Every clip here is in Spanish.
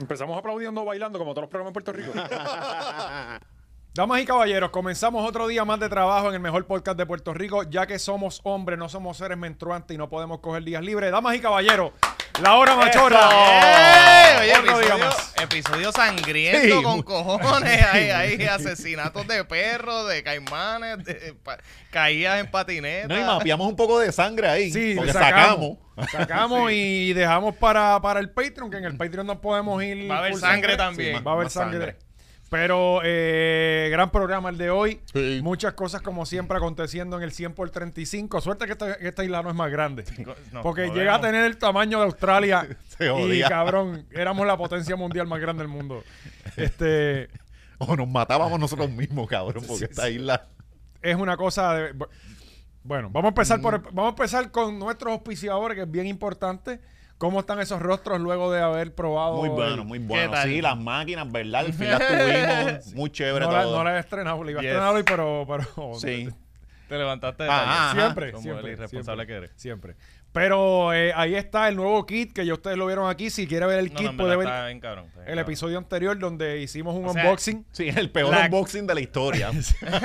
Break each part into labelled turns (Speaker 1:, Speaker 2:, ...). Speaker 1: Empezamos aplaudiendo, bailando, como todos los programas en Puerto Rico. Damas y caballeros, comenzamos otro día más de trabajo en el mejor podcast de Puerto Rico, ya que somos hombres, no somos seres menstruantes y no podemos coger días libres. Damas y caballeros, la hora machorra.
Speaker 2: ¡Eh! Oye,
Speaker 1: Otro día
Speaker 2: episodio,
Speaker 1: más.
Speaker 2: episodio sangriento
Speaker 1: Sí, muy-
Speaker 2: con cojones. Ahí, ahí, asesinatos de perros, de caimanes, de eh, pa- caídas en patineta.
Speaker 3: No, y mapeamos un poco de sangre ahí.
Speaker 1: Sí,
Speaker 3: porque
Speaker 1: sacamos.
Speaker 3: sacamos.
Speaker 1: Sacamos y dejamos para, para el Patreon, que en el Patreon no podemos ir.
Speaker 2: Va a haber
Speaker 1: full
Speaker 2: sangre también.
Speaker 1: va a haber
Speaker 3: Más
Speaker 1: sangre.
Speaker 3: sangre.
Speaker 1: Pero eh, gran programa el de hoy.
Speaker 3: Sí.
Speaker 1: Muchas cosas como siempre aconteciendo en el 100 por 35. Suerte que esta, que esta isla no es más grande.
Speaker 2: No,
Speaker 1: porque
Speaker 2: no
Speaker 1: llega a
Speaker 2: vemos.
Speaker 1: tener el tamaño de Australia.
Speaker 3: Se
Speaker 1: y
Speaker 3: jodía.
Speaker 1: cabrón, éramos la potencia mundial más grande del mundo. Este
Speaker 3: O nos matábamos nosotros mismos, cabrón, porque esta isla.
Speaker 1: es una cosa de. Bueno, vamos a empezar
Speaker 3: Mm.
Speaker 1: por el- vamos a empezar con nuestros auspiciadores, que es bien importante. ¿Cómo están esos rostros luego de haber probado?
Speaker 3: Muy
Speaker 1: el-
Speaker 3: bueno, muy bueno.
Speaker 2: tal?
Speaker 3: Sí, las máquinas, ¿verdad? Al fin las tuvimos. Muy chévere
Speaker 1: No la,
Speaker 3: todo.
Speaker 1: no la he estrenado, la iba a
Speaker 2: Yes.
Speaker 1: estrenar hoy, pero, pero
Speaker 3: Sí.
Speaker 2: Te levantaste de
Speaker 3: Ah,
Speaker 2: taller.
Speaker 3: ah,
Speaker 1: siempre,
Speaker 2: Como
Speaker 1: siempre,
Speaker 2: el irresponsable
Speaker 1: siempre,
Speaker 2: que eres.
Speaker 1: siempre. Pero eh, ahí está el nuevo kit que ya ustedes lo vieron aquí. Si quiere ver el
Speaker 2: No, no,
Speaker 1: kit,
Speaker 2: en
Speaker 1: puede
Speaker 2: verdad
Speaker 1: ver
Speaker 2: está bien cabrón, está bien
Speaker 1: el
Speaker 2: cabrón.
Speaker 1: episodio anterior donde hicimos un
Speaker 2: O sea,
Speaker 1: unboxing.
Speaker 3: Sí, es el peor
Speaker 2: La-
Speaker 3: unboxing de la historia.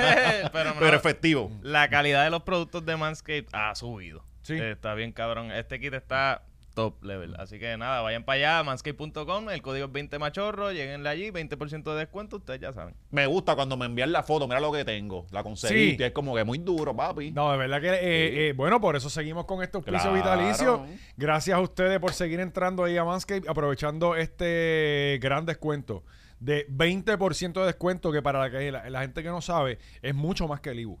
Speaker 2: Pero, no,
Speaker 3: pero efectivo.
Speaker 2: la calidad de los productos de Manscaped ha subido.
Speaker 1: Sí.
Speaker 2: Eh, está bien, cabrón. Este kit está top level. Así que nada, vayan para allá, manscaped.com. El código es 20machorro. Lleguenle allí, 20% de descuento. Ustedes ya saben.
Speaker 3: Me gusta cuando me envían la foto, mira lo que tengo. La conseguí.
Speaker 1: Sí.
Speaker 3: y es como que muy duro, papi.
Speaker 1: No, de verdad que, eh, eh, bueno, por eso seguimos con este auspicio
Speaker 3: Claro.
Speaker 1: vitalicio. Gracias a ustedes por seguir entrando ahí a Manscaped, aprovechando este gran descuento de 20% de descuento, que para la, que la, la gente que no sabe, es mucho más que el IBU.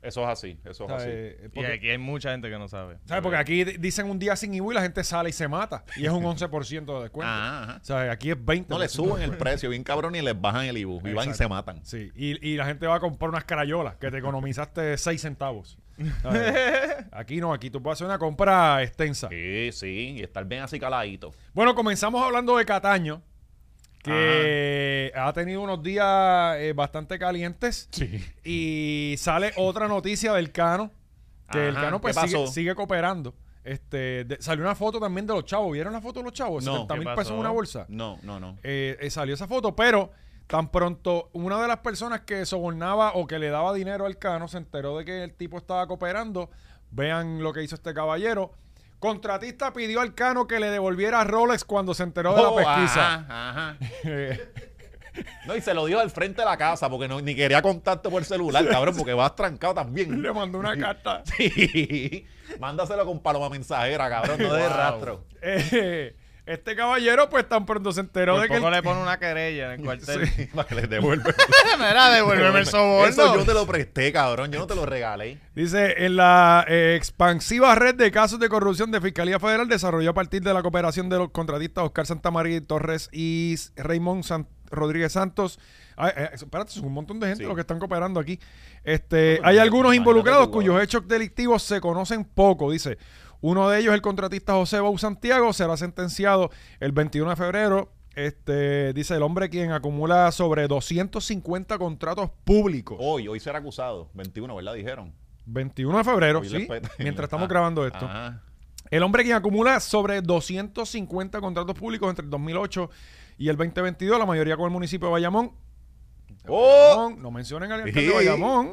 Speaker 3: Eso es así, eso es
Speaker 1: O sea,
Speaker 3: así. Ah,
Speaker 1: eh,
Speaker 2: y
Speaker 1: porque-
Speaker 2: aquí hay mucha gente que no sabe.
Speaker 1: ¿Sabes? Porque aquí di- dicen un día sin IBU y la gente sale y se mata. Y es un 11% de descuento.
Speaker 3: Ah, ajá.
Speaker 1: ¿Sabes? Aquí es 20%.
Speaker 3: No le suben el precio, bien cabrón, y les bajan el IBU. Y van y
Speaker 1: Exacto.
Speaker 3: se matan.
Speaker 1: Sí, y, y la gente va a comprar unas crayolas que te economizaste 6 centavos. ¿Sabes? Aquí no, aquí tú puedes hacer una compra extensa.
Speaker 3: Sí, sí, y estar bien así caladito.
Speaker 1: Bueno, comenzamos hablando de Cataño, que ha tenido unos días eh, bastante calientes.
Speaker 3: Sí.
Speaker 1: Y sale otra noticia del Cano, que el
Speaker 3: Ajá,
Speaker 1: Cano pues
Speaker 3: ¿qué
Speaker 1: sigue,
Speaker 3: pasó?
Speaker 1: sigue cooperando. Este, de- salió una foto también de los chavos. ¿Vieron la foto de los chavos?
Speaker 3: No,
Speaker 1: 70
Speaker 3: ¿qué
Speaker 1: mil
Speaker 2: pasó?
Speaker 1: pesos en una bolsa.
Speaker 3: No, no, no.
Speaker 1: Eh, eh, salió esa foto, pero tan pronto una de las personas que sobornaba o que le daba dinero al Cano se enteró de que el tipo estaba cooperando. Vean lo que hizo este caballero. Contratista pidió al Cano que le devolviera Rolex cuando se enteró de la
Speaker 3: Oh,
Speaker 1: pesquisa.
Speaker 3: ajá, ajá.
Speaker 1: Eh,
Speaker 3: No, y se lo dio al frente de la casa porque no, ni quería contarte por celular, cabrón, porque vas trancado también.
Speaker 1: le mandó una carta.
Speaker 3: Sí. Mándaselo con paloma mensajera, cabrón, no de
Speaker 2: Wow.
Speaker 3: rastro.
Speaker 1: Eh, este caballero, pues tan pronto se enteró
Speaker 2: Por
Speaker 1: de que.
Speaker 2: poco
Speaker 1: el-
Speaker 2: le pone una querella en el cuartel.
Speaker 3: Para que les devuelva.
Speaker 2: Mira, devuélveme el soborno.
Speaker 3: Eso yo te lo presté, cabrón, yo no te lo regalé.
Speaker 1: Dice: en la eh, expansiva red de casos de corrupción de Fiscalía Federal desarrolló a partir de la cooperación de los contratistas Oscar Santamaría Torres y Raymond Sant- Rodríguez Santos. Ah, eh, espérate, son un montón de gente
Speaker 3: Sí.
Speaker 1: los que están cooperando aquí. Este,
Speaker 3: No,
Speaker 1: hay
Speaker 3: no,
Speaker 1: algunos
Speaker 3: imagínate
Speaker 1: involucrados
Speaker 3: tú,
Speaker 1: cuyos
Speaker 3: ahora.
Speaker 1: hechos delictivos se conocen poco, dice. Uno de ellos, el contratista José Bau Santiago, será sentenciado el 21 de febrero. Este, dice el hombre quien acumula sobre 250 contratos públicos.
Speaker 3: Hoy, hoy será acusado. 21, ¿verdad? Dijeron.
Speaker 1: 21 de febrero,
Speaker 3: Hoy
Speaker 1: sí,
Speaker 3: les peta-
Speaker 1: mientras estamos
Speaker 3: Ah,
Speaker 1: grabando esto.
Speaker 3: ajá.
Speaker 1: El hombre quien acumula sobre 250 contratos públicos entre el 2008 y el 2022, la mayoría con el municipio de Bayamón.
Speaker 3: ¡Oh!
Speaker 1: Bayamón, no mencionen al alcalde de
Speaker 3: Sí.
Speaker 1: Bayamón.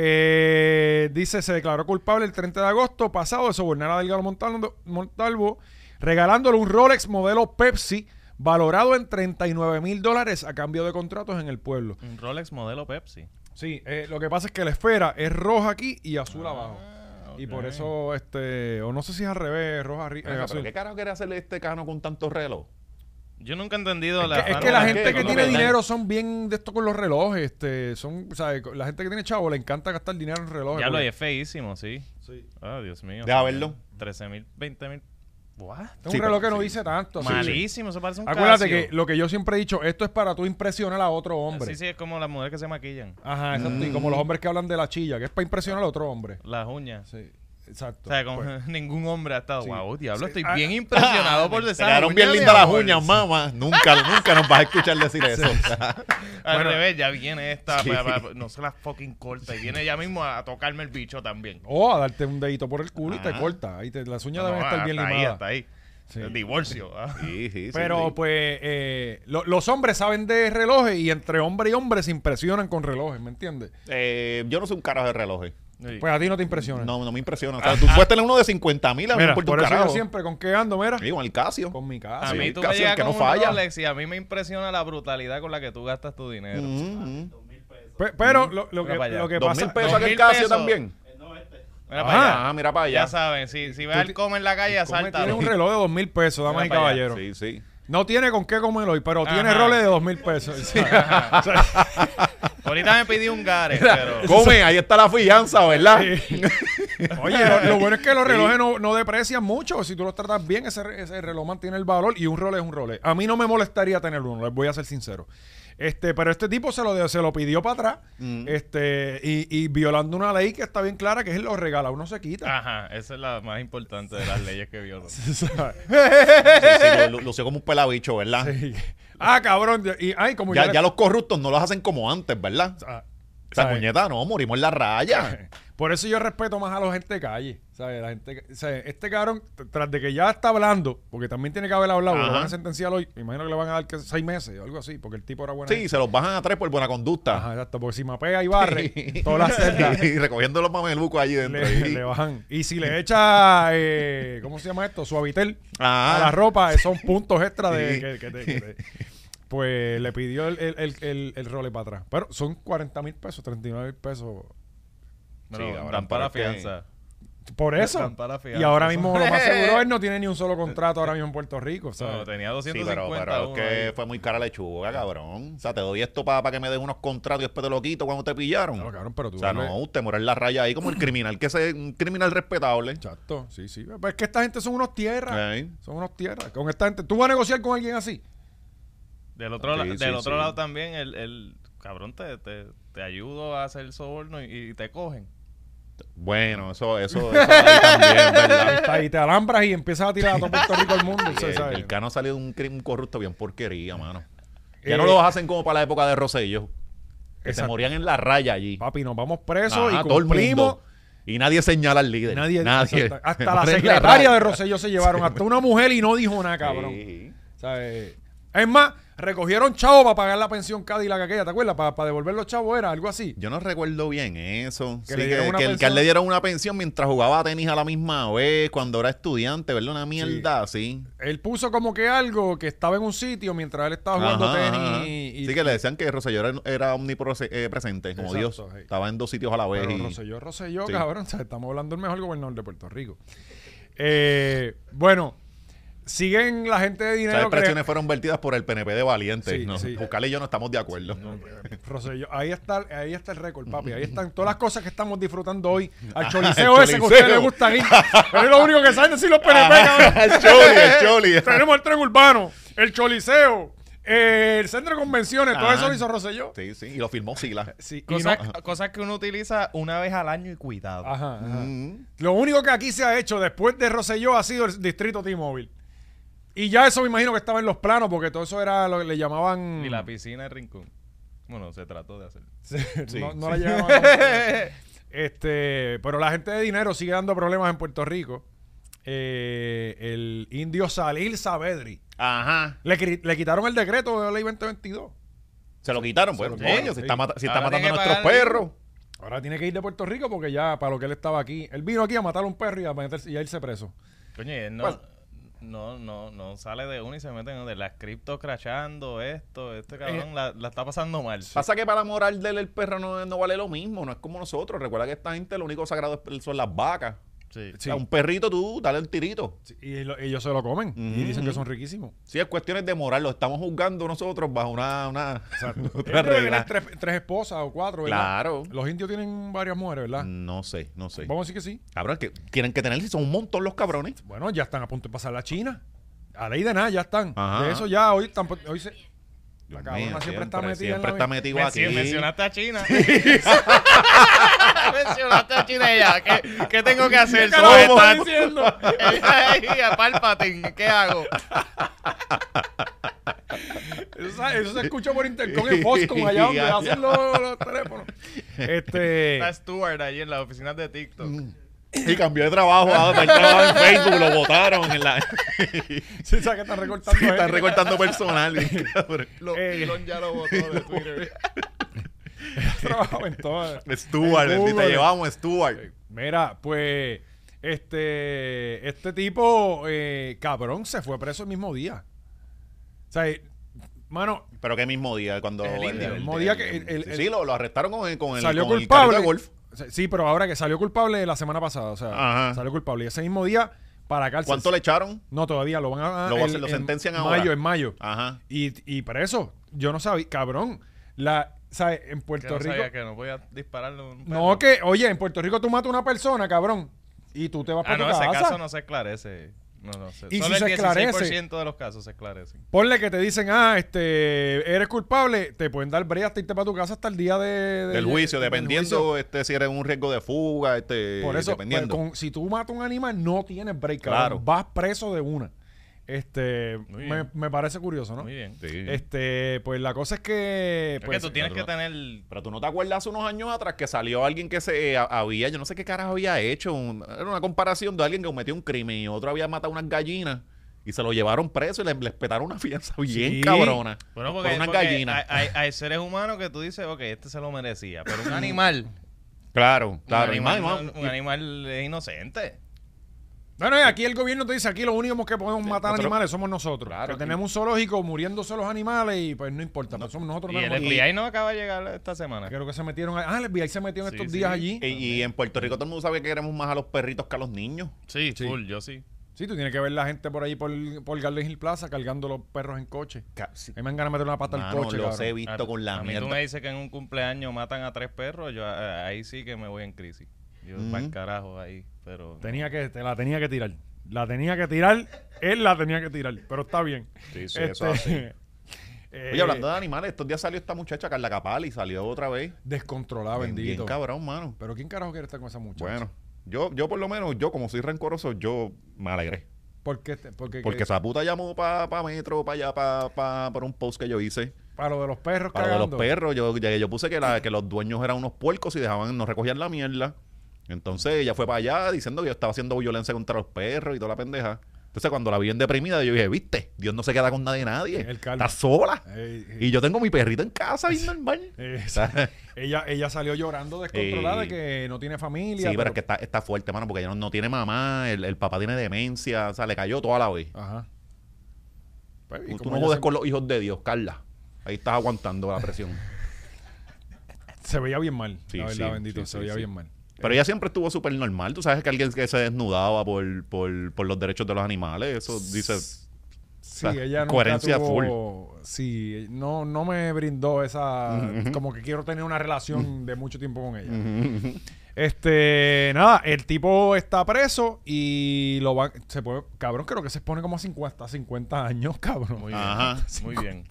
Speaker 1: Eh, dice, se declaró culpable el 30 de agosto pasado de sobornar a Delgado Montalvo, Montalvo, regalándole un Rolex modelo Pepsi valorado en 39 mil dólares a cambio de contratos en el pueblo.
Speaker 2: Un Rolex modelo Pepsi.
Speaker 1: Sí, eh, lo que pasa es que la esfera es roja aquí y azul abajo. Y por eso, este, o no sé si es al revés, roja eh, arriba.
Speaker 3: Venga, Ah, pero ¿Qué carajo quiere hacer este cano con tanto reloj?
Speaker 2: Yo nunca he entendido la.
Speaker 1: es
Speaker 2: ah,
Speaker 1: que
Speaker 2: no,
Speaker 1: la
Speaker 3: es
Speaker 1: gente
Speaker 3: que
Speaker 1: que
Speaker 3: no
Speaker 1: tiene
Speaker 3: lo ven.
Speaker 1: dinero son bien de esto con los relojes. Este, son, o sea, la gente que tiene chavo le encanta gastar dinero en relojes.
Speaker 2: Ya lo
Speaker 1: porque-
Speaker 2: es feísimo, sí.
Speaker 1: Sí.
Speaker 2: Ah, Dios mío.
Speaker 3: Deja verlo.
Speaker 2: 13 mil, 20 mil. ¿What?
Speaker 1: Es un
Speaker 3: Sí,
Speaker 1: reloj
Speaker 3: pero-
Speaker 1: que no
Speaker 3: sí.
Speaker 1: dice tanto. así.
Speaker 2: Malísimo, se parece un
Speaker 1: Acuérdate
Speaker 2: Casio.
Speaker 1: que lo que yo siempre he dicho, esto es para tú impresionar a otro hombre.
Speaker 2: Sí, sí, es como las mujeres que se maquillan.
Speaker 1: Ajá, exacto. Y
Speaker 3: Mm.
Speaker 1: como los hombres que hablan de la chilla, que es para impresionar a otro hombre.
Speaker 2: Mm, Las uñas.
Speaker 1: Sí, exacto.
Speaker 2: O sea, como
Speaker 1: Pues,
Speaker 2: ningún hombre ha estado.
Speaker 1: Sí.
Speaker 2: Wow, diablo,
Speaker 1: Sí.
Speaker 2: estoy
Speaker 1: Ah,
Speaker 2: bien impresionado por
Speaker 3: Se
Speaker 2: esa
Speaker 3: quedaron bien lindas las uñas, mamá. Nunca, nunca nos vas a escuchar decir eso.
Speaker 2: Al
Speaker 1: Bueno.
Speaker 2: revés, ya viene esta.
Speaker 3: Sí.
Speaker 2: pa- pa- no se las fucking corta. Y viene ella mismo a, a tocarme el bicho también.
Speaker 1: O a darte un dedito por el culo y te
Speaker 3: Ajá.
Speaker 1: corta. Ahí te, las uñas
Speaker 2: No,
Speaker 1: deben
Speaker 2: no,
Speaker 1: estar bien
Speaker 2: hasta
Speaker 1: limadas.
Speaker 2: ahí, hasta ahí.
Speaker 1: Sí.
Speaker 2: El divorcio. ah.
Speaker 3: Sí, sí, sí,
Speaker 1: Pero
Speaker 3: sí.
Speaker 1: pues eh, lo- los hombres saben de relojes y entre hombre y hombre se impresionan con relojes, ¿me entiendes?
Speaker 3: Eh, yo no soy un carajo de relojes.
Speaker 2: Sí.
Speaker 1: Pues a ti no te impresiona.
Speaker 3: No, no me impresiona. O sea, tú puedes tener uno de 50 mil a mí me
Speaker 1: Mira,
Speaker 3: importa un
Speaker 1: por eso
Speaker 3: carajo.
Speaker 1: yo siempre con qué ando, mira,
Speaker 3: Sí, con el Casio.
Speaker 1: con mi
Speaker 2: a
Speaker 1: casa.
Speaker 2: mí
Speaker 3: sí,
Speaker 2: tú me
Speaker 3: casi,
Speaker 2: llegas
Speaker 3: que
Speaker 2: con
Speaker 3: no
Speaker 2: un
Speaker 3: falla.
Speaker 2: Rolex y a mí me impresiona la brutalidad con la que tú gastas tu dinero.
Speaker 3: Mm, mm.
Speaker 1: Pe- pero lo, lo
Speaker 2: Mira
Speaker 1: que,
Speaker 2: para allá.
Speaker 1: lo que
Speaker 3: Dos
Speaker 1: pasa...
Speaker 3: mil pesos
Speaker 2: dos
Speaker 3: aquel
Speaker 2: mil
Speaker 3: Casio
Speaker 2: pesos.
Speaker 3: también.
Speaker 2: Mira
Speaker 1: Ajá.
Speaker 2: para allá.
Speaker 3: Ah, mira para allá.
Speaker 2: Ya saben, si, si ves
Speaker 1: Tú
Speaker 2: al
Speaker 1: ti-
Speaker 2: Come en la calle,
Speaker 1: Come
Speaker 2: asalta.
Speaker 1: Tiene un reloj de dos mil pesos, damas y
Speaker 2: Mira para allá,
Speaker 1: caballeros.
Speaker 3: Sí, sí.
Speaker 1: No tiene con qué comer hoy, pero tiene
Speaker 2: Ajá.
Speaker 1: roles de dos mil pesos. Sí.
Speaker 2: Ahorita me pedí un Gare, pero.
Speaker 3: Come, ahí está la fianza, ¿verdad?
Speaker 1: Oye, lo,
Speaker 3: eh,
Speaker 1: lo bueno es que los relojes no, no deprecian mucho. Si tú los tratas bien, ese, re- ese reloj mantiene el valor y un Rolex es un Rolex. A mí no me molestaría tener uno, les voy a ser sincero. Este, pero este tipo se lo, de- se lo pidió para atrás
Speaker 3: Mm.
Speaker 1: este, y, y violando una ley que está bien clara, que es lo regala, uno se
Speaker 3: Ah.
Speaker 1: quita.
Speaker 2: Ajá, esa es la más importante de las leyes que violan.
Speaker 3: Sí, sí, lu- lució como un pelabicho, ¿verdad?
Speaker 1: Sí. Ah, cabrón. Y, ay, como
Speaker 3: Ya,
Speaker 1: le-
Speaker 3: ya los corruptos no los hacen como antes, ¿verdad?
Speaker 1: Ah,
Speaker 3: O sea,
Speaker 1: ¿sabes?
Speaker 3: puñeta, no, morimos en la raya.
Speaker 1: Por eso yo respeto más a la gente de calle. ¿sabes? La gente, o sea, Este cabrón, t- tras de que ya está hablando, porque también tiene que haber hablado, lo
Speaker 3: Ajá.
Speaker 1: van a sentenciar hoy. Me imagino que le van a dar que seis meses o algo así, porque el tipo era bueno.
Speaker 3: Sí, se los bajan a tres por buena conducta.
Speaker 1: Ajá, exacto, porque si mapea y barre, todas las celdas
Speaker 3: y recogiendo los mamelucos allí dentro.
Speaker 1: le,
Speaker 3: Y-
Speaker 1: le bajan. Y si le echa, eh, ¿cómo se llama esto? Suavitel
Speaker 3: Ah.
Speaker 1: a la ropa, eh, son puntos extra de
Speaker 3: Sí.
Speaker 1: que, que te- que te- Pues le pidió el, el, el, el- el role para atrás. Pero son 40 mil pesos, 39 mil pesos.
Speaker 2: Pero
Speaker 3: Sí, cabrón,
Speaker 2: dan para la
Speaker 3: pero es que-
Speaker 2: fianza.
Speaker 1: Por eso.
Speaker 2: Están para fiar.
Speaker 1: Y ahora mismo lo más seguro él no tiene ni un solo contrato ahora mismo en Puerto Rico.
Speaker 2: No,
Speaker 1: ¿sabes?
Speaker 2: tenía
Speaker 3: Sí,
Speaker 2: 250
Speaker 3: pero, pero
Speaker 2: uno
Speaker 3: es que
Speaker 2: ahí.
Speaker 3: fue muy cara la lechuga, cabrón. O sea, te doy esto para que me des unos contratos y después te lo quito cuando te pillaron.
Speaker 1: Claro, cabrón, pero tú
Speaker 3: o sea,
Speaker 1: dale-
Speaker 3: no, usted morir en la raya ahí como el criminal, que es un criminal respetable.
Speaker 1: Exacto, sí, sí. Pero es que esta gente son unos tierras.
Speaker 3: Ey.
Speaker 1: Son unos tierras. Con esta gente. ¿Tú vas a negociar con alguien así?
Speaker 2: Del otro, la-
Speaker 3: Sí,
Speaker 2: del
Speaker 3: sí,
Speaker 2: otro
Speaker 3: sí.
Speaker 2: lado también, el, el cabrón te, te, te ayudo a hacer el soborno y, y te cogen.
Speaker 3: Bueno, eso, eso, eso ahí también, ¿verdad?
Speaker 1: Está ahí, te alambras y empiezas a tirar a todo Puerto Rico el mundo.
Speaker 3: Sí,
Speaker 1: ¿sabes?
Speaker 3: el, el Cano ha salido un crimen corrupto bien porquería, mano. Ya
Speaker 1: Eh,
Speaker 3: no los hacen como para la época de Rosselló. Que se
Speaker 1: Exacto.
Speaker 3: morían en la raya allí.
Speaker 1: Papi, nos vamos presos
Speaker 3: Ajá,
Speaker 1: y
Speaker 3: todo el
Speaker 1: cumplimos.
Speaker 3: mundo. Y nadie señala al líder.
Speaker 1: Nadie,
Speaker 3: nadie.
Speaker 1: exacto. Hasta
Speaker 3: Se
Speaker 1: la
Speaker 3: mueren en
Speaker 1: secretaria
Speaker 3: raya.
Speaker 1: de Rosselló se llevaron. Hasta una mujer y no dijo nada, cabrón.
Speaker 3: Sí.
Speaker 1: ¿Sabes? Es más, recogieron chavo para pagar la pensión Cadillac aquella, ¿te acuerdas? Para, devolver los chavos era algo así.
Speaker 3: Yo no recuerdo bien eso.
Speaker 1: Que
Speaker 3: Sí,
Speaker 1: le
Speaker 3: Que,
Speaker 1: dieron
Speaker 3: que
Speaker 1: una
Speaker 3: el
Speaker 1: pensión.
Speaker 3: Carl le dieron una pensión mientras jugaba tenis a la misma vez, cuando era estudiante, ¿verdad? Una mierda así.
Speaker 1: Él puso como que algo que estaba en un sitio mientras él estaba jugando
Speaker 3: Ajá,
Speaker 1: tenis
Speaker 3: ajá.
Speaker 1: y... y-
Speaker 3: sí, que le decían que Rosselló era, era omnipresente,
Speaker 1: Exacto,
Speaker 3: como Dios.
Speaker 1: sí.
Speaker 3: Estaba en dos sitios a la vez.
Speaker 1: Pero
Speaker 3: y-
Speaker 1: Rosselló, Rosselló,
Speaker 3: Sí.
Speaker 1: cabrón, o sea, estamos hablando del mejor gobernador de Puerto Rico. Eh, bueno, siguen la gente de
Speaker 3: Esas
Speaker 1: dinero... que-
Speaker 3: expresiones fueron vertidas por el PNP de Valientes.
Speaker 1: Sí,
Speaker 3: ¿no?
Speaker 1: sí.
Speaker 3: Buscal y yo no estamos de acuerdo.
Speaker 1: Rosselló, ahí está, ahí está el récord, papi. Ahí están todas las cosas que estamos disfrutando hoy. Al
Speaker 3: Ajá,
Speaker 1: choliseo
Speaker 3: el
Speaker 1: ese que a ustedes les
Speaker 3: Ah, choliseo. Ah,
Speaker 1: gusta ir. Pero es lo único que saben decir los PNP, cabrón.
Speaker 3: el Choli, el Choli.
Speaker 1: Tenemos el tren urbano, el choliseo, eh, el centro de convenciones, todo
Speaker 3: Ah.
Speaker 1: eso lo hizo Rosselló.
Speaker 3: Sí, sí, y lo firmó Sila.
Speaker 1: Sí, y no-
Speaker 2: Cosas, cosas que uno utiliza una vez al año y cuidado.
Speaker 1: Ajá, ajá.
Speaker 3: Mm.
Speaker 1: Lo único que aquí se ha hecho después de Rosselló ha sido el distrito T-Mobile. Y ya eso me imagino que estaba en los planos, porque todo eso era lo que le llamaban.
Speaker 2: Y la piscina de Rincón. Bueno, se trató de hacer.
Speaker 3: Sí,
Speaker 1: no, no
Speaker 3: sí.
Speaker 1: la llamaban a- este, pero la gente de dinero sigue dando problemas en Puerto Rico. Eh, el indio Salil Saavedri.
Speaker 3: Ajá.
Speaker 1: Le, cri- le quitaron el decreto de la ley 2022.
Speaker 3: Se lo quitaron, pues.
Speaker 1: lo
Speaker 3: coño,
Speaker 1: quitaron,
Speaker 3: si
Speaker 1: sí.
Speaker 3: está, mata- si está
Speaker 2: Ahora
Speaker 3: matando a
Speaker 2: tiene que
Speaker 3: nuestros
Speaker 2: pagar el-
Speaker 3: perros.
Speaker 1: Ahora tiene que ir de Puerto Rico porque ya para lo que él estaba aquí. Él vino aquí a matar a un perro y a, meterse- y a irse preso.
Speaker 2: Coño, y él no, no, no, no sale de uno y se mete en de las cripto crashando, esto,
Speaker 1: Eh.
Speaker 2: este cabrón la, la está pasando mal.
Speaker 3: Pasa que para la moral del el perro no, no vale lo mismo, no es como nosotros. Recuerda que esta gente lo único sagrado es- son las vacas.
Speaker 2: Sí.
Speaker 1: Sí.
Speaker 3: O sea, un perrito tú, dale un tirito.
Speaker 1: Sí, Y lo- ellos se lo comen. Y dicen que son riquísimos.
Speaker 3: Sí, es cuestiones de moral, lo estamos juzgando nosotros bajo una, una otra
Speaker 1: Él debe
Speaker 3: regla.
Speaker 1: tener tres, tres esposas o cuatro, ¿verdad?
Speaker 3: Claro. Mm,
Speaker 1: Los indios tienen varias mujeres, ¿verdad?
Speaker 3: No sé, no sé.
Speaker 1: Ah. Vamos a decir que sí.
Speaker 3: Cabrón, que tienen que tener, si son un montón los cabrones.
Speaker 1: Bueno, ya están a punto de pasar la China. A ley de nada, ya están.
Speaker 3: Ajá.
Speaker 1: De eso ya hoy tampoco. Hoy se...
Speaker 3: Dios
Speaker 1: cabrona
Speaker 3: mío,
Speaker 1: siempre está metida en
Speaker 3: Siempre
Speaker 1: la
Speaker 3: está
Speaker 1: mi-
Speaker 3: metido
Speaker 2: Men-
Speaker 3: aquí.
Speaker 2: Mencionaste a China. mencionaste a China y ya. ¿Qué, qué tengo que hacer?
Speaker 1: carajo
Speaker 3: Pues
Speaker 2: Solo
Speaker 1: estás
Speaker 2: estar-
Speaker 1: diciendo?
Speaker 2: Ahí, a Palpatine, ¿qué hago?
Speaker 1: Eso, se- eso se escucha por intercom en Boston, allá donde hacen los, los teléfonos. Este. Mm.
Speaker 2: Está Stuart ahí en las oficinas de TikTok.
Speaker 3: Y cambió de trabajo, ahora está el trabajo en Facebook, lo votaron en la...
Speaker 1: Sí, o sea, que están recortando.
Speaker 3: Sí, están
Speaker 1: gente.
Speaker 3: recortando personal. bien cabrón. Lo-
Speaker 1: Ey.
Speaker 2: Elon ya lo votó de Twitter.
Speaker 1: Trabajo en todo.
Speaker 3: Stuart,
Speaker 1: En
Speaker 3: bendito,
Speaker 1: Google.
Speaker 3: te llevamos Stuart.
Speaker 1: Mira, pues este este tipo eh, cabrón se fue preso el mismo día. O sea, eh, mano,
Speaker 3: Pero qué mismo día, cuando...
Speaker 2: El indio, el
Speaker 1: mismo día que el- el-
Speaker 3: sí, sí, lo, lo arrestaron con, el- con el,
Speaker 1: salió
Speaker 3: con el
Speaker 1: culpable.
Speaker 3: carrito de golf.
Speaker 1: O sea, Sí, pero ahora que salió culpable la semana pasada, o sea,
Speaker 3: Ajá.
Speaker 1: salió culpable y ese mismo día para cárcel.
Speaker 3: ¿Cuánto le echaron?
Speaker 1: No, todavía lo van a ah,
Speaker 3: Lo va a
Speaker 1: el-
Speaker 3: hacer- lo
Speaker 1: en
Speaker 3: sentencian
Speaker 1: mayo,
Speaker 3: ahora. Ah.
Speaker 1: en mayo.
Speaker 3: Ajá.
Speaker 1: Y, y preso. Yo no sabía, cabrón. La, ¿sabes? En
Speaker 2: Que
Speaker 1: Puerto
Speaker 2: no
Speaker 1: Rico.
Speaker 2: sabía que no podía dispararle a un perro.
Speaker 1: No, que, oye, en Puerto Rico tú matas a una persona, cabrón. Y tú te vas para
Speaker 2: Ah,
Speaker 1: tu
Speaker 2: no,
Speaker 1: casa.
Speaker 2: ese caso no se esclarece. No, no sé.
Speaker 1: ¿Y
Speaker 2: Solo
Speaker 1: si se
Speaker 2: el
Speaker 1: esclarece?
Speaker 2: 16% de los casos se esclarecen.
Speaker 1: Ponle que te dicen, ah, este, eres culpable, te pueden dar brea hasta irte para tu casa hasta el día de, de-
Speaker 3: Del juicio,
Speaker 1: del
Speaker 3: dependiendo
Speaker 1: juicio.
Speaker 3: este, si eres un riesgo de fuga, este,
Speaker 1: Por eso,
Speaker 3: dependiendo.
Speaker 1: pues, con- si tú matas a un animal, no tienes break,
Speaker 3: Claro.
Speaker 1: cabrón. Vas preso de una. Este,
Speaker 2: Muy
Speaker 1: me,
Speaker 2: bien.
Speaker 1: me parece curioso, ¿no?
Speaker 2: Muy bien.
Speaker 3: Sí.
Speaker 1: Este, pues la cosa es que.
Speaker 2: Es
Speaker 1: Pues,
Speaker 2: que tú tienes
Speaker 3: otro-
Speaker 2: que tener...
Speaker 3: Pero tú no te acuerdas hace unos años atrás que salió alguien que se eh, ha- había, yo no sé qué carajo había hecho, un- era una comparación de alguien que cometió un crimen y otro había matado unas gallinas y se lo llevaron preso y le, le espetaron una fianza bien
Speaker 1: Sí.
Speaker 3: cabrona
Speaker 2: Bueno,
Speaker 3: por
Speaker 2: porque,
Speaker 3: unas
Speaker 2: porque
Speaker 3: gallinas.
Speaker 2: Hay, hay- hay seres humanos que tú dices, ok, este se lo merecía. Pero un animal...
Speaker 3: claro, claro.
Speaker 2: un
Speaker 3: y
Speaker 2: animal,
Speaker 3: más,
Speaker 2: no-
Speaker 3: y más-
Speaker 2: un animal es inocente.
Speaker 1: Bueno, y aquí el gobierno te dice, aquí los únicos que podemos
Speaker 3: Sí,
Speaker 1: matar
Speaker 3: nosotros-
Speaker 1: animales somos nosotros.
Speaker 3: Claro,
Speaker 1: que
Speaker 3: aquí-
Speaker 1: tenemos un zoológico muriéndose los animales y pues no importa, pues somos nosotros.
Speaker 2: Y el
Speaker 1: tenemos-
Speaker 2: FBI no acaba de llegar esta semana.
Speaker 1: Creo que se metieron. ahí. Ah, el FBI se metió en
Speaker 2: Sí,
Speaker 1: estos
Speaker 2: sí.
Speaker 1: días allí.
Speaker 3: y- y en Puerto Rico todo el mundo sabe que queremos más a los perritos que a los niños.
Speaker 2: Sí,
Speaker 1: Sí.
Speaker 2: full, yo sí.
Speaker 1: Sí, tú tienes que ver la gente por ahí por, por Garden Hill Plaza cargando los perros en coche.
Speaker 3: Ca- sí.
Speaker 1: A mí me han ganas de meter una pata al
Speaker 3: Mano,
Speaker 1: coche.
Speaker 3: los he
Speaker 1: cabrón.
Speaker 3: visto con
Speaker 2: a
Speaker 3: la
Speaker 2: mí tú
Speaker 3: mierda.
Speaker 2: me dices que en un cumpleaños matan a tres perros, yo eh, ahí sí que me voy en crisis. Yo,
Speaker 3: Ujú.
Speaker 2: pa'l carajo ahí, pero...
Speaker 1: Tenía que, te la tenía que tirar. La tenía que tirar. Él la tenía que tirar. Pero está bien. Este,
Speaker 3: Sí, sí, eso es así.
Speaker 1: eh,
Speaker 3: Oye, hablando de animales, estos días salió esta muchacha Carla Capali, salió otra vez.
Speaker 1: Descontrolada,
Speaker 3: Bien-
Speaker 1: Ah, bendito.
Speaker 3: bien cabrón, mano.
Speaker 1: Pero ¿quién carajo quiere estar con esa muchacha?
Speaker 3: Bueno, yo, yo por lo menos, yo como soy rencoroso, yo me alegré.
Speaker 1: ¿Por qué te- porque,
Speaker 3: Porque esa puta llamó para pa Metro, para allá, para pa, por un post que yo hice.
Speaker 1: para lo de los perros
Speaker 3: Para lo de
Speaker 1: cagando.
Speaker 3: los perros, yo, ya- yo puse que, la- que los dueños eran unos puercos y dejaban, no recogían la mierda. Entonces ella fue para allá diciendo que yo estaba haciendo violencia contra los perros y toda la pendeja. Entonces cuando la vi en deprimida, yo dije, viste, Dios no se queda con nadie, nadie.
Speaker 1: El calma.
Speaker 3: Está sola.
Speaker 1: Ey, ey.
Speaker 3: Y yo tengo mi perrito en casa, bien normal.
Speaker 1: Eh,
Speaker 3: O sea,
Speaker 1: ella, ella salió llorando descontrolada de que no tiene
Speaker 3: Sí,
Speaker 1: familia.
Speaker 3: pero, es que está, está fuerte, mano, porque ella no, no tiene mamá, el, el papá tiene demencia, o sea, le cayó toda la vez.
Speaker 1: Ajá. Pues, ¿y
Speaker 3: Tú, tú
Speaker 1: cómo
Speaker 3: no
Speaker 1: ella
Speaker 3: jodes
Speaker 1: se-
Speaker 3: con los hijos de Dios, Carla. Ahí estás aguantando la presión.
Speaker 1: Se veía bien mal,
Speaker 3: Sí,
Speaker 1: la verdad,
Speaker 3: sí,
Speaker 1: bendito,
Speaker 3: sí,
Speaker 1: se
Speaker 3: sí,
Speaker 1: veía
Speaker 3: sí.
Speaker 1: bien mal.
Speaker 3: Pero ella siempre estuvo súper normal. Tú sabes que alguien que se desnudaba por, por, por los derechos de los animales, eso dice...
Speaker 1: Sí,
Speaker 3: O sea,
Speaker 1: ella nunca
Speaker 3: coherencia
Speaker 1: tuvo- Sí, no, no me brindó esa... Como que quiero tener una relación de mucho tiempo con ella. Este, nada, el tipo está preso y lo va... Se puede, cabrón, creo que se expone como a 50, 50 años, cabrón.
Speaker 2: Muy bien.
Speaker 3: Ajá.
Speaker 2: Muy bien.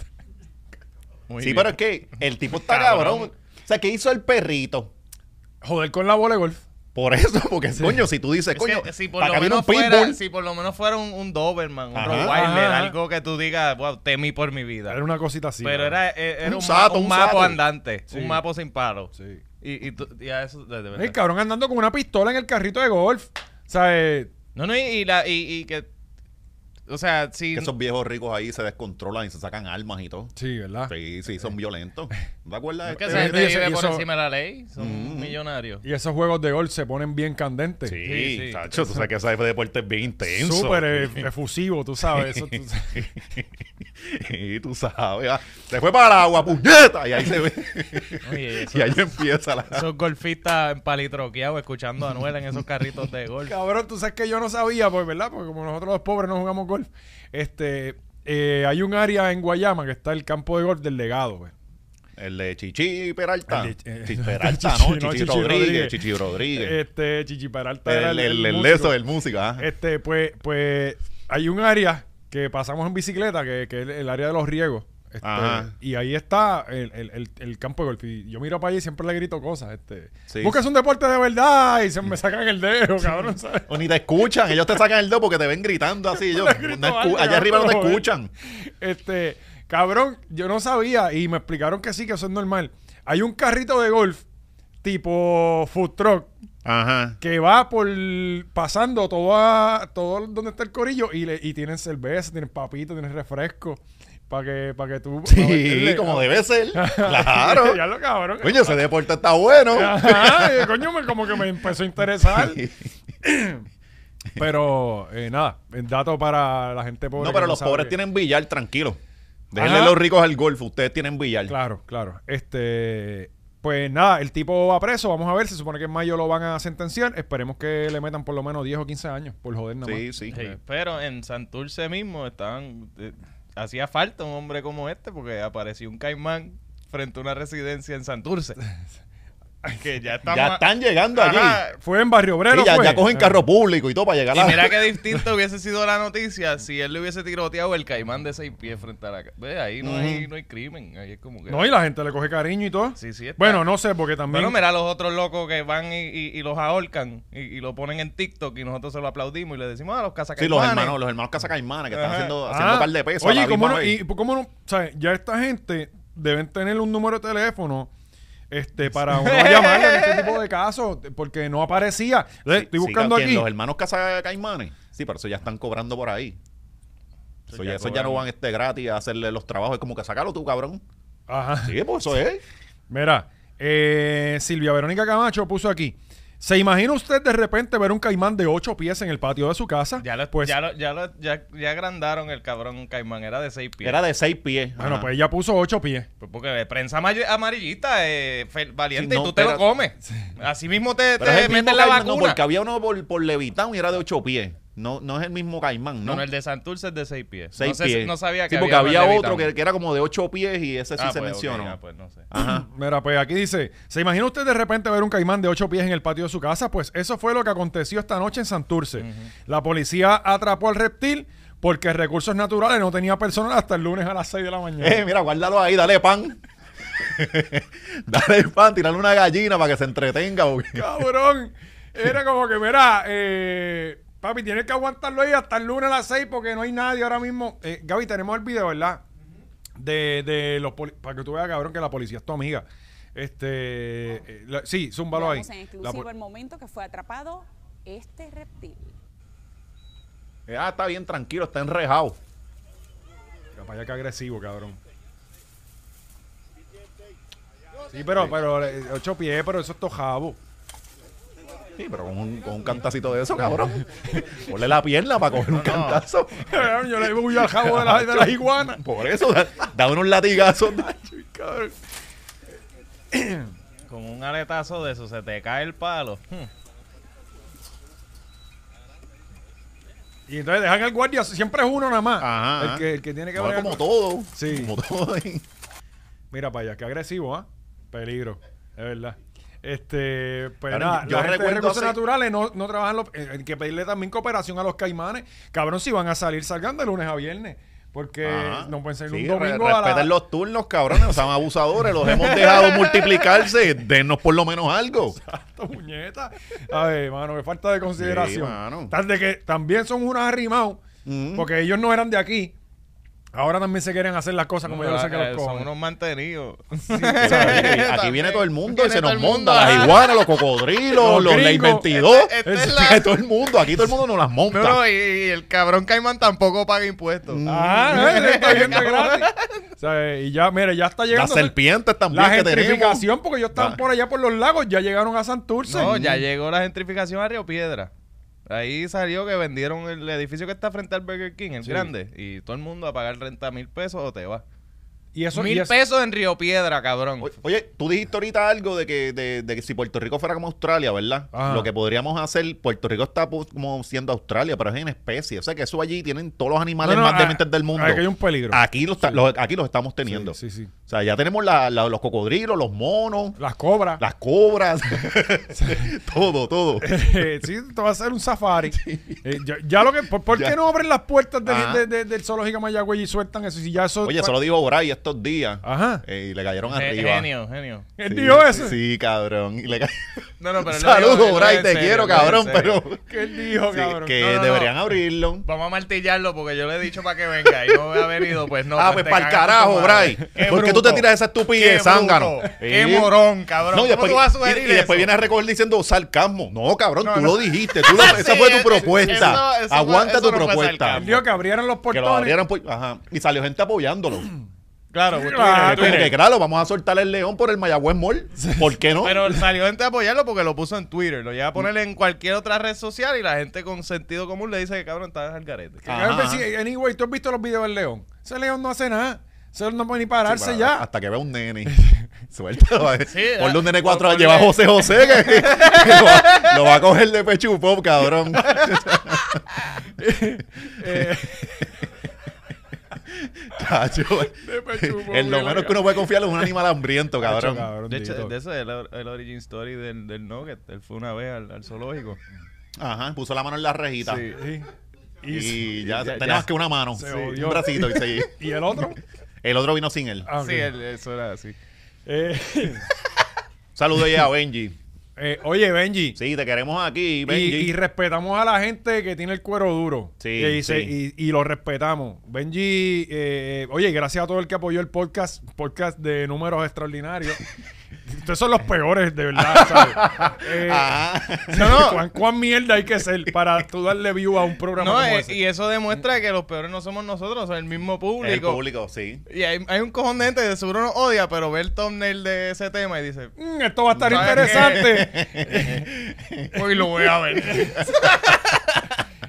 Speaker 2: Muy
Speaker 3: sí,
Speaker 2: bien.
Speaker 3: pero es que el tipo está
Speaker 2: Cabrón.
Speaker 3: cabrón. O sea, ¿qué hizo el perrito?
Speaker 1: Joder con la bola de golf.
Speaker 3: Por eso, porque coño, si tú dices,
Speaker 2: Es
Speaker 3: coño,
Speaker 2: que si por
Speaker 3: para
Speaker 2: lo
Speaker 3: acá viene
Speaker 2: menos
Speaker 3: un pitbull,
Speaker 2: fuera, si por lo menos fuera un, un Doberman, un
Speaker 3: Ajá.
Speaker 2: Rottweiler,
Speaker 1: Ajá.
Speaker 2: algo que tú digas, wow, temí por mi vida.
Speaker 1: Era una cosita así.
Speaker 2: pero
Speaker 1: cabrón.
Speaker 2: era, eh, era
Speaker 3: Un
Speaker 2: un,
Speaker 3: sato,
Speaker 2: ma- un
Speaker 3: un
Speaker 2: mapo
Speaker 3: sato.
Speaker 2: andante,
Speaker 1: Sí.
Speaker 2: un mapo sin paro.
Speaker 1: Sí.
Speaker 2: Y, y, tú- y a eso, de- de verdad.
Speaker 1: El cabrón andando con una pistola en el carrito de golf. O sea, eh,
Speaker 2: No, no, y, y la, y, y que, o sea, si...
Speaker 3: que esos viejos ricos ahí se descontrolan y se sacan armas y todo.
Speaker 1: sí, ¿verdad?
Speaker 3: Sí, sí, son violentos. ¿No te acuerdas?
Speaker 2: no es que
Speaker 3: de
Speaker 2: esa
Speaker 1: Eh,
Speaker 2: gente
Speaker 1: y eso-
Speaker 2: vive
Speaker 1: y
Speaker 2: por
Speaker 1: eso-
Speaker 2: encima de la ley, son
Speaker 3: Mm.
Speaker 2: millonarios.
Speaker 1: Y esos juegos de golf se ponen bien candentes.
Speaker 3: Sí,
Speaker 2: Sí, sí.
Speaker 3: Sacho, tú sabes que ese deporte es bien intenso.
Speaker 1: Súper eh, efusivo, tú sabes. Eso, tú sabes.
Speaker 3: Y tú sabes, ah, se fue para el agua, puñeta. Y ahí se ve.
Speaker 2: Oye, eso-
Speaker 3: y ahí empieeza la.
Speaker 2: esos golfistas empalitroqueados escuchando a Anuel en esos carritos de golf.
Speaker 1: Cabrón, tú sabes que yo no sabía, pues, ¿verdad? Porque como nosotros los pobres no jugamos golf. Este, eh, hay un área en Guayama que está el campo de golf del legado, güey.
Speaker 3: El de Chichi Peralta.
Speaker 1: El de- eh,
Speaker 3: Ah, Chichi Peralta,
Speaker 1: Chichi,
Speaker 3: ¿no?
Speaker 1: no, Chichi
Speaker 3: Chichi, Rodríguez,
Speaker 1: Rodríguez.
Speaker 3: Chichi Rodríguez.
Speaker 1: Este, Chichi Peralta
Speaker 3: el,
Speaker 1: era
Speaker 3: el, el,
Speaker 1: músico.
Speaker 3: eso del músico, ajá.
Speaker 1: Este, pues, pues, hay un área que pasamos en bicicleta, que, que es el área de los riegos. Este,
Speaker 3: Ajá.
Speaker 1: y ahí está el, el- el- el campo de golf. Y yo miro para allá y siempre le grito cosas. Este,
Speaker 3: Sí.
Speaker 1: Buscas un deporte de verdad y se me sacan el dedo, cabrón. ¿sabes?
Speaker 3: O ni te escuchan, ellos te sacan el dedo porque te ven gritando así. Ellos,
Speaker 1: Les grito
Speaker 3: no escu-
Speaker 1: algo,
Speaker 3: allá arriba no te
Speaker 1: cabrón.
Speaker 3: escuchan.
Speaker 1: Este, cabrón, yo no sabía y me explicaron que sí, que eso es normal. Hay un carrito de golf tipo food truck
Speaker 3: Ajá.
Speaker 1: que va por pasando todo a- todo donde está el corillo y, le, y tienen cerveza, tienen papito, tienen refresco para que para que tú para
Speaker 3: Sí,
Speaker 1: meterle.
Speaker 3: como debe ser. Claro.
Speaker 1: ah. ya lo cabrón.
Speaker 3: Coño, ese deporte está bueno.
Speaker 1: Ajá, eh, coño, me, como que me empezó a interesar. Pero eh, nada, el dato para la gente pobre.
Speaker 3: No,
Speaker 1: que
Speaker 3: pero los
Speaker 1: sabe
Speaker 3: pobres
Speaker 1: que-
Speaker 3: tienen billar, tranquilo. Déjenle
Speaker 1: Ajá.
Speaker 3: los ricos al golf, ustedes tienen billar.
Speaker 1: Claro, claro. Este, pues nada, el tipo va preso, vamos a ver, se supone que en mayo lo van a sentenciar, esperemos que le metan por lo menos 10 o 15 años por joder nada más.
Speaker 3: Sí, sí.
Speaker 2: Sí, pero en Santurce mismo estaban. eh, hacía falta un hombre como este porque apareció un caimán frente a una residencia en Santurce. que ya está
Speaker 3: Ya
Speaker 2: ma-
Speaker 3: están llegando allí.
Speaker 2: Ajá.
Speaker 1: Fue en Barrio
Speaker 3: Sí,
Speaker 1: Obrero, pues. Eh,
Speaker 3: ya,
Speaker 1: fue.
Speaker 3: ya cogen carro público y todo para llegar
Speaker 2: Y
Speaker 3: a
Speaker 2: mira qué distinto hubiese sido la noticia si él le hubiese tiroteado el caimán de seis pies frente a la ca- Ve, ahí no, hay,
Speaker 3: Ujú.
Speaker 2: no hay crimen. Ahí es como que.
Speaker 1: No, y la gente le coge cariño y todo.
Speaker 2: Sí, sí, está.
Speaker 1: Bueno, no sé, porque también.
Speaker 2: Bueno, mira los otros locos que van y, y- y los ahorcan y, y lo ponen en TikTok y nosotros se lo aplaudimos y le decimos a los casacaimanes.
Speaker 3: Sí, los hermanos, los hermanos Casa Caimana que están
Speaker 2: Ajá.
Speaker 3: haciendo,
Speaker 1: Ah,
Speaker 3: haciendo par de pesos. a
Speaker 1: Oye,
Speaker 3: la
Speaker 1: ¿y ¿cómo
Speaker 3: misma
Speaker 1: no?
Speaker 3: vez.
Speaker 1: ¿Y cómo no? O sea, ya esta gente deben tener un número de teléfono este, para uno llamarle en este tipo de casos, porque no aparecía. Le-
Speaker 3: Sí,
Speaker 1: Estoy
Speaker 3: sí,
Speaker 1: buscando
Speaker 3: ¿quién?
Speaker 1: aquí.
Speaker 3: Los hermanos Casa Caimanes. Sí, pero eso ya están cobrando por ahí.
Speaker 2: Eso
Speaker 3: Eso
Speaker 2: ya
Speaker 3: ya, eso ya no
Speaker 2: cobran.
Speaker 3: van este gratis a hacerle los trabajos. Es como que sacalo tú, cabrón.
Speaker 1: Ajá.
Speaker 3: Sí, pues eso es.
Speaker 1: Mira, eh, Silvia Verónica Camacho puso aquí. ¿Se imagina usted de repente ver un caimán de ocho pies en el patio de su casa?
Speaker 2: Ya, lo,
Speaker 1: pues,
Speaker 2: ya, lo- ya, lo- ya- ya agrandaron el cabrón caimán, era de seis pies.
Speaker 3: Era de seis pies.
Speaker 1: Bueno,
Speaker 3: Ajá.
Speaker 1: pues ella puso ocho pies.
Speaker 2: Pues porque de prensa amay- amarillista, eh, fel- valiente,
Speaker 3: Sí, no,
Speaker 2: y tú te lo
Speaker 3: pero-
Speaker 2: comes. Así mismo te,
Speaker 3: Pero
Speaker 2: te
Speaker 3: es el mismo
Speaker 2: meten la
Speaker 3: caimán, no,
Speaker 2: vacuna.
Speaker 3: porque había uno por, por Levitown y era de ocho pies. No, no es el mismo caimán,
Speaker 2: No,
Speaker 3: ¿no?
Speaker 2: no, el de Santurce es de seis pies.
Speaker 3: Seis
Speaker 2: no, sé si-
Speaker 3: pies.
Speaker 2: no sabía que
Speaker 3: sí, porque había,
Speaker 2: uno de
Speaker 3: otro
Speaker 2: Levitown.
Speaker 3: que, que era como de ocho pies y ese sí
Speaker 2: Ah,
Speaker 3: se
Speaker 2: pues, ok,
Speaker 3: mencionó.
Speaker 2: ah, pues no sé.
Speaker 3: Ajá.
Speaker 1: Mira, pues aquí dice, ¿se imagina usted de repente ver un caimán de ocho pies en el patio de su casa? Pues eso fue lo que aconteció esta noche en Santurce. La policía atrapó al reptil porque recursos naturales no tenía personal hasta el lunes a las 6 de la mañana.
Speaker 3: Eh, mira, guárdalo ahí, dale pan. dale pan, tirarle una gallina para que se entretenga. porque-
Speaker 1: Cabrón, era como que, mira, eh, papi, tienes que aguantarlo ahí hasta el lunes a las 6 porque no hay nadie ahora mismo. Eh, Gaby, tenemos el video, ¿verdad? De, de los poli- para que tú veas, cabrón, que la policía es tu amiga. Este, eh, la- sí, zúmbalo ahí.
Speaker 4: Veamos en
Speaker 1: La pol-
Speaker 4: exclusiva el momento que fue atrapado este reptil.
Speaker 3: Ah, está bien tranquilo, está enrejado.
Speaker 1: Para allá que agresivo, cabrón. Sí, pero, pero eh, ocho pies, pero eso es tojabo.
Speaker 3: Sí, pero con un, con un cantacito de eso, cabrón. Ponle la pierna para coger un cantazo.
Speaker 1: Yo le voy al jabo de las de las iguanas.
Speaker 3: Por eso, da, da unos latigazos.
Speaker 1: Cabrón.
Speaker 2: Con un aretazo de eso se te cae el palo. Hmm.
Speaker 1: Y entonces dejan al guardia, siempre es uno nada más.
Speaker 3: Ajá,
Speaker 1: el,
Speaker 3: ajá.
Speaker 1: que, el que tiene que
Speaker 3: No,
Speaker 1: bregar
Speaker 3: como
Speaker 1: con-
Speaker 3: todo.
Speaker 1: Sí.
Speaker 3: Como todo. ahí.
Speaker 1: Mira para allá, qué agresivo, ¿ah? Peligro, de verdad. Este, pues
Speaker 3: Claro,
Speaker 1: nada,
Speaker 3: yo- yo
Speaker 1: la gente de
Speaker 3: recuerdo
Speaker 1: recursos
Speaker 3: hace-
Speaker 1: naturales no, no trabajan, los- eh, hay que pedirle también cooperación a los caimanes. Cabrón, si van a salir, salgan de lunes a viernes, porque
Speaker 3: Ajá.
Speaker 1: no pueden salir
Speaker 3: Ah, Sí,
Speaker 1: un
Speaker 3: re-
Speaker 1: domingo a la...
Speaker 3: respeten los turnos, cabrones. O sea, son abusadores. Los hemos dejado multiplicarse. Denos por lo menos algo.
Speaker 1: Esta muñeca. A ver, mano, que falta de consideración.
Speaker 3: Sí, mano.
Speaker 1: Tal de que también son unos arrimados,
Speaker 3: Mm.
Speaker 1: porque ellos no eran de aquí. Ahora también se quieren hacer las cosas como yo lo sé que
Speaker 2: Eh,
Speaker 1: los
Speaker 2: Son
Speaker 1: cojones.
Speaker 2: unos mantenidos.
Speaker 3: O sea, aquí- aquí viene todo el mundo y se nos monda. Las iguanas, los
Speaker 1: Los
Speaker 3: cocodrilos, los ley
Speaker 1: gringos.
Speaker 3: 22.
Speaker 2: Esta es
Speaker 3: Es
Speaker 2: la-
Speaker 3: que Todo el mundo, aquí todo el mundo nos las monta.
Speaker 2: No, no, y, y el cabrón caimán tampoco paga impuestos.
Speaker 1: Ah, no, eso está bien de gratis. O sea, y ya, mire, ya está
Speaker 3: Las
Speaker 1: llegando.
Speaker 3: serpientes también
Speaker 1: la
Speaker 3: que tenemos.
Speaker 1: gentrificación, porque ellos estaban
Speaker 3: Ah.
Speaker 1: por allá por los lagos, ya llegaron a Santurce.
Speaker 2: No, ya llegó la gentrificación a Río Piedra. Ahí salió que vendieron el edificio que está frente al Burger King, el
Speaker 1: Sí.
Speaker 2: grande. Y todo el mundo a pagar renta mil pesos o te va.
Speaker 1: Y eso, y
Speaker 2: mil
Speaker 1: eso-
Speaker 2: pesos en Río Piedra, cabrón.
Speaker 3: O- Oye, tú dijiste ahorita algo de que, de, de que si Puerto Rico fuera como Australia, ¿verdad?
Speaker 1: Ajá.
Speaker 3: Lo que podríamos hacer, Puerto Rico está pu- como siendo Australia, pero es en especie. O sea que eso allí tienen todos los animales
Speaker 1: No, no,
Speaker 3: más
Speaker 1: a-
Speaker 3: dementes del mundo.
Speaker 1: aquí hay un peligro.
Speaker 3: Aquí los, ta- los- aquí los estamos teniendo.
Speaker 1: Sí, sí, sí.
Speaker 3: O sea, ya tenemos la- la- los cocodrilos, los monos,
Speaker 1: Las cobras.
Speaker 3: las cobras, todo, todo.
Speaker 1: Eh, sí, te va a hacer un safari. Eh, ya, ya lo que, ¿Por, por
Speaker 3: Ya.
Speaker 1: qué no abren las puertas del,
Speaker 3: Ajá.
Speaker 1: de- de- del zoológico Mayagüey y sueltan eso? Si ya eso
Speaker 3: Oye, eso lo dijo Bray, esto estos días
Speaker 1: Ajá.
Speaker 3: eh, y le cayeron
Speaker 2: Ge-
Speaker 3: arriba.
Speaker 2: Ah. Genio, genio.
Speaker 1: ¿Él
Speaker 3: Sí,
Speaker 1: dijo eso?
Speaker 3: Sí, cabrón. Y le ca-
Speaker 2: No, no, pero él lo dijo- él
Speaker 3: Saludos,
Speaker 2: lo
Speaker 3: Bray,
Speaker 2: dijo en
Speaker 3: te
Speaker 2: serio,
Speaker 3: quiero,
Speaker 2: él lo dijo en
Speaker 3: cabrón, pero
Speaker 2: serio.
Speaker 1: ¿Qué él dijo,
Speaker 3: sí,
Speaker 1: cabrón?
Speaker 3: que
Speaker 2: No, no, no.
Speaker 3: deberían abrirlo.
Speaker 2: Vamos a martillarlo porque yo le he dicho para que venga y no ha venido, pues no.
Speaker 3: ah, pues
Speaker 2: te
Speaker 3: para el
Speaker 2: cagas en tu
Speaker 3: carajo,
Speaker 2: madre.
Speaker 3: Bray. ¿Por qué tú te
Speaker 2: bruto.
Speaker 3: tiras esa estupidez,
Speaker 2: Qué
Speaker 3: zángano?
Speaker 2: bruto. Qué
Speaker 3: Sí.
Speaker 2: morón, cabrón.
Speaker 3: No, y después,
Speaker 2: ¿Cómo tú vas a
Speaker 3: y-
Speaker 2: sugerir
Speaker 3: y después
Speaker 2: eso?
Speaker 3: viene a recordar diciendo sarcasmo. No, cabrón,
Speaker 2: No,
Speaker 3: tú
Speaker 2: no.
Speaker 3: lo dijiste. tú lo-
Speaker 2: Sí,
Speaker 3: esa fue tu
Speaker 2: es-
Speaker 3: propuesta.
Speaker 2: eso- eso
Speaker 3: Aguanta
Speaker 2: fue- eso
Speaker 3: tu
Speaker 2: no fue
Speaker 3: propuesta.
Speaker 1: Él dijo que abrieran los
Speaker 3: Que
Speaker 1: portones.
Speaker 3: lo abrieran. pues, ajá. Y salió gente apoyándolo.
Speaker 2: Claro, pues,
Speaker 1: Claro.
Speaker 3: Como
Speaker 2: Twitter.
Speaker 3: que, claro, vamos a soltar el león por el Mayagüez Mall. ¿Por qué no?
Speaker 2: Pero salió gente a apoyarlo porque lo puso en Twitter. Lo lleva a poner en cualquier otra red social y la gente con sentido común le dice que cabrón, estás al garete.
Speaker 1: Que a ver
Speaker 3: Ajá.
Speaker 1: si- anyway, tú has visto los videos del león. Ese león no hace nada. Ese león no puede ni pararse
Speaker 3: Sí, para-
Speaker 1: ya.
Speaker 3: Hasta que vea un nene. Suéltalo. eh.
Speaker 2: Sí,
Speaker 3: Ponle un nene
Speaker 2: ah,
Speaker 3: cuatro años.
Speaker 2: ponle-
Speaker 3: Lleva a José José que, que lo, va, lo va a coger de pecho pop, cabrón.
Speaker 1: Eh,
Speaker 3: Chacho,
Speaker 1: Pechupop,
Speaker 3: pues, en lo
Speaker 1: mira,
Speaker 3: menos que uno puede confiar es un animal hambriento,
Speaker 1: cabrón,
Speaker 3: cabrón.
Speaker 2: De hecho,
Speaker 1: bendito.
Speaker 2: de eso es el, el origin story del, del Nugget. Él fue una vez al, al zoológico.
Speaker 3: Ajá, puso la mano en la rejita.
Speaker 2: Sí.
Speaker 1: Sí. Y,
Speaker 3: Y ya,
Speaker 2: ya-
Speaker 3: tenía más
Speaker 2: ya.
Speaker 3: que una mano.
Speaker 1: Se odió.
Speaker 3: un bracito y seguí.
Speaker 1: ¿y el otro.
Speaker 3: El otro vino sin él.
Speaker 1: Ah, ok.
Speaker 2: Sí, él- eso era así.
Speaker 1: Eh,
Speaker 3: Saludos ya a Benji.
Speaker 1: eh, oye, Benji.
Speaker 3: Sí, te queremos aquí,
Speaker 1: Y,
Speaker 3: Benji.
Speaker 1: y respetamos a la gente que tiene el cuero duro.
Speaker 3: Sí,
Speaker 1: y, se-
Speaker 3: sí.
Speaker 1: y- y lo respetamos. Benji, eh, oye, gracias a todo el que apoyó el podcast, podcast de números extraordinarios. Ustedes son los peores, de verdad, ¿sabes? Eh,
Speaker 3: Ajá.
Speaker 1: No, no. ¿Cuán, cuán mierda hay que ser para tú darle view a un programa
Speaker 2: No,
Speaker 1: como
Speaker 2: eh,
Speaker 1: ese?
Speaker 2: y eso demuestra que los peores no somos nosotros, es el mismo público.
Speaker 3: El público, sí.
Speaker 2: Y hay, hay un cojón de gente que de seguro nos odia, pero ve el thumbnail de ese tema y dice,
Speaker 1: Mm, esto va a
Speaker 3: eh,
Speaker 1: estar
Speaker 2: ¿Sabes
Speaker 1: interesante.
Speaker 2: hoy lo voy a ver.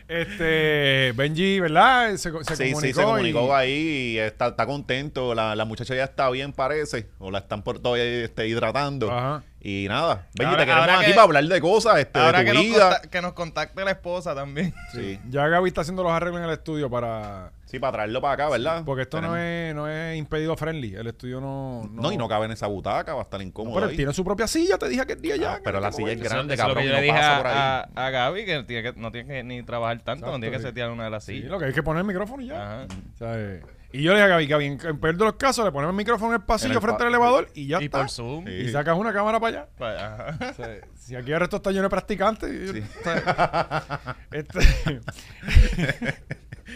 Speaker 1: Este, Benji, ¿verdad? Se, co- se
Speaker 3: sí,
Speaker 1: comunicó.
Speaker 3: sí, se
Speaker 1: y-
Speaker 3: comunicó ahí y está, está contento. La, la muchacha ya está bien, parece. O la están por todavía este, hidratando.
Speaker 1: Ajá.
Speaker 3: Y nada, Benji,
Speaker 2: Ahora-
Speaker 3: te queremos
Speaker 2: ahora
Speaker 3: aquí
Speaker 2: que-
Speaker 3: para hablar de cosas, este,
Speaker 2: Ahora
Speaker 3: de tu
Speaker 2: que nos,
Speaker 3: vida.
Speaker 2: conta- que nos contacte la esposa también.
Speaker 3: Sí.
Speaker 1: Ya Gaby está haciendo los arreglos en el estudio para.
Speaker 3: sí, para traerlo para acá, ¿verdad?
Speaker 1: Porque esto no
Speaker 3: Tenemos-
Speaker 1: es, no es impedido friendly. El estudio no.
Speaker 3: No, y no cabe en esa butaca, va a estar incómodo.
Speaker 1: Pero él
Speaker 3: ahí.
Speaker 1: tiene su propia silla, te dije aquel día ya.
Speaker 3: Ah, pero la silla es grande,
Speaker 2: Eso es lo
Speaker 3: cabrón,
Speaker 2: que
Speaker 3: y
Speaker 2: yo
Speaker 3: no
Speaker 2: le dije
Speaker 3: pasa
Speaker 2: a-
Speaker 3: por ahí.
Speaker 2: A, a Gaby que, tiene que no tiene que ni trabajar tanto,
Speaker 1: Exacto,
Speaker 2: no tiene que
Speaker 1: sí.
Speaker 2: setear una de las
Speaker 1: Sí,
Speaker 2: sillas.
Speaker 1: lo que hay es que poner el micrófono y ya.
Speaker 2: Ajá.
Speaker 1: O sea, eh, Y yo le dije a Gaby, Gaby, en, en peor de los casos, le ponemos el micrófono en el pasillo
Speaker 3: En el
Speaker 1: frente al
Speaker 3: pa-
Speaker 1: elevador y ya
Speaker 2: Y
Speaker 1: está.
Speaker 2: por Zoom.
Speaker 3: Sí.
Speaker 1: Y sacas una cámara para allá.
Speaker 2: Pa- Pues, ajá.
Speaker 1: O sea, si aquí el resto está lleno de practicantes. yo-
Speaker 3: Sí.
Speaker 1: o sea, este-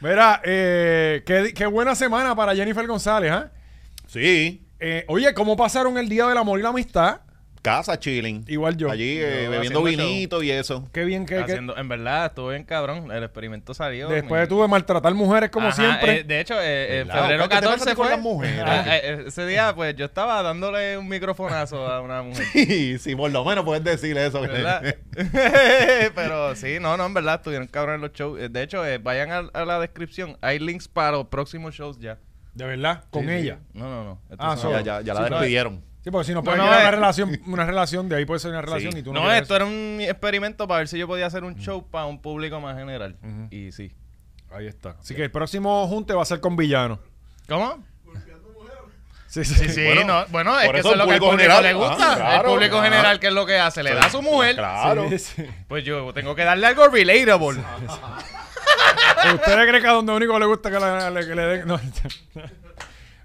Speaker 1: Mira, eh, qué, qué buena semana para Jennifer González, ¿ah?
Speaker 3: Sí,
Speaker 1: Eh, oye, ¿cómo pasaron el Día del Amor y la Amistad?
Speaker 3: casa chilling.
Speaker 1: Igual yo.
Speaker 3: Allí
Speaker 2: Yo
Speaker 3: eh, bebiendo
Speaker 2: haciendo
Speaker 3: vinito y eso.
Speaker 1: Qué bien que... que-
Speaker 2: Haciendo- en verdad, estuvo bien cabrón. El experimento salió.
Speaker 1: después
Speaker 2: y-
Speaker 1: de tú de maltratar mujeres como
Speaker 2: Ajá,
Speaker 1: siempre.
Speaker 2: eh, de hecho, eh, eh,
Speaker 3: ¿Verdad?
Speaker 2: febrero
Speaker 3: ¿Qué te pasa a ti
Speaker 2: 14
Speaker 3: con
Speaker 2: fue.
Speaker 3: las mujeres?
Speaker 2: Ah, eh, ese día, pues yo estaba dándole un microfonazo a una mujer.
Speaker 3: Sí, sí, por lo menos puedes decir eso.
Speaker 2: ¿Verdad? Pero sí, no, no, en verdad, estuvieron cabrones los shows. Eh, De hecho, eh, vayan a, a la descripción. Hay links para los próximos shows ya.
Speaker 1: De verdad, con
Speaker 3: Sí, sí.
Speaker 1: ella.
Speaker 2: No, no, no. Esto
Speaker 1: Ah,
Speaker 2: es una-
Speaker 1: solo.
Speaker 3: Ya, ya, ya
Speaker 1: Sí,
Speaker 3: la
Speaker 1: no,
Speaker 3: despidieron.
Speaker 1: Sí, porque si no puedes
Speaker 2: no,
Speaker 1: llegar a
Speaker 2: eh.
Speaker 1: una relación, una relación, de ahí puede ser una relación
Speaker 3: Sí.
Speaker 1: y tú no
Speaker 2: No,
Speaker 1: quieres
Speaker 2: esto era un experimento para ver si yo podía hacer un show para un público más general.
Speaker 1: Ujú.
Speaker 2: Y sí.
Speaker 1: eso. Ahí está. Así que el próximo junte va a ser con villano.
Speaker 2: ¿Cómo?
Speaker 1: Sí,
Speaker 2: Sí, sí,
Speaker 3: Bueno,
Speaker 2: no. Bueno, es
Speaker 3: por
Speaker 2: que eso
Speaker 3: eso
Speaker 2: es
Speaker 3: el
Speaker 2: lo que al público
Speaker 3: público general,
Speaker 2: le gusta.
Speaker 3: ah, claro,
Speaker 2: el público
Speaker 3: ah.
Speaker 2: general, que es lo que hace? Le da a su mujer.
Speaker 3: Claro.
Speaker 1: Sí, sí.
Speaker 2: Pues yo tengo que darle algo relatable.
Speaker 1: ¿Ustedes creen que a donde único le gusta que, la- le, que le den.? No,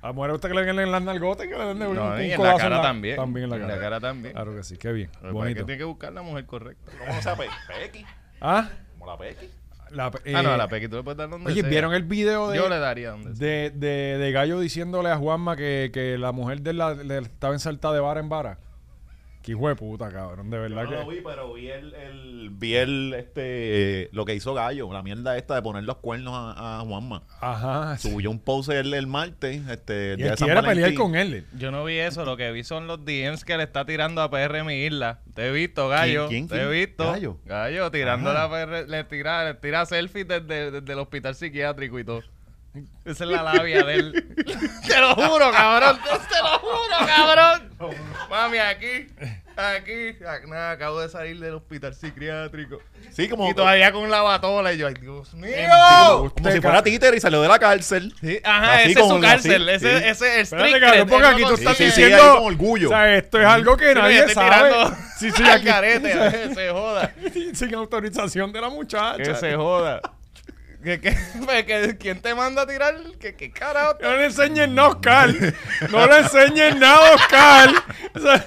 Speaker 1: a las mujeres le gusta que le den las nalgotas y que le den un,
Speaker 2: No,
Speaker 1: un
Speaker 2: y en la
Speaker 1: codazo
Speaker 2: cara también.
Speaker 1: También en la cara.
Speaker 2: también.
Speaker 1: Claro que sí, qué bien.
Speaker 2: Lo que pasa es que
Speaker 1: Bonito.
Speaker 2: tiene que buscar la mujer correcta.
Speaker 3: ¿Cómo se llama? Pequi.
Speaker 1: Ah,
Speaker 3: Como la Pequi.
Speaker 1: la, eh,
Speaker 2: ah, no, a la Pequi tú le puedes dar donde
Speaker 1: Oye,
Speaker 2: sea.
Speaker 1: ¿vieron el video de.?
Speaker 2: Yo le daría donde sea.
Speaker 1: De, de, de Gallo diciéndole a Juanma que, que la mujer de la, le estaba en salta de vara en vara. Qué hijo de puta, cabrón. De verdad
Speaker 3: No lo
Speaker 1: que.
Speaker 3: vi, pero vi el, el- vi el, este, eh, lo que hizo Gallo, la mierda esta de poner los cuernos a, a Juanma.
Speaker 1: Ajá. sí.
Speaker 3: Subió un post el, el martes, este, el
Speaker 1: Y
Speaker 3: día
Speaker 1: él
Speaker 3: de San
Speaker 1: quiere pelear
Speaker 3: Valentín.
Speaker 1: con él.
Speaker 2: Yo no vi eso, lo que vi son los DMs que le está tirando a PR mi isla. Te he visto, gallo.
Speaker 3: ¿Quién, quién,
Speaker 2: Te he
Speaker 3: quién?
Speaker 2: visto.
Speaker 3: Gallo.
Speaker 2: Gallo, tirándole a PR, le tira, le tira selfies desde, desde el hospital psiquiátrico y todo. Esa es la labia de él. te lo juro, cabrón. Te lo juro, cabrón. Mami, aquí, aquí. ac- Nada, acabo de salir del hospital psiquiátrico.
Speaker 3: Sí, como,
Speaker 2: Y todavía con la batola. Y yo, ay, Dios mío.
Speaker 1: Dios.
Speaker 3: como si fuera títer y salió de la cárcel.
Speaker 2: Sí, ajá,
Speaker 3: Así
Speaker 2: ese es su
Speaker 3: como-
Speaker 2: cárcel.
Speaker 3: así,
Speaker 2: ese,
Speaker 3: sí.
Speaker 2: ese es el
Speaker 1: Espérate,
Speaker 2: street
Speaker 1: cabrón,
Speaker 2: cred,
Speaker 1: porque
Speaker 2: él no
Speaker 1: aquí tú estás
Speaker 3: eh, sí, sí,
Speaker 2: consigue-
Speaker 1: diciendo.
Speaker 3: ahí con orgullo.
Speaker 1: O sea, esto es algo que
Speaker 2: Sí, le
Speaker 1: nadie
Speaker 2: estoy
Speaker 1: sabe.
Speaker 2: tirando
Speaker 1: Sí, sí,
Speaker 2: al
Speaker 1: aquí.
Speaker 2: garete, se joda.
Speaker 1: Sin autorización de la muchacha.
Speaker 2: Que se joda. ¿Qué, qué, qué- quién te manda a tirar? ¿Qué, qué carajo?
Speaker 1: No le enseñen nada, Oscar. No le enseñen nada, Oscar. O sea,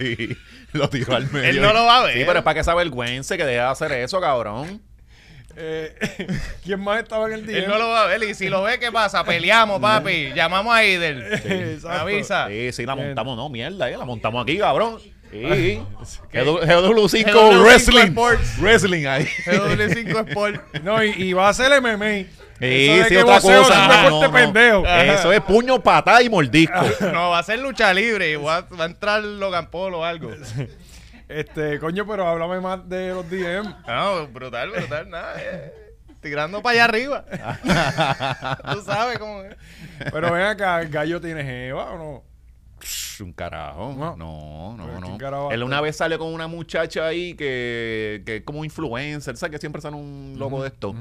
Speaker 3: y lo tiró al medio.
Speaker 2: Él no lo va a ver.
Speaker 3: Sí, pero es para que se avergüence que deje de hacer eso, cabrón.
Speaker 1: eh, ¿Quién más estaba en el día?
Speaker 2: Él no lo va a ver. Y si lo ve, ¿qué pasa? Peleamos, papi. Llamamos a Ider.
Speaker 1: Exacto.
Speaker 2: Avisa.
Speaker 3: Sí, sí, la
Speaker 1: Ah. Bien. Ah.
Speaker 3: montamos, no, mierda, eh, la montamos aquí, cabrón. Sí.
Speaker 2: ¿Qué?
Speaker 3: GW5
Speaker 2: GW5
Speaker 3: Wrestling.
Speaker 2: Sports.
Speaker 3: Wrestling ahí.
Speaker 2: GW5 Sport.
Speaker 1: No, y, y va a ser MMA.
Speaker 3: Sí,
Speaker 1: Eso de
Speaker 3: sí,
Speaker 1: que
Speaker 3: otra
Speaker 1: boxeo es un
Speaker 3: cosa. Ah,
Speaker 1: deporte
Speaker 3: no, no.
Speaker 1: pendejo. Ah.
Speaker 3: Eso es puño, patada y mordisco.
Speaker 2: No, va a ser lucha libre. y Va a, va a entrar Logan Paul o algo.
Speaker 1: Este, coño, pero háblame más de los DM.
Speaker 2: No, brutal, brutal. Nada. eh. Tirando para allá arriba. Tú sabes cómo es.
Speaker 1: Pero ven acá, ¿el gallo tiene jeva o no?
Speaker 3: Psh, Un carajo.
Speaker 1: No.
Speaker 3: No, no,
Speaker 1: Pero ¿quién
Speaker 3: no.
Speaker 1: carajo va a
Speaker 3: Él una vez salió con una muchacha ahí que, que es como influencer, ¿sabes? Que siempre sale un loco de esto.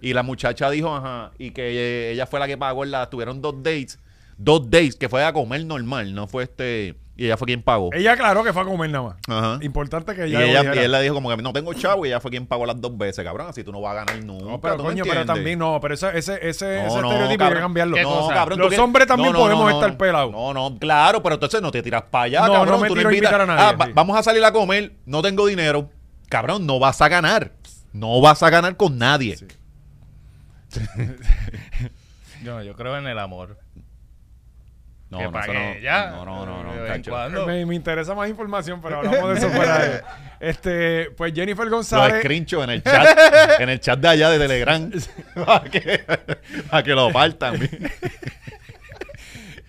Speaker 3: Y la muchacha dijo, ajá, y que ella fue la que pagó, la, tuvieron dos dates, dos dates, que fue a comer normal, no fue este, y ella fue quien pagó.
Speaker 1: Ella aclaró que fue a comer nada más.
Speaker 3: Ajá.
Speaker 1: Importante que
Speaker 3: Y
Speaker 1: ella lo
Speaker 3: ella,
Speaker 1: dijera.
Speaker 3: y él le dijo como que no tengo chavo y ella fue quien pagó las dos veces, cabrón, así tú no vas a ganar nunca.
Speaker 1: No, pero
Speaker 3: ¿tú me
Speaker 1: coño, pero
Speaker 3: entiendes?
Speaker 1: también no, pero ese, ese, ese, ese
Speaker 3: No, no,
Speaker 1: estereotipo hay que
Speaker 3: cabrón.
Speaker 1: cambiarlo.
Speaker 2: ¿Qué
Speaker 3: No,
Speaker 2: cosa?
Speaker 3: cabrón, tú
Speaker 1: Los
Speaker 3: que-
Speaker 1: hombres también podemos estar
Speaker 3: no.
Speaker 1: pelados.
Speaker 3: No, no, claro, pero entonces no te tiras para allá,
Speaker 1: No,
Speaker 3: cabrón.
Speaker 1: no me
Speaker 3: tú
Speaker 1: tiro a invitar
Speaker 3: invitas-
Speaker 1: a nadie,
Speaker 3: Ah, va-
Speaker 1: sí.
Speaker 3: vamos a salir a comer, no tengo dinero. Cabrón, no vas a ganar. No vas a ganar con nadie.
Speaker 2: Yo, yo creo en el amor.
Speaker 3: No,
Speaker 2: Que
Speaker 3: no, eso
Speaker 2: pague
Speaker 3: no.
Speaker 2: ya.
Speaker 3: No, no, no, no,
Speaker 2: De vez en
Speaker 3: cacho.
Speaker 2: cuando.
Speaker 1: Me, me interesa más información, pero hablamos de eso fuera de- Este, pues Jennifer
Speaker 3: Los
Speaker 1: González.
Speaker 3: screenshots en el chat, en el chat de allá de Telegram. para, que, para que lo partan.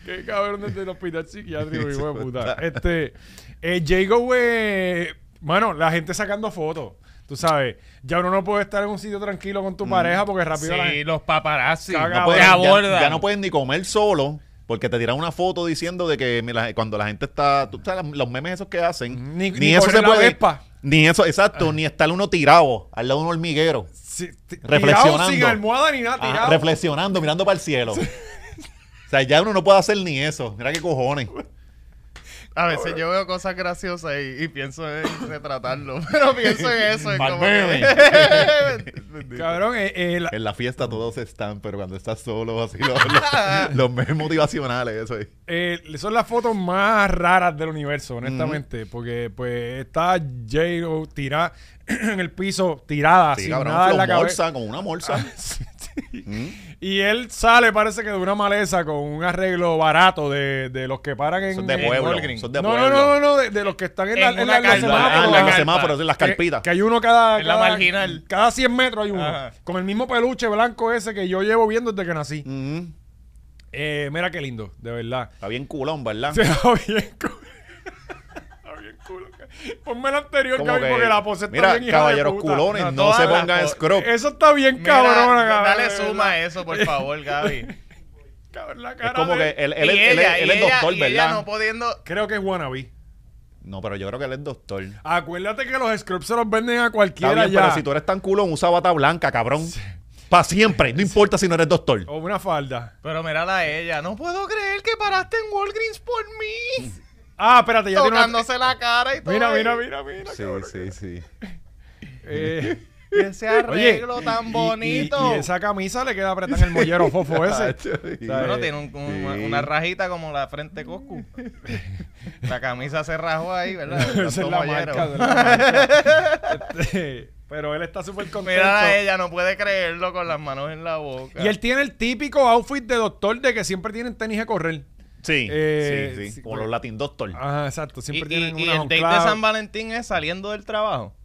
Speaker 1: Qué cabrón desde el hospital psiquiátrico, hijo de puta. Este, eh, Jago, eh, mano, la gente sacando fotos. Tú sabes, ya uno no puede estar en un sitio tranquilo con tu pareja porque rápido la
Speaker 2: Sí,
Speaker 1: gente-
Speaker 2: los paparazzi.
Speaker 1: Caga,
Speaker 3: No
Speaker 1: Cabrón,
Speaker 3: pueden-
Speaker 2: te
Speaker 3: ya-
Speaker 2: abordan.
Speaker 3: ya, no pueden ni comer solo porque te tiran una foto diciendo de que mira, cuando la gente está tú sabes los memes esos que hacen
Speaker 1: Ni- ni correr la Vespa.
Speaker 3: ni eso exacto ni estar uno tirado al lado de un hormiguero
Speaker 1: Sí, ti- tirado
Speaker 3: Reflexionando. Ah,
Speaker 1: sin almohada ni nada,
Speaker 3: Ajá,
Speaker 1: tirado.
Speaker 3: reflexionando mirando para el cielo o sea ya uno no puede hacer ni eso mira qué cojones
Speaker 2: A veces yo veo cosas graciosas y, y pienso en retratarlo, pero pienso en eso. en
Speaker 3: Mal
Speaker 2: como que- Bendito.
Speaker 1: Cabrón, eh, eh, la-
Speaker 3: en la fiesta todos están pero cuando estás solo así los, los- los memes motivacionales eso es.
Speaker 1: eh, son las fotos más raras del universo, honestamente. Porque pues está Jago tirada en el piso, tirada,
Speaker 3: sí
Speaker 1: sin
Speaker 3: cabrón
Speaker 1: nada en la
Speaker 3: con
Speaker 1: cabeza.
Speaker 3: morsa con una morsa Ah,
Speaker 1: Sí, sí. Y él sale, parece que de una maleza con un arreglo barato de, de los que paran en.
Speaker 3: son de
Speaker 1: en-
Speaker 3: pueblo
Speaker 2: Walgreens.
Speaker 3: son
Speaker 1: no,
Speaker 3: de
Speaker 1: no, no,
Speaker 3: pueblo
Speaker 1: no, no, de, de los que están en, la,
Speaker 2: En
Speaker 1: en la-
Speaker 2: una
Speaker 1: los
Speaker 2: calva,
Speaker 1: semáforos,
Speaker 3: Ah, en
Speaker 2: en
Speaker 1: la-
Speaker 3: los
Speaker 2: carpa.
Speaker 3: semáforos en las
Speaker 1: que-
Speaker 3: carpitas
Speaker 1: Que, hay uno cada.
Speaker 2: En la
Speaker 1: cada-
Speaker 2: marginal.
Speaker 1: Cada 100 metros hay uno.
Speaker 2: Ajá.
Speaker 1: Con el mismo peluche blanco ese que yo llevo viendo desde que nací.
Speaker 3: Ujú.
Speaker 1: Eh, mira qué lindo, de verdad.
Speaker 3: Está bien culón, ¿verdad?
Speaker 1: Se va bien culo. Está bien culo. Ponme el anterior,
Speaker 3: Como
Speaker 1: Gaby,
Speaker 3: que,
Speaker 1: porque la pose está
Speaker 3: mira,
Speaker 1: bien hija de
Speaker 3: caballeros
Speaker 1: puta.
Speaker 3: culones, no,
Speaker 2: No, todas
Speaker 3: se
Speaker 2: las
Speaker 3: pongan
Speaker 2: cosas.
Speaker 3: scrub. Es,
Speaker 1: Eso está bien
Speaker 2: Mira,
Speaker 1: cabrón.
Speaker 2: Dale suma a eso, por favor, Gaby.
Speaker 3: como que él, él,
Speaker 2: Y
Speaker 3: él- él-
Speaker 2: ella,
Speaker 3: él
Speaker 2: y
Speaker 3: es
Speaker 2: ella-
Speaker 3: doctor,
Speaker 2: y ella
Speaker 3: ¿verdad?
Speaker 2: no
Speaker 3: No,
Speaker 2: pudiendo.
Speaker 1: Creo que es wannabe.
Speaker 3: pero yo creo que él es doctor. Está
Speaker 1: Acuérdate que los scrubs se los venden a cualquiera
Speaker 3: bien,
Speaker 1: ya.
Speaker 3: pero si tú eres tan culón, usa bata blanca, cabrón. Pa' siempre, no importa si no eres doctor.
Speaker 1: O una falda.
Speaker 2: Pero mírala a ella. No puedo creer que paraste en Walgreens por mí.
Speaker 1: Ah, espérate, ya tiene una-
Speaker 2: Tocándose la cara y todo.
Speaker 1: Mira,
Speaker 2: ahí.
Speaker 1: mira, mira, mira.
Speaker 3: Sí, sí, sí.
Speaker 1: Eh,
Speaker 2: Y ese arreglo tan bonito.
Speaker 1: Y, y esa camisa le queda apretada en el mollero fofo ese.
Speaker 2: Bueno, tiene un- un- una,
Speaker 3: Sí.
Speaker 2: una rajita como la frente de Coscu. La camisa se rajó ahí, ¿verdad?
Speaker 1: Esa es
Speaker 2: Tanto
Speaker 1: la
Speaker 2: mollero.
Speaker 1: marca, de la marca. Este, pero él está súper contento.
Speaker 2: Mírala a ella, no puede creerlo con las manos en la boca.
Speaker 1: Y él tiene el típico outfit de doctor de que siempre tienen tenis a correr.
Speaker 3: Sí,
Speaker 1: Eh,
Speaker 3: sí, sí.
Speaker 1: sí, Ah,
Speaker 3: Como
Speaker 1: pero-
Speaker 3: los Latin Doctor.
Speaker 1: Ajá, exacto.
Speaker 2: Y-
Speaker 1: Siempre
Speaker 2: y-
Speaker 1: tienen
Speaker 2: y
Speaker 1: una
Speaker 2: el date
Speaker 1: jonclada.
Speaker 2: de San Valentín es saliendo del trabajo.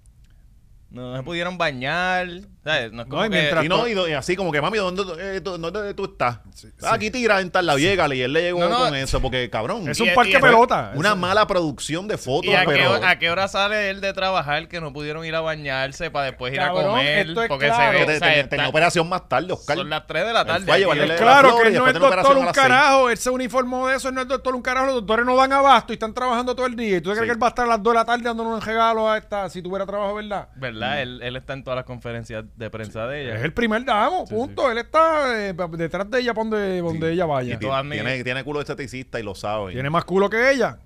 Speaker 2: No se pudieron bañar. ¿sabes? No es como
Speaker 1: No, y
Speaker 2: que-
Speaker 1: mientras-
Speaker 3: Y, no, y, do- y así como que, mami, ¿dónde, eh, tú- dónde tú estás?
Speaker 1: Sí,
Speaker 3: Ah, Aquí tira en tal la viega y él le llegó
Speaker 2: No, no.
Speaker 3: con eso porque, cabrón,
Speaker 1: Es
Speaker 2: Y-
Speaker 1: un
Speaker 2: y-
Speaker 1: parque
Speaker 2: y-
Speaker 1: pelota.
Speaker 3: Pues, una
Speaker 1: Eso-
Speaker 3: mala producción de fotos,
Speaker 2: ¿Y a qué,
Speaker 3: pero...
Speaker 2: hora- a qué hora sale él de trabajar que no pudieron ir a bañarse para después ir
Speaker 1: Cabrón,
Speaker 2: a comer?
Speaker 1: esto es
Speaker 2: porque
Speaker 1: claro.
Speaker 2: se
Speaker 3: Que
Speaker 2: ve,
Speaker 3: te-
Speaker 2: o sea,
Speaker 3: tenía-
Speaker 2: está-
Speaker 3: tenía operación más tarde, Oscar.
Speaker 2: son las 3 de la tarde.
Speaker 3: fue a
Speaker 2: aquí,
Speaker 3: llevarle
Speaker 2: ¿verdad?
Speaker 3: la-
Speaker 1: Claro
Speaker 3: flor
Speaker 1: que
Speaker 3: y
Speaker 1: él no
Speaker 3: después
Speaker 1: es
Speaker 3: tiene operación
Speaker 1: doctor
Speaker 3: a
Speaker 1: un
Speaker 3: las seis.
Speaker 1: carajo, él se uniformó de eso, él no es doctor un carajo, los doctores no dan abasto y están trabajando todo el día. ¿Y tú crees
Speaker 3: Sí.
Speaker 1: que él va a estar a las 2 de la tarde dándole un regalo a esta si tuviera trabajo, verdad?
Speaker 2: ¿Verdad? Él, él está en todas las conferencias de prensa de ella.
Speaker 1: Es el primer damo, punto. Él está eh, detrás de ella para donde, donde ella
Speaker 3: Y
Speaker 1: vaya.
Speaker 2: todas
Speaker 3: tiene,
Speaker 2: mías.
Speaker 3: tiene culo de esteticista y lo sabe.
Speaker 1: Tiene más culo que ella.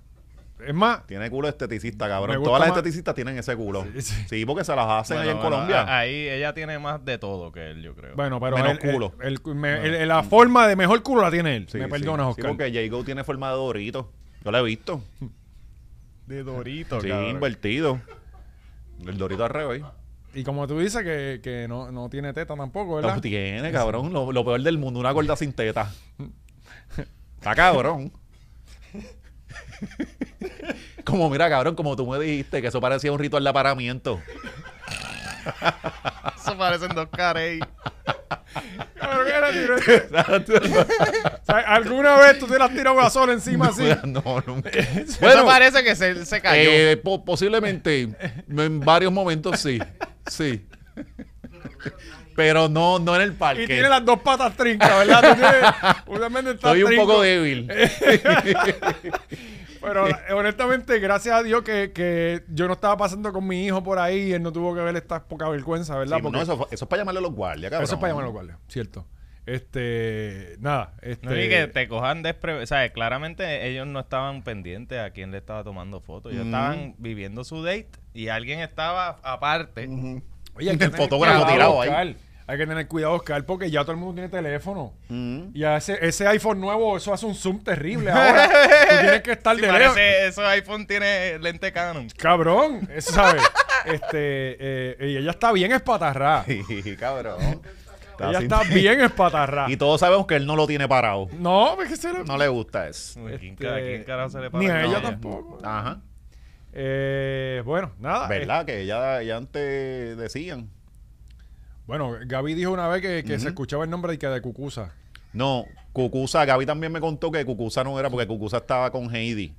Speaker 1: Es más,
Speaker 3: Tiene culo esteticista, cabrón.
Speaker 1: Me gusta
Speaker 3: Todas las
Speaker 1: más-
Speaker 3: esteticistas tienen ese culo.
Speaker 1: Sí, sí.
Speaker 3: Sí, porque se las hacen allá en
Speaker 2: Bueno, bueno,
Speaker 3: Colombia.
Speaker 2: a- Ahí ella tiene más de todo que él, yo creo.
Speaker 1: bueno, pero
Speaker 3: menos
Speaker 1: él- él-
Speaker 3: culo.
Speaker 1: él- me- él- la forma de mejor culo la tiene él.
Speaker 3: Sí,
Speaker 1: me
Speaker 3: sí.
Speaker 1: perdonas,
Speaker 3: Sí,
Speaker 1: Oscar.
Speaker 3: porque J-Go tiene forma de dorito. Yo la he visto.
Speaker 2: de Dorito,
Speaker 3: Sí, invertido. El dorito al revés.
Speaker 1: Y como tú dices que, que no, no tiene teta tampoco, ¿verdad?
Speaker 3: Lo tiene, cabrón. Lo, lo peor del mundo, una gorda sin teta. Está cabrón. Como mira, cabrón, como tú me dijiste que eso parecía un ritual de aparamiento.
Speaker 2: Eso parecen dos carey.
Speaker 1: Cabrón, era tiro- O sea, ¿Alguna vez tú te las tiras a sol encima así?
Speaker 3: No, nunca.
Speaker 2: Eso parece que se, se cayó.
Speaker 3: Eh, po- posiblemente, en varios momentos sí, sí. Pero no, no en el parque.
Speaker 1: Y tiene las dos patas trincas, ¿verdad? Tú tienes- usualmente está
Speaker 3: Soy un
Speaker 1: trinco,
Speaker 3: poco débil.
Speaker 1: Pero eh, honestamente, gracias a Dios que, que yo no estaba pasando con mi hijo por ahí y él no tuvo que ver esta poca vergüenza, ¿verdad?
Speaker 3: Sí,
Speaker 1: Porque
Speaker 3: no, eso, fue- eso es para llamarle a los guardias, cabrón.
Speaker 1: eso es para llamar a los guardias, cierto. Este, nada, este...
Speaker 2: No, y que te cojan desprevenido. O sea, claramente ellos no estaban pendientes a quién le estaba tomando fotos. Ellos
Speaker 3: Mm.
Speaker 2: estaban viviendo su date y alguien estaba aparte.
Speaker 1: Oye, hay que
Speaker 3: El
Speaker 1: tener
Speaker 3: fotógrafo
Speaker 1: cuidado,
Speaker 3: tirado ahí.
Speaker 1: Oscar. Hay que tener cuidado, Oscar, porque ya todo el mundo tiene teléfono.
Speaker 3: Mm.
Speaker 1: Y a ese, ese iPhone nuevo, eso hace un zoom terrible ahora. Tú tienes que estar
Speaker 2: Sí,
Speaker 1: de lejos.
Speaker 2: parece, esos iPhone tiene lente Canon.
Speaker 1: Cabrón, eso sabes. este, eh, y ella está bien espatarrada.
Speaker 3: Sí, cabrón.
Speaker 1: ella
Speaker 3: sin-
Speaker 1: está bien espatarrada.
Speaker 3: Y todos sabemos que él no lo tiene parado.
Speaker 1: No, porque se le-
Speaker 3: No le gusta eso.
Speaker 2: Uy, ¿quién,
Speaker 1: Este,
Speaker 2: cara- quién carajo se le para
Speaker 1: Ni a
Speaker 2: el
Speaker 1: ella
Speaker 2: caballo?
Speaker 1: tampoco.
Speaker 3: Ajá.
Speaker 1: Eh, bueno, nada.
Speaker 3: ¿Verdad? Que ella, ella antes decían.
Speaker 1: eh, bueno, Gaby dijo una vez que, que se escuchaba el nombre de, que de Cucusa.
Speaker 3: No, Cucusa, Gaby también me contó que Cucusa no era porque Cucusa estaba con Heidi.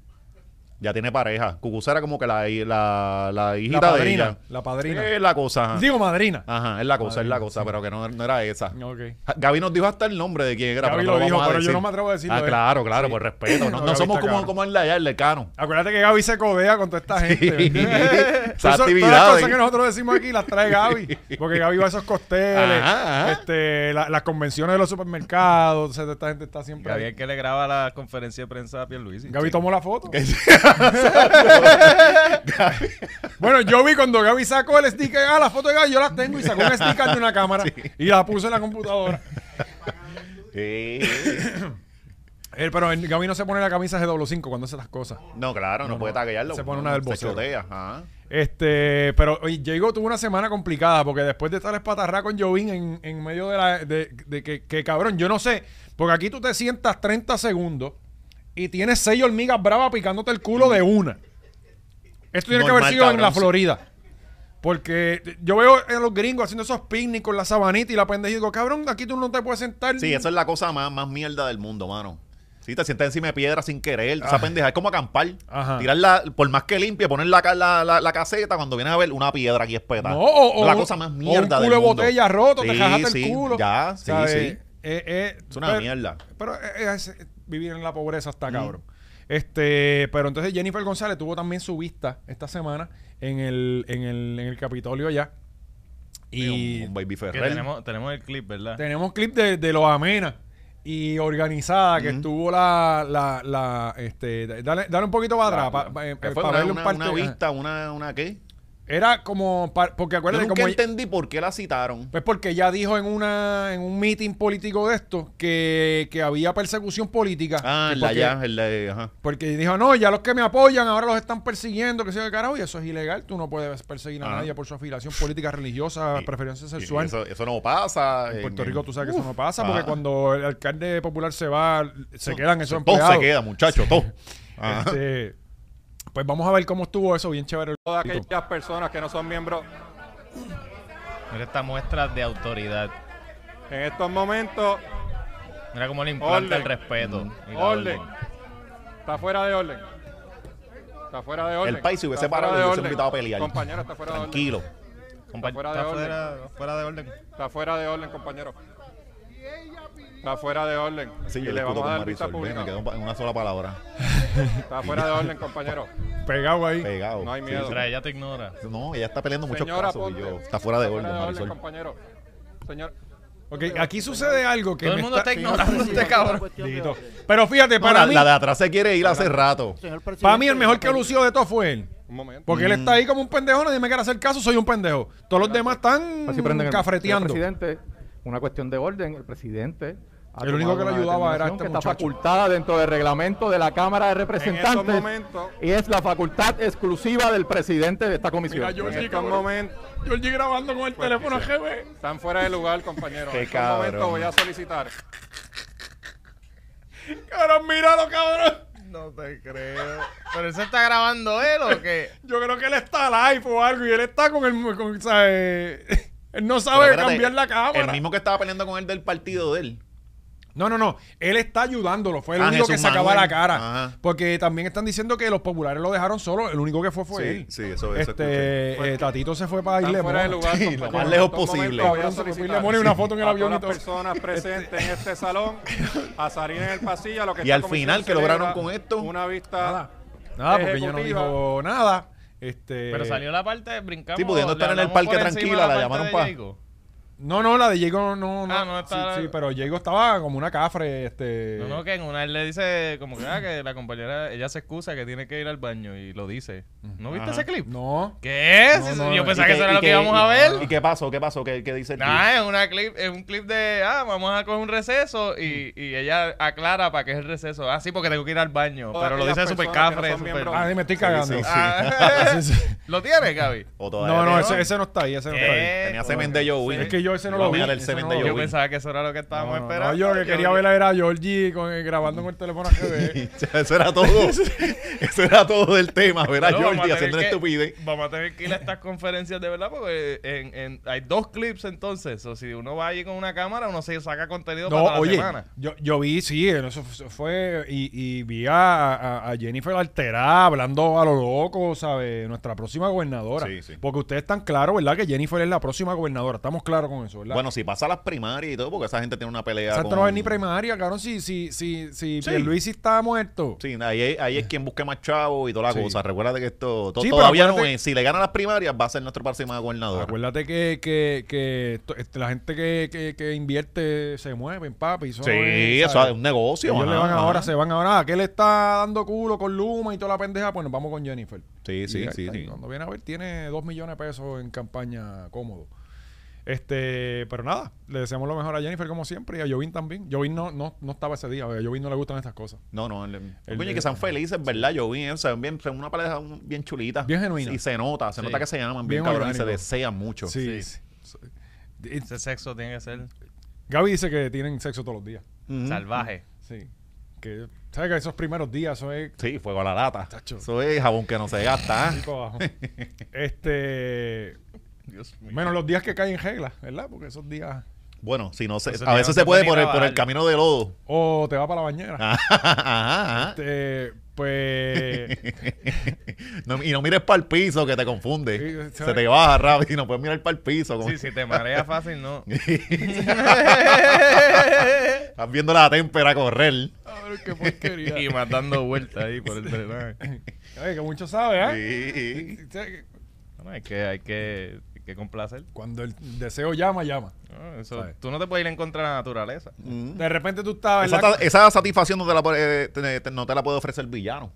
Speaker 3: Ya tiene pareja. Cucusa era como que la, la, la hijita de
Speaker 1: padrina,
Speaker 3: ella.
Speaker 1: la padrina.
Speaker 3: Es la cosa.
Speaker 2: Ah.
Speaker 3: ajá.
Speaker 1: Digo, madrina.
Speaker 3: Ajá, es la cosa, es la cosa, pero que no, no era esa.
Speaker 1: Ok.
Speaker 3: Ja- Gaby nos dijo hasta el nombre de quién era.
Speaker 1: Gaby lo
Speaker 3: pero no vamos
Speaker 1: dijo,
Speaker 3: a
Speaker 1: pero yo
Speaker 3: decir.
Speaker 1: no me atrevo a decirlo,
Speaker 3: Ah,
Speaker 1: eh.
Speaker 3: claro, claro, por respeto. No,
Speaker 1: No,
Speaker 3: no
Speaker 1: Gaby
Speaker 3: somos
Speaker 1: está
Speaker 3: como,
Speaker 1: cabrón.
Speaker 3: como en la allá, el decano.
Speaker 1: Acuérdate que Gaby se codea con toda esta gente.
Speaker 3: Sí.
Speaker 1: ¿verdad?
Speaker 3: Esas
Speaker 1: Todas esas- todas las
Speaker 3: actividades.
Speaker 1: cosas que nosotros decimos aquí las trae Gaby. Porque Gaby va a esos costeles,
Speaker 3: Ajá, ajá.
Speaker 1: Este, la- las convenciones de los supermercados. entonces esta gente está siempre.
Speaker 2: Gaby
Speaker 1: ahí.
Speaker 2: es que le graba la conferencia de prensa a Pierluisi.
Speaker 1: Gaby
Speaker 2: Sí.
Speaker 1: tomó la foto. bueno, yo vi cuando Gaby sacó el sticker, ah, la foto de Gaby, yo la tengo y sacó un sticker de una cámara y la puso en la computadora.
Speaker 3: Sí.
Speaker 1: Eh, pero el- Gaby no se pone la camisa de doble 5 cuando hace las cosas.
Speaker 3: No, claro, no,
Speaker 1: No,
Speaker 3: puede
Speaker 1: no.
Speaker 3: taguearlo.
Speaker 1: Se pone una del
Speaker 3: Se
Speaker 1: vocero.
Speaker 3: chotea, ajá.
Speaker 1: Este, pero oye, Diego tuvo una semana complicada porque después de estar espatarrá con Jovín en, en medio de la. De, de que, que, cabrón, yo no sé. Porque aquí tú te sientas 30 segundos y tienes seis hormigas bravas picándote el culo de una. Esto tiene que
Speaker 3: Normal,
Speaker 1: haber sido en la
Speaker 3: cabrón, sí.
Speaker 1: Florida. Porque yo veo a los gringos haciendo esos picnics con la sabanita y la pendeja y digo, cabrón, aquí tú no te puedes sentar.
Speaker 3: Sí, esa es la cosa más, más mierda del mundo, mano. Sí, te sientas encima de piedra sin querer. Esa pendeja es como acampar.
Speaker 1: Ah. Ajá.
Speaker 3: Tirarla, por más que limpie, poner la, ca- la, la, la caseta cuando vienes a ver una piedra aquí espeta.
Speaker 1: No, o, o
Speaker 3: la
Speaker 1: un-
Speaker 3: cosa más
Speaker 1: o un culo
Speaker 3: mierda
Speaker 1: de
Speaker 3: del mundo.
Speaker 1: botella roto, te
Speaker 3: Sí,
Speaker 1: jajaste
Speaker 3: sí,
Speaker 1: el culo.
Speaker 3: Ya, sí,
Speaker 1: ¿sabes?
Speaker 3: sí.
Speaker 1: Eh, eh,
Speaker 3: Es una
Speaker 1: pero-
Speaker 3: mierda. Mm.
Speaker 1: Pero eh, es- vivir en la pobreza está cabrón. Este, pero entonces Jennifer González tuvo también su vista esta semana en el, en el, en el Capitolio allá.
Speaker 3: Y
Speaker 1: Y
Speaker 3: un, un baby
Speaker 2: Que
Speaker 3: Ferrer.
Speaker 2: tenemos, tenemos el clip, ¿verdad?
Speaker 1: tenemos clip de, de lo amena y organizada que estuvo la, la, la este, dale, dale un poquito para atrás para,
Speaker 3: Que
Speaker 1: para-
Speaker 3: fue
Speaker 1: para
Speaker 3: una,
Speaker 1: verle un
Speaker 3: una-
Speaker 1: parte-
Speaker 3: una vista, una, una qué.
Speaker 1: Era como par- porque
Speaker 3: Yo
Speaker 1: acuérdate
Speaker 3: nunca
Speaker 1: como ella-
Speaker 3: entendí por qué la citaron.
Speaker 1: Pues porque ella dijo en una en un meeting político de esto que, que había persecución política.
Speaker 3: Ah,
Speaker 1: Que
Speaker 3: el de
Speaker 1: porque-
Speaker 3: allá, el de. Ajá.
Speaker 1: Porque dijo, no, ya los que me apoyan ahora los están persiguiendo, que se yo qué carajo, y eso es ilegal. Tú no puedes perseguir a
Speaker 3: Ah.
Speaker 1: nadie por su afiliación política, religiosa,
Speaker 3: Y-
Speaker 1: preferencia
Speaker 3: y- y
Speaker 1: sexual.
Speaker 3: Eso, eso no pasa.
Speaker 1: en
Speaker 3: en-
Speaker 1: Puerto
Speaker 3: en-
Speaker 1: Rico tú sabes que eso no pasa, porque
Speaker 3: ah.
Speaker 1: cuando el alcalde popular se va, se quedan esos
Speaker 3: Todo
Speaker 1: empleados.
Speaker 3: se Ah. queda, muchachos, todo. Ajá.
Speaker 1: Este, pues vamos a ver cómo estuvo eso, bien chévere.
Speaker 5: todas aquellas personas que no son miembros
Speaker 2: Mira esta muestra de autoridad.
Speaker 5: en estos momentos
Speaker 2: Mira cómo le implanta
Speaker 5: Orden.
Speaker 2: el respeto. y la
Speaker 5: Orden.
Speaker 2: orden.
Speaker 5: está fuera de orden. Está fuera de orden.
Speaker 3: El país se hubiese
Speaker 5: Está fuera
Speaker 3: parado y
Speaker 5: de
Speaker 3: hubiese
Speaker 5: orden.
Speaker 3: invitado a pelear.
Speaker 5: Compañero, está fuera de orden.
Speaker 3: Tranquilo.
Speaker 2: Compa-
Speaker 5: Está fuera de
Speaker 2: está
Speaker 5: orden.
Speaker 2: fuera- fuera de orden.
Speaker 5: Está fuera de orden, compañero. Está fuera de orden.
Speaker 3: Sí,
Speaker 5: y
Speaker 3: yo
Speaker 5: le
Speaker 3: discuto
Speaker 5: vamos a
Speaker 3: con
Speaker 5: dar vista
Speaker 3: Marisol. ve, Me
Speaker 5: pública.
Speaker 3: quedo en una sola palabra.
Speaker 5: Está fuera de orden, compañero.
Speaker 1: Pegado ahí.
Speaker 3: Pegado.
Speaker 5: No hay
Speaker 3: Sí,
Speaker 5: miedo.
Speaker 2: Mira, ella te ignora.
Speaker 3: sí. No, ella está peleando muchos
Speaker 5: Señora,
Speaker 3: casos. y
Speaker 5: ponte.
Speaker 3: yo- está fuera de
Speaker 5: Está
Speaker 3: orden,
Speaker 5: fuera de orden,
Speaker 3: Marisol.
Speaker 5: compañero. Señor,
Speaker 1: Ok, aquí sucede algo que
Speaker 2: Todo
Speaker 1: me
Speaker 2: el mundo
Speaker 1: está-
Speaker 2: está ignorando a este cabrón.
Speaker 1: Dito. Pero fíjate,
Speaker 3: No,
Speaker 1: para
Speaker 3: la,
Speaker 1: mí,
Speaker 3: la de atrás se quiere ir hace rato.
Speaker 1: para mí el mejor que lució de todo fue él.
Speaker 5: Un momento.
Speaker 1: Porque él
Speaker 3: Mm.
Speaker 1: está ahí como un pendejo, nadie me quiere hacer caso, soy un pendejo. Todos los demás están
Speaker 6: Así prenden el-
Speaker 1: cafreteando.
Speaker 6: El presidente, una cuestión de orden, el presidente. ha
Speaker 1: El único
Speaker 6: tomado
Speaker 1: que lo
Speaker 6: una
Speaker 1: ayudaba era
Speaker 6: determinación
Speaker 1: este
Speaker 6: que está
Speaker 1: muchacho.
Speaker 6: facultada dentro del reglamento de la Cámara de Representantes.
Speaker 5: momentos-
Speaker 6: y es la facultad exclusiva del presidente de esta comisión.
Speaker 1: Mira, yo-
Speaker 5: En
Speaker 1: Sí,
Speaker 5: estos
Speaker 1: cabrón.
Speaker 5: momentos
Speaker 1: Georgie grabando con el
Speaker 5: Pues,
Speaker 1: teléfono GB.
Speaker 5: están fuera de lugar, compañero.
Speaker 3: Qué
Speaker 5: En estos momentos
Speaker 3: cabrón.
Speaker 5: voy a solicitar.
Speaker 1: Cabrón, míralo, cabrón.
Speaker 2: No te creo. ¿Pero eso está grabando él o qué?
Speaker 1: Yo creo que él está live o algo y él está con el... Con, o sea, eh, él no
Speaker 3: Pero
Speaker 1: sabe
Speaker 3: espérate,
Speaker 1: cambiar la cámara.
Speaker 3: El mismo que estaba peleando con él del partido de él.
Speaker 1: No, no, no. Él está ayudándolo. Fue el
Speaker 3: Ah,
Speaker 1: único
Speaker 3: Jesús
Speaker 1: que sacaba
Speaker 3: Manuel.
Speaker 1: la cara.
Speaker 3: Ajá.
Speaker 1: Porque también están diciendo que los populares lo dejaron solo. El único que fue fue
Speaker 3: Sí,
Speaker 1: él.
Speaker 3: sí, eso- eso
Speaker 1: Este,
Speaker 3: escuché.
Speaker 1: eh, Tatito se fue para
Speaker 5: Están
Speaker 1: Isle
Speaker 5: fuera de
Speaker 1: Mona.
Speaker 5: lugar,
Speaker 3: Sí, lo
Speaker 5: compañero.
Speaker 3: más
Speaker 5: En
Speaker 3: lejos
Speaker 5: estos momentos
Speaker 3: posible.
Speaker 5: voy a
Speaker 1: Cabrón, se fue
Speaker 5: solicitar
Speaker 1: Isle Mona y una foto en el
Speaker 5: a
Speaker 1: avión y
Speaker 5: todas
Speaker 1: todo.
Speaker 5: las personas presentes en este salón, a salir en el pasillo, lo que
Speaker 3: Y
Speaker 5: esta
Speaker 3: al
Speaker 5: comisión
Speaker 3: final, ¿qué
Speaker 5: celebra
Speaker 3: lograron con esto?
Speaker 5: Una vista
Speaker 1: Nada. Nada, porque ella no
Speaker 5: Ejecutiva.
Speaker 1: dijo nada. Este,
Speaker 2: Pero salió la parte de brincamos.
Speaker 3: Sí,
Speaker 2: le
Speaker 3: pudiendo estar en el
Speaker 2: hablamos
Speaker 3: parque
Speaker 2: por encima de
Speaker 3: tranquila, la
Speaker 2: parte
Speaker 3: llamaron
Speaker 2: de
Speaker 3: pa-
Speaker 2: Diego.
Speaker 1: No, no, la de Diego no, no.
Speaker 2: Ah, no está-
Speaker 1: sí, sí, pero Diego estaba como una cafre, este.
Speaker 2: No, no, que en una él le dice como que, ah, que la compañera, ella se excusa que tiene que ir al baño y lo dice. ¿No viste ese clip?
Speaker 1: No.
Speaker 2: ¿Qué?
Speaker 1: No,
Speaker 2: Sí, sí,
Speaker 1: no,
Speaker 2: Yo
Speaker 1: no.
Speaker 2: pensaba
Speaker 3: Y
Speaker 2: que eso era
Speaker 3: y
Speaker 2: lo que íbamos a
Speaker 3: y-
Speaker 2: ver.
Speaker 3: ¿Y qué pasó? ¿Qué pasó? ¿Qué, qué dice el clip?
Speaker 2: Nah, eh. es, una clip, es un clip de, ah, vamos a coger un receso y,
Speaker 1: Mm.
Speaker 2: y ella aclara para qué es el receso. Ah, sí, porque tengo que ir al baño.
Speaker 5: Todas
Speaker 2: pero lo
Speaker 5: aquellas
Speaker 2: dice super
Speaker 5: personas que no
Speaker 2: cafre.
Speaker 5: son
Speaker 2: super-
Speaker 5: miembros-
Speaker 1: Ah, me estoy cagando.
Speaker 3: sí, sí.
Speaker 2: Ah,
Speaker 1: Sí, sí.
Speaker 2: ¿Lo tienes, Gaby?
Speaker 3: O todavía
Speaker 1: No, no,
Speaker 3: tiene-
Speaker 1: ese, ese no está ahí, ese no está ahí.
Speaker 2: ¿Qué?
Speaker 3: Tenía semen de Joey.
Speaker 1: Es que yo ese no lo
Speaker 3: Vamos a
Speaker 1: vi,
Speaker 3: ver el
Speaker 1: ese
Speaker 3: semen
Speaker 1: no
Speaker 3: de
Speaker 1: lo vi.
Speaker 2: Yo
Speaker 3: Joey.
Speaker 2: pensaba que eso era lo que estábamos
Speaker 1: No, no,
Speaker 2: esperando.
Speaker 1: no, yo lo que quería ver era a Georgie con, eh, grabando con el teléfono GB.
Speaker 3: Eso era todo. Eso era todo del tema. Ver a
Speaker 2: Pero vamos
Speaker 3: Jordi
Speaker 2: a tener
Speaker 3: haciendo
Speaker 2: que-
Speaker 3: estupidez.
Speaker 2: Vamos a tener que ir a estas conferencias de verdad porque en, en- hay dos clips entonces. O si uno va allí con una cámara, uno se saca contenido
Speaker 1: No,
Speaker 2: para
Speaker 1: oye,
Speaker 2: la semana.
Speaker 1: yo, yo vi, sí, eso f- fue, y, y vi a, a- a Jennifer Alterá hablando a lo loco, ¿sabes? Nuestra próxima gobernadora.
Speaker 3: Sí, sí.
Speaker 1: Porque ustedes están claros, ¿verdad? Que Jennifer es la próxima gobernadora, estamos claros con eso, ¿verdad?
Speaker 3: Bueno, si pasa las primarias y todo, porque esa gente tiene una pelea.
Speaker 1: Exacto,
Speaker 3: con-
Speaker 1: no va a haber ni primaria, cabrón, si, si, si, si
Speaker 3: Sí.
Speaker 1: Pierluisi está muerto.
Speaker 3: Sí, ahí, es- ahí es quien busque más chavo y toda la
Speaker 1: Eh. Sí.
Speaker 3: cosa. Recuerda que esto to-
Speaker 1: Sí, pero
Speaker 3: todavía no
Speaker 1: acuérdate-
Speaker 3: es. Si le gana las primarias, va a ser nuestro próximo gobernador.
Speaker 1: Acuérdate que, que, que esto- este, la gente que, que, que invierte se mueve, papi. Eso
Speaker 3: Sí,
Speaker 1: no es,
Speaker 3: eso
Speaker 1: ¿sabes?
Speaker 3: es un negocio.
Speaker 1: Ellos le
Speaker 3: ajá,
Speaker 1: van
Speaker 3: ajá.
Speaker 1: ahora, se van ahora. ¿A qué le está dando culo con Luma y toda la pendeja? Pues nos vamos con Jennifer.
Speaker 3: Sí, sí,
Speaker 1: Y ahí
Speaker 3: sí,
Speaker 1: está.
Speaker 3: sí.
Speaker 1: Cuando viene a ver, tiene dos millones de pesos en campaña cómodo. Este, pero nada, le deseamos lo mejor a Jennifer como siempre y a Jovin también. Jovin no, no, no estaba ese día, a Jovin no le gustan estas cosas.
Speaker 3: No, no. El,
Speaker 1: El-
Speaker 3: coño, y que sean felices, ¿verdad? Yo vi, o sea, bien, son una pareja un- bien chulita.
Speaker 1: Bien genuina.
Speaker 3: Y se nota, se
Speaker 2: Sí.
Speaker 3: nota que se aman bien,
Speaker 1: Bien
Speaker 3: cabrón y se
Speaker 1: orgánico.
Speaker 3: desean mucho.
Speaker 1: Sí.
Speaker 2: sí.
Speaker 1: sí. Y-
Speaker 2: Ese sexo tiene que ser
Speaker 1: Gaby dice que tienen sexo todos los días.
Speaker 3: Ujú.
Speaker 2: salvaje.
Speaker 1: Sí. Que, ¿Sabes que esos primeros días eso es
Speaker 3: Sí, fuego a la lata.
Speaker 1: Tacho.
Speaker 3: Eso es jabón que no se gasta. ¿ah?
Speaker 1: pico abajo? este.
Speaker 2: Dios mío.
Speaker 1: Menos los días que caen en regla, ¿verdad? Porque esos días.
Speaker 3: Bueno, si no se,
Speaker 2: Entonces,
Speaker 3: a
Speaker 2: ya
Speaker 3: veces
Speaker 2: no
Speaker 3: se
Speaker 2: se
Speaker 3: puede
Speaker 2: puede
Speaker 3: por
Speaker 2: ni
Speaker 3: el, por el
Speaker 2: grabar.
Speaker 3: camino de lodo.
Speaker 1: O te va para la bañera.
Speaker 3: Ajá, ajá.
Speaker 1: Este, pues.
Speaker 3: Este, No, y no mires para el piso que te confunde.
Speaker 1: Sí,
Speaker 3: Se
Speaker 1: ¿sabes?
Speaker 3: te baja rápido y no puedes mirar para el piso. como-
Speaker 2: Sí, si te marea fácil, no.
Speaker 3: Estás viendo la témpera correr.
Speaker 1: Cabrón, qué porquería.
Speaker 2: y más dando vueltas ahí por el drenaje.
Speaker 1: Oye, que mucho sabe, ¿eh?
Speaker 3: Sí.
Speaker 2: Bueno, hay que, hay que, hay que complacer.
Speaker 1: Cuando el deseo llama, llama.
Speaker 2: ¿no? Eso-
Speaker 1: ¿Sabes?
Speaker 2: tú no te puedes ir en contra de la naturaleza.
Speaker 3: Mm.
Speaker 1: De repente tú estás,
Speaker 3: Esa,
Speaker 1: ¿verdad? Eh,
Speaker 3: ta- esa satisfacción no te la, puede- eh, te- te- no te la puede ofrecer el villano.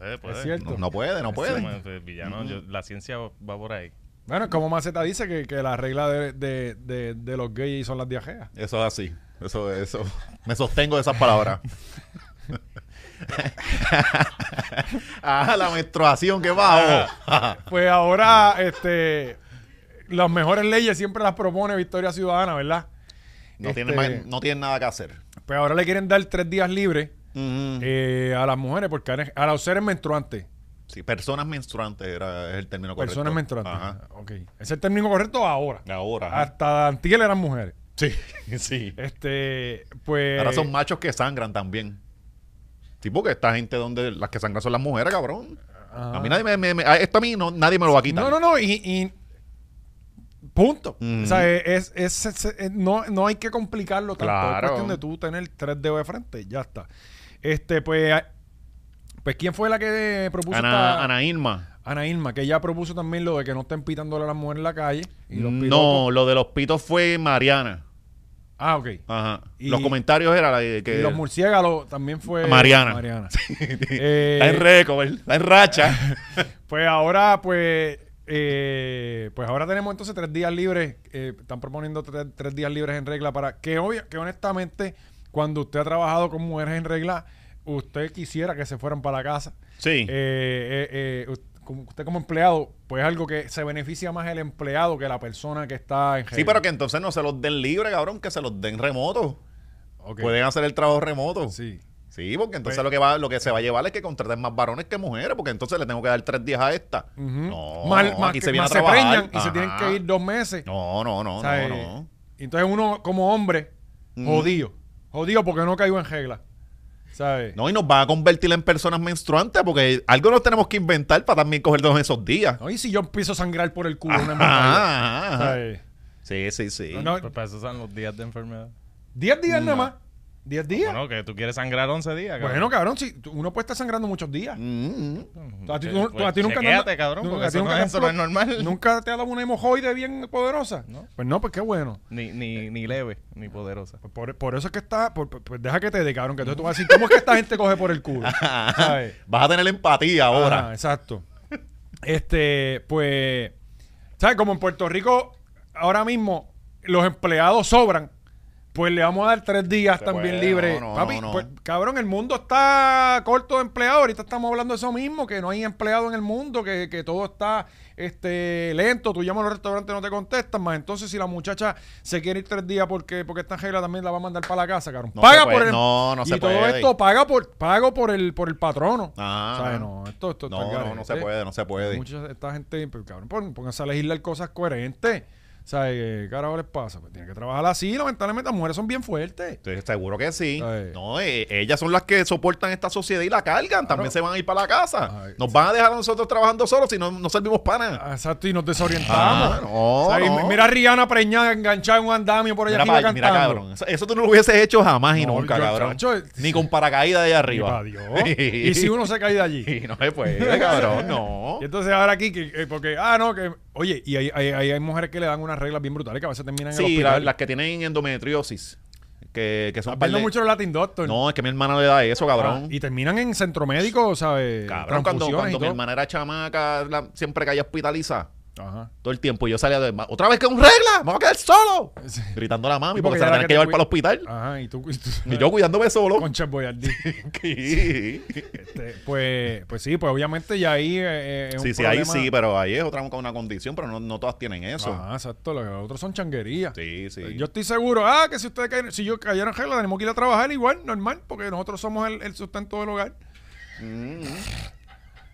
Speaker 1: Es cierto.
Speaker 3: Eh, pues, No, no puede, no
Speaker 2: Eso,
Speaker 3: puede.
Speaker 2: bueno, pues, villano, yo- la ciencia va por ahí.
Speaker 1: Bueno, como Maceta dice que, que la regla de, de, de, de los gays son las diarreas.
Speaker 3: Eso es así. Eso, eso. Me sostengo de esas palabras. ah, la menstruación, qué bajo.
Speaker 1: Pues ahora, este, las mejores leyes siempre las propone Victoria Ciudadana, ¿verdad?
Speaker 3: No,
Speaker 1: Este-
Speaker 3: tienen, más- no tienen nada que hacer.
Speaker 1: Pues ahora le quieren dar tres días libres
Speaker 3: Ujú.
Speaker 1: eh, a las mujeres, porque han- a los seres menstruantes.
Speaker 3: Sí, personas menstruantes era, es el término correcto.
Speaker 1: Personas menstruantes.
Speaker 3: Ajá.
Speaker 1: Ok. Es el término correcto ahora.
Speaker 3: Ahora. ajá.
Speaker 1: Hasta antiel eran mujeres.
Speaker 3: Sí, sí.
Speaker 1: Este, pues.
Speaker 3: Ahora son machos que sangran también. Tipo que esta gente donde las que sangran son las mujeres, cabrón.
Speaker 1: Ajá.
Speaker 3: A mí nadie me, me- me- a esto a mí no, nadie me lo va a quitar.
Speaker 1: Ah. No, no, no. Y. y- punto.
Speaker 3: Ujú.
Speaker 1: O sea, es, es- es- es- no, no hay que complicarlo tanto. Es
Speaker 3: Claro.
Speaker 1: cuestión de tú tener tres dedos de frente. Ya está. Este, pues. a- Pues, ¿quién fue la que propuso
Speaker 3: Ana,
Speaker 1: esta-
Speaker 3: Ana Irma.
Speaker 1: Ana Irma, que ella propuso también lo de que no estén pitándole a las mujeres en la calle. y los
Speaker 3: No,
Speaker 1: piropos.
Speaker 3: lo de los pitos fue Mariana.
Speaker 1: Ah, ok.
Speaker 3: Ajá.
Speaker 1: Y-
Speaker 3: los comentarios eran la de que.
Speaker 1: Y los murciélagos también fue
Speaker 3: Mariana.
Speaker 1: Mariana.
Speaker 3: Está en
Speaker 1: Eh,
Speaker 3: récord, está en racha.
Speaker 1: Pues ahora, pues, eh, pues ahora tenemos entonces tres días libres. eh, están proponiendo tres, tres días libres en regla para que obvio, que honestamente, cuando usted ha trabajado con mujeres en regla, usted quisiera que se fueran para la casa.
Speaker 3: Sí.
Speaker 1: Eh, eh, eh, ut- como- usted como empleado, pues es algo que se beneficia más el empleado que la persona que está en
Speaker 3: sí,
Speaker 1: regla.
Speaker 3: pero que entonces no se los den libre, cabrón, que se los den remoto.
Speaker 1: Ok.
Speaker 3: Pueden hacer el trabajo remoto.
Speaker 1: Sí.
Speaker 3: Sí, porque entonces
Speaker 1: Pues-
Speaker 3: lo que va, lo que se va a llevar es que contraten más varones que mujeres, porque entonces le tengo que dar tres días a esta.
Speaker 1: Ujú.
Speaker 3: No,
Speaker 1: Mal- más
Speaker 3: aquí
Speaker 1: que-
Speaker 3: se viene
Speaker 1: más
Speaker 3: a trabajar.
Speaker 1: preñan y se
Speaker 3: Ajá.
Speaker 1: tienen que ir dos meses.
Speaker 3: No, no, no,
Speaker 1: O sea,
Speaker 3: Oh, no,
Speaker 1: eh,
Speaker 3: no.
Speaker 1: y Entonces uno como hombre,
Speaker 3: Ujú.
Speaker 1: jodido. Jodido porque no cayó en regla. ¿Sabes?
Speaker 3: No, y nos van a convertir en personas menstruantes, porque algo nos tenemos que inventar para también cogernos esos días.
Speaker 1: No, y si yo empiezo a sangrar por el culo
Speaker 3: Ajá,
Speaker 1: una hemorragia?
Speaker 3: ajá, ajá.
Speaker 1: ¿Sabes?
Speaker 3: Sí, sí, sí.
Speaker 1: eh, No,
Speaker 2: Pues para eso son los días de enfermedad.
Speaker 1: 10 días nada más. 10 días. Bueno,
Speaker 2: Bueno, que tú quieres sangrar 11 días, cabrón.
Speaker 1: cabrón, si tú- uno puede estar sangrando muchos días.
Speaker 3: Mm, mm.
Speaker 1: A ti,
Speaker 2: Eh,
Speaker 1: tú-
Speaker 2: pues,
Speaker 1: a ti nunca te
Speaker 2: chequéate,
Speaker 1: han-
Speaker 2: cabrón,
Speaker 1: nunca-
Speaker 2: porque
Speaker 1: a ti
Speaker 2: eso no
Speaker 1: nunca te
Speaker 2: es-
Speaker 1: han
Speaker 2: eso no es
Speaker 1: explot-
Speaker 2: normal.
Speaker 1: ¿Nunca te ha dado una hemorroide bien poderosa?
Speaker 2: No.
Speaker 1: Pues no, pues qué bueno.
Speaker 2: Ni, ni, ni leve, ni poderosa.
Speaker 1: Pues Por, por eso es que está... por- por- pues deja que te dé, cabrón, que entonces tú vas a decir, ¿cómo es que esta gente coge por el culo? ¿Sabes?
Speaker 3: Vas a tener empatía ahora.
Speaker 1: Ajá, exacto. Este, pues, ¿sabes? Como en Puerto Rico ahora mismo los empleados sobran, pues le vamos a dar tres días
Speaker 3: Se
Speaker 1: también
Speaker 3: puede,
Speaker 1: libres.
Speaker 3: no, no,
Speaker 1: Papi,
Speaker 3: no, no.
Speaker 1: pues, cabrón, el mundo está corto de empleados. Ahorita estamos hablando de eso mismo, que no hay empleado en el mundo, que, que todo está este, lento. Tú llamas a los restaurantes no te contestan. Más entonces, si la muchacha se quiere ir tres días porque, porque está en regla, también la va a mandar para la casa, cabrón.
Speaker 3: No
Speaker 1: paga
Speaker 3: se puede,
Speaker 1: por el.
Speaker 3: no, no
Speaker 1: y
Speaker 3: se
Speaker 1: todo
Speaker 3: puede.
Speaker 1: esto paga por, pago por el, por el patrono.
Speaker 3: Ah.
Speaker 1: ¿Sabes? No, esto, esto está al
Speaker 3: no, no,
Speaker 1: garete.
Speaker 3: no se puede, no se puede.
Speaker 1: Mucha esta gente, pues, cabrón, pon- pónganse a legislar cosas coherentes. O sea, ¿qué carajo les pasa? Pues tienen que trabajar así, lamentablemente las mujeres son bien fuertes.
Speaker 3: Entonces, seguro que sí.
Speaker 1: Ay.
Speaker 3: No, eh, ellas son las que soportan esta sociedad y la cargan. También se van a ir para la casa.
Speaker 1: Ay,
Speaker 3: Nos van a dejar a nosotros trabajando solos si no, no servimos pana.
Speaker 1: Ah, Exacto, y nos desorientamos.
Speaker 3: Ah, no,
Speaker 1: O sea, y
Speaker 3: no.
Speaker 1: m- Mira a Rihanna preñada, enganchada en un andamio por allá
Speaker 3: Mira,
Speaker 1: arriba
Speaker 3: pa- mira,
Speaker 1: cantando.
Speaker 3: cabrón. Eso, eso tú no lo hubieses hecho jamás y
Speaker 1: No,
Speaker 3: nunca,
Speaker 1: yo,
Speaker 3: cabrón.
Speaker 1: chacho, eh,
Speaker 3: Ni con paracaídas de allá
Speaker 1: Y
Speaker 3: arriba.
Speaker 1: pa' Dios. y si uno se cae de allí.
Speaker 3: Y no se puede, cabrón, no.
Speaker 1: Y entonces ahora aquí, que, eh, porque, ah, no, que, oye, y hay, hay, hay- hay mujeres que le dan unas reglas bien brutales que a veces terminan en el
Speaker 3: Sí, la-
Speaker 1: hospital.
Speaker 3: las que tienen endometriosis. Que, que son
Speaker 1: Estás
Speaker 3: par de-
Speaker 1: viendo mucho los Latin Doctor.
Speaker 3: No, es que mi hermana le da eso, cabrón.
Speaker 1: Ah, y terminan en centro médico, ¿sabes?
Speaker 3: Cabrón, cuando,
Speaker 1: Transfusiones y
Speaker 3: cuando mi
Speaker 1: todo.
Speaker 3: hermana era chamaca, la- siempre caía hospitalizada.
Speaker 1: Ajá.
Speaker 3: Todo el tiempo. Y yo salía de. Otra vez que un regla, me voy a quedar solo.
Speaker 1: Sí.
Speaker 3: Gritando a la mami
Speaker 1: Y porque
Speaker 3: porque se
Speaker 1: ya
Speaker 3: la
Speaker 1: la
Speaker 3: tenían
Speaker 1: que
Speaker 3: que
Speaker 1: te
Speaker 3: llevar
Speaker 1: cuida-
Speaker 3: para el hospital.
Speaker 1: Ajá, y tú, y tú-
Speaker 3: Y yo cuidándome solo.
Speaker 1: con Chef Boyardee.
Speaker 3: Sí,
Speaker 1: Este, pues, pues sí, pues obviamente ya ahí eh, eh, es un
Speaker 3: sí, sí, ahí
Speaker 1: problema.
Speaker 3: sí, pero ahí es otra con una condición, pero no, no todas tienen eso.
Speaker 1: Ajá, exacto, los otros son changuerías.
Speaker 3: Sí, sí.
Speaker 1: Yo estoy seguro, ah, que si ustedes caen, si yo cayera en regla, tenemos que ir a trabajar igual, normal, porque nosotros somos el, el sustento del hogar.
Speaker 3: Mm.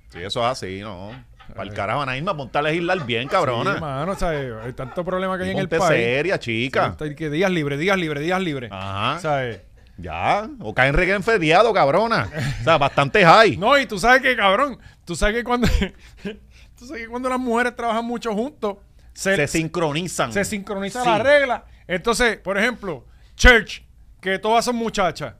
Speaker 3: Sí, eso es así, ¿no? Para el carajo, Ana Irma, ponte a legislar bien, cabrona.
Speaker 1: Eh. Sí, mano, o sea, hay tanto problema que hay
Speaker 3: Y
Speaker 1: en el
Speaker 3: ponte
Speaker 1: país.
Speaker 3: seria, chica.
Speaker 1: Sí, Que días libres, días libres, días libres.
Speaker 3: Ajá.
Speaker 1: ¿Sabes?
Speaker 3: Ya. O caen reggae en feriado, cabrona. O sea, bastante high.
Speaker 1: No, y tú sabes que, cabrón, tú sabes que cuando, tú sabes que cuando las mujeres trabajan mucho juntos,
Speaker 3: se sincronizan.
Speaker 1: se sincroniza
Speaker 3: Sí.
Speaker 1: la regla. Entonces, por ejemplo, church, que todas son muchachas.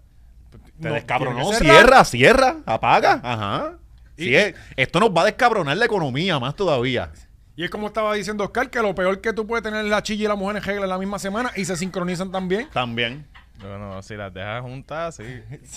Speaker 3: Te
Speaker 1: No,
Speaker 3: descabronó.
Speaker 1: tiene que cerrar.
Speaker 3: Cierra, cierra, apaga. Ajá.
Speaker 1: Y-
Speaker 3: Sí, es- esto nos va a descabronar la economía más todavía.
Speaker 1: Y es como estaba diciendo Oscar, que lo peor que tú puedes tener es la chilla y la mujer en regla en la misma semana y se sincronizan también.
Speaker 3: También.
Speaker 2: Bueno, si las dejas juntas, sí.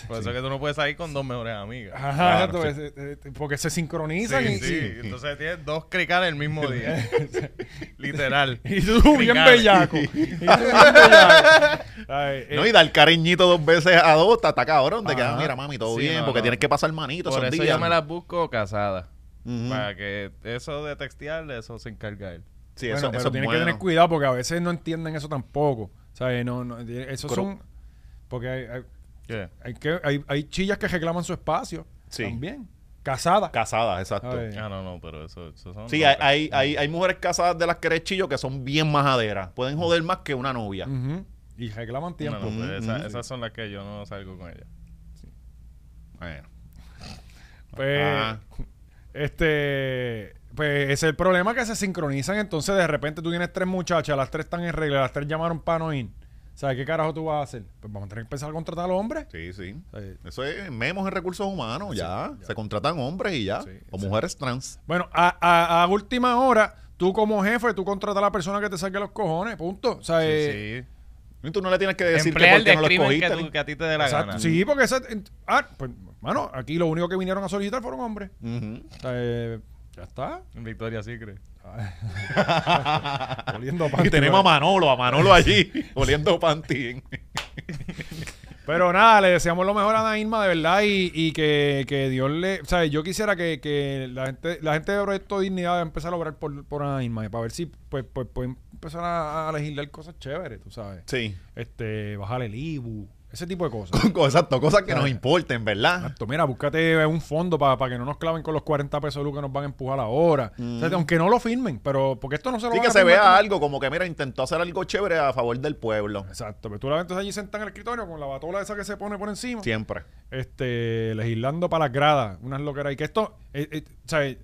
Speaker 2: Por eso es que tú no puedes salir con dos mejores amigas.
Speaker 1: Ajá,
Speaker 3: Claro,
Speaker 1: exacto, es- es- es- porque se sincronizan
Speaker 2: Sí,
Speaker 1: y,
Speaker 2: sí. Entonces tienes dos cricales el mismo día. Literal.
Speaker 1: y- y tú bien
Speaker 2: Cricales.
Speaker 1: bellaco. Y tú bien bellaco. Ay, eh,
Speaker 3: No, y dar cariñito dos veces a dos, está está cabrón. Te quedas,
Speaker 1: Ajá.
Speaker 3: mira, mami, todo
Speaker 2: Sí,
Speaker 3: bien,
Speaker 2: no,
Speaker 3: porque
Speaker 2: no.
Speaker 3: tienes que pasar manitos
Speaker 2: Por
Speaker 3: esos
Speaker 2: eso
Speaker 3: días.
Speaker 2: yo me las busco casadas.
Speaker 3: Ujú.
Speaker 2: Para que eso de textear, eso se encarga él.
Speaker 3: Sí,
Speaker 1: bueno,
Speaker 3: eso,
Speaker 1: pero
Speaker 3: eso es
Speaker 1: tienes
Speaker 3: bueno.
Speaker 1: que tener cuidado porque a veces no entienden eso tampoco. O sea, eh, no, no, eso
Speaker 3: Cro-
Speaker 1: son... Porque hay- hay,
Speaker 2: ¿Qué?
Speaker 1: Hay, que, hay, hay chillas que reclaman su espacio.
Speaker 3: Sí.
Speaker 1: También. Casadas.
Speaker 3: Casadas, exacto.
Speaker 1: Ay.
Speaker 2: Ah, no, no, pero eso, eso son.
Speaker 3: Sí, hay, hay, hay, hay mujeres casadas de las que eres chillo que son bien majaderas. Pueden joder más que una novia.
Speaker 1: Ujú. Y reclaman
Speaker 2: No,
Speaker 1: tiempo.
Speaker 2: no, pues,
Speaker 3: Ujú,
Speaker 2: esa-
Speaker 3: ujú.
Speaker 2: Esas son las que yo no salgo con ellas.
Speaker 3: Bueno.
Speaker 1: Pues,
Speaker 3: Ah.
Speaker 1: este, pues ese es el problema que se sincronizan. Entonces, de repente tú tienes tres muchachas, las tres están en regla, las tres llamaron para no ir. ¿Sabes qué carajo tú vas a hacer? Pues vamos a tener que empezar a contratar a los hombres.
Speaker 3: Sí, sí.
Speaker 1: Sí.
Speaker 3: Eso es memos en recursos humanos, ya. Se contratan hombres y ya.
Speaker 1: Sí,
Speaker 3: o
Speaker 1: sí.
Speaker 3: mujeres trans.
Speaker 1: Bueno, a, a- a última hora, tú como jefe, tú contratas a la persona que te saque los cojones, punto. O sea, eh,
Speaker 2: Sí.
Speaker 3: Y tú no le tienes que decir
Speaker 2: Emplea el
Speaker 3: que por qué no lo
Speaker 2: descrimen que,
Speaker 3: escogiste.
Speaker 2: tú- que a ti te dé la
Speaker 1: exacto.
Speaker 2: gana.
Speaker 1: Sí, porque esa, ent- ah, pues, mano, aquí lo único que vinieron a solicitar fueron hombres.
Speaker 3: Ujú.
Speaker 1: O sea, eh, ya está.
Speaker 2: Victoria Secret.
Speaker 1: Oliendo
Speaker 3: Y
Speaker 1: panty,
Speaker 3: tenemos a
Speaker 1: bueno.
Speaker 3: Manolo, a Manolo allí, oliendo panty.
Speaker 1: Pero nada, le deseamos lo mejor a Ana Irma, de verdad, y, y que, que Dios le... O sea, yo quisiera que, que la gente la gente de Proyecto Dignidad empezara a obrar por, por Ana Irma, para ver si pues, pues, pueden empezar a, a legislar cosas chéveres, tú sabes.
Speaker 3: Sí.
Speaker 1: Este, bajar el IBU, ese tipo de cosas.
Speaker 3: Exacto, cosas que nos importen, ¿verdad?
Speaker 1: Exacto, mira, búscate un fondo para que no nos claven con los 40 pesos de luz que nos van a empujar ahora. O sea, aunque no lo firmen, pero porque esto no se lo
Speaker 3: Mm. Sí
Speaker 1: van
Speaker 3: que
Speaker 1: a
Speaker 3: se
Speaker 1: firmar
Speaker 3: vea
Speaker 1: como-
Speaker 3: algo como que, mira, intentó hacer algo chévere a favor del pueblo.
Speaker 1: Exacto, pero tú la ves entonces allí sentada en el escritorio con la batola esa que se pone por encima.
Speaker 3: Siempre.
Speaker 1: Este, legislando para las gradas, unas loqueras. Y que esto, eh, eh, o sea, eh,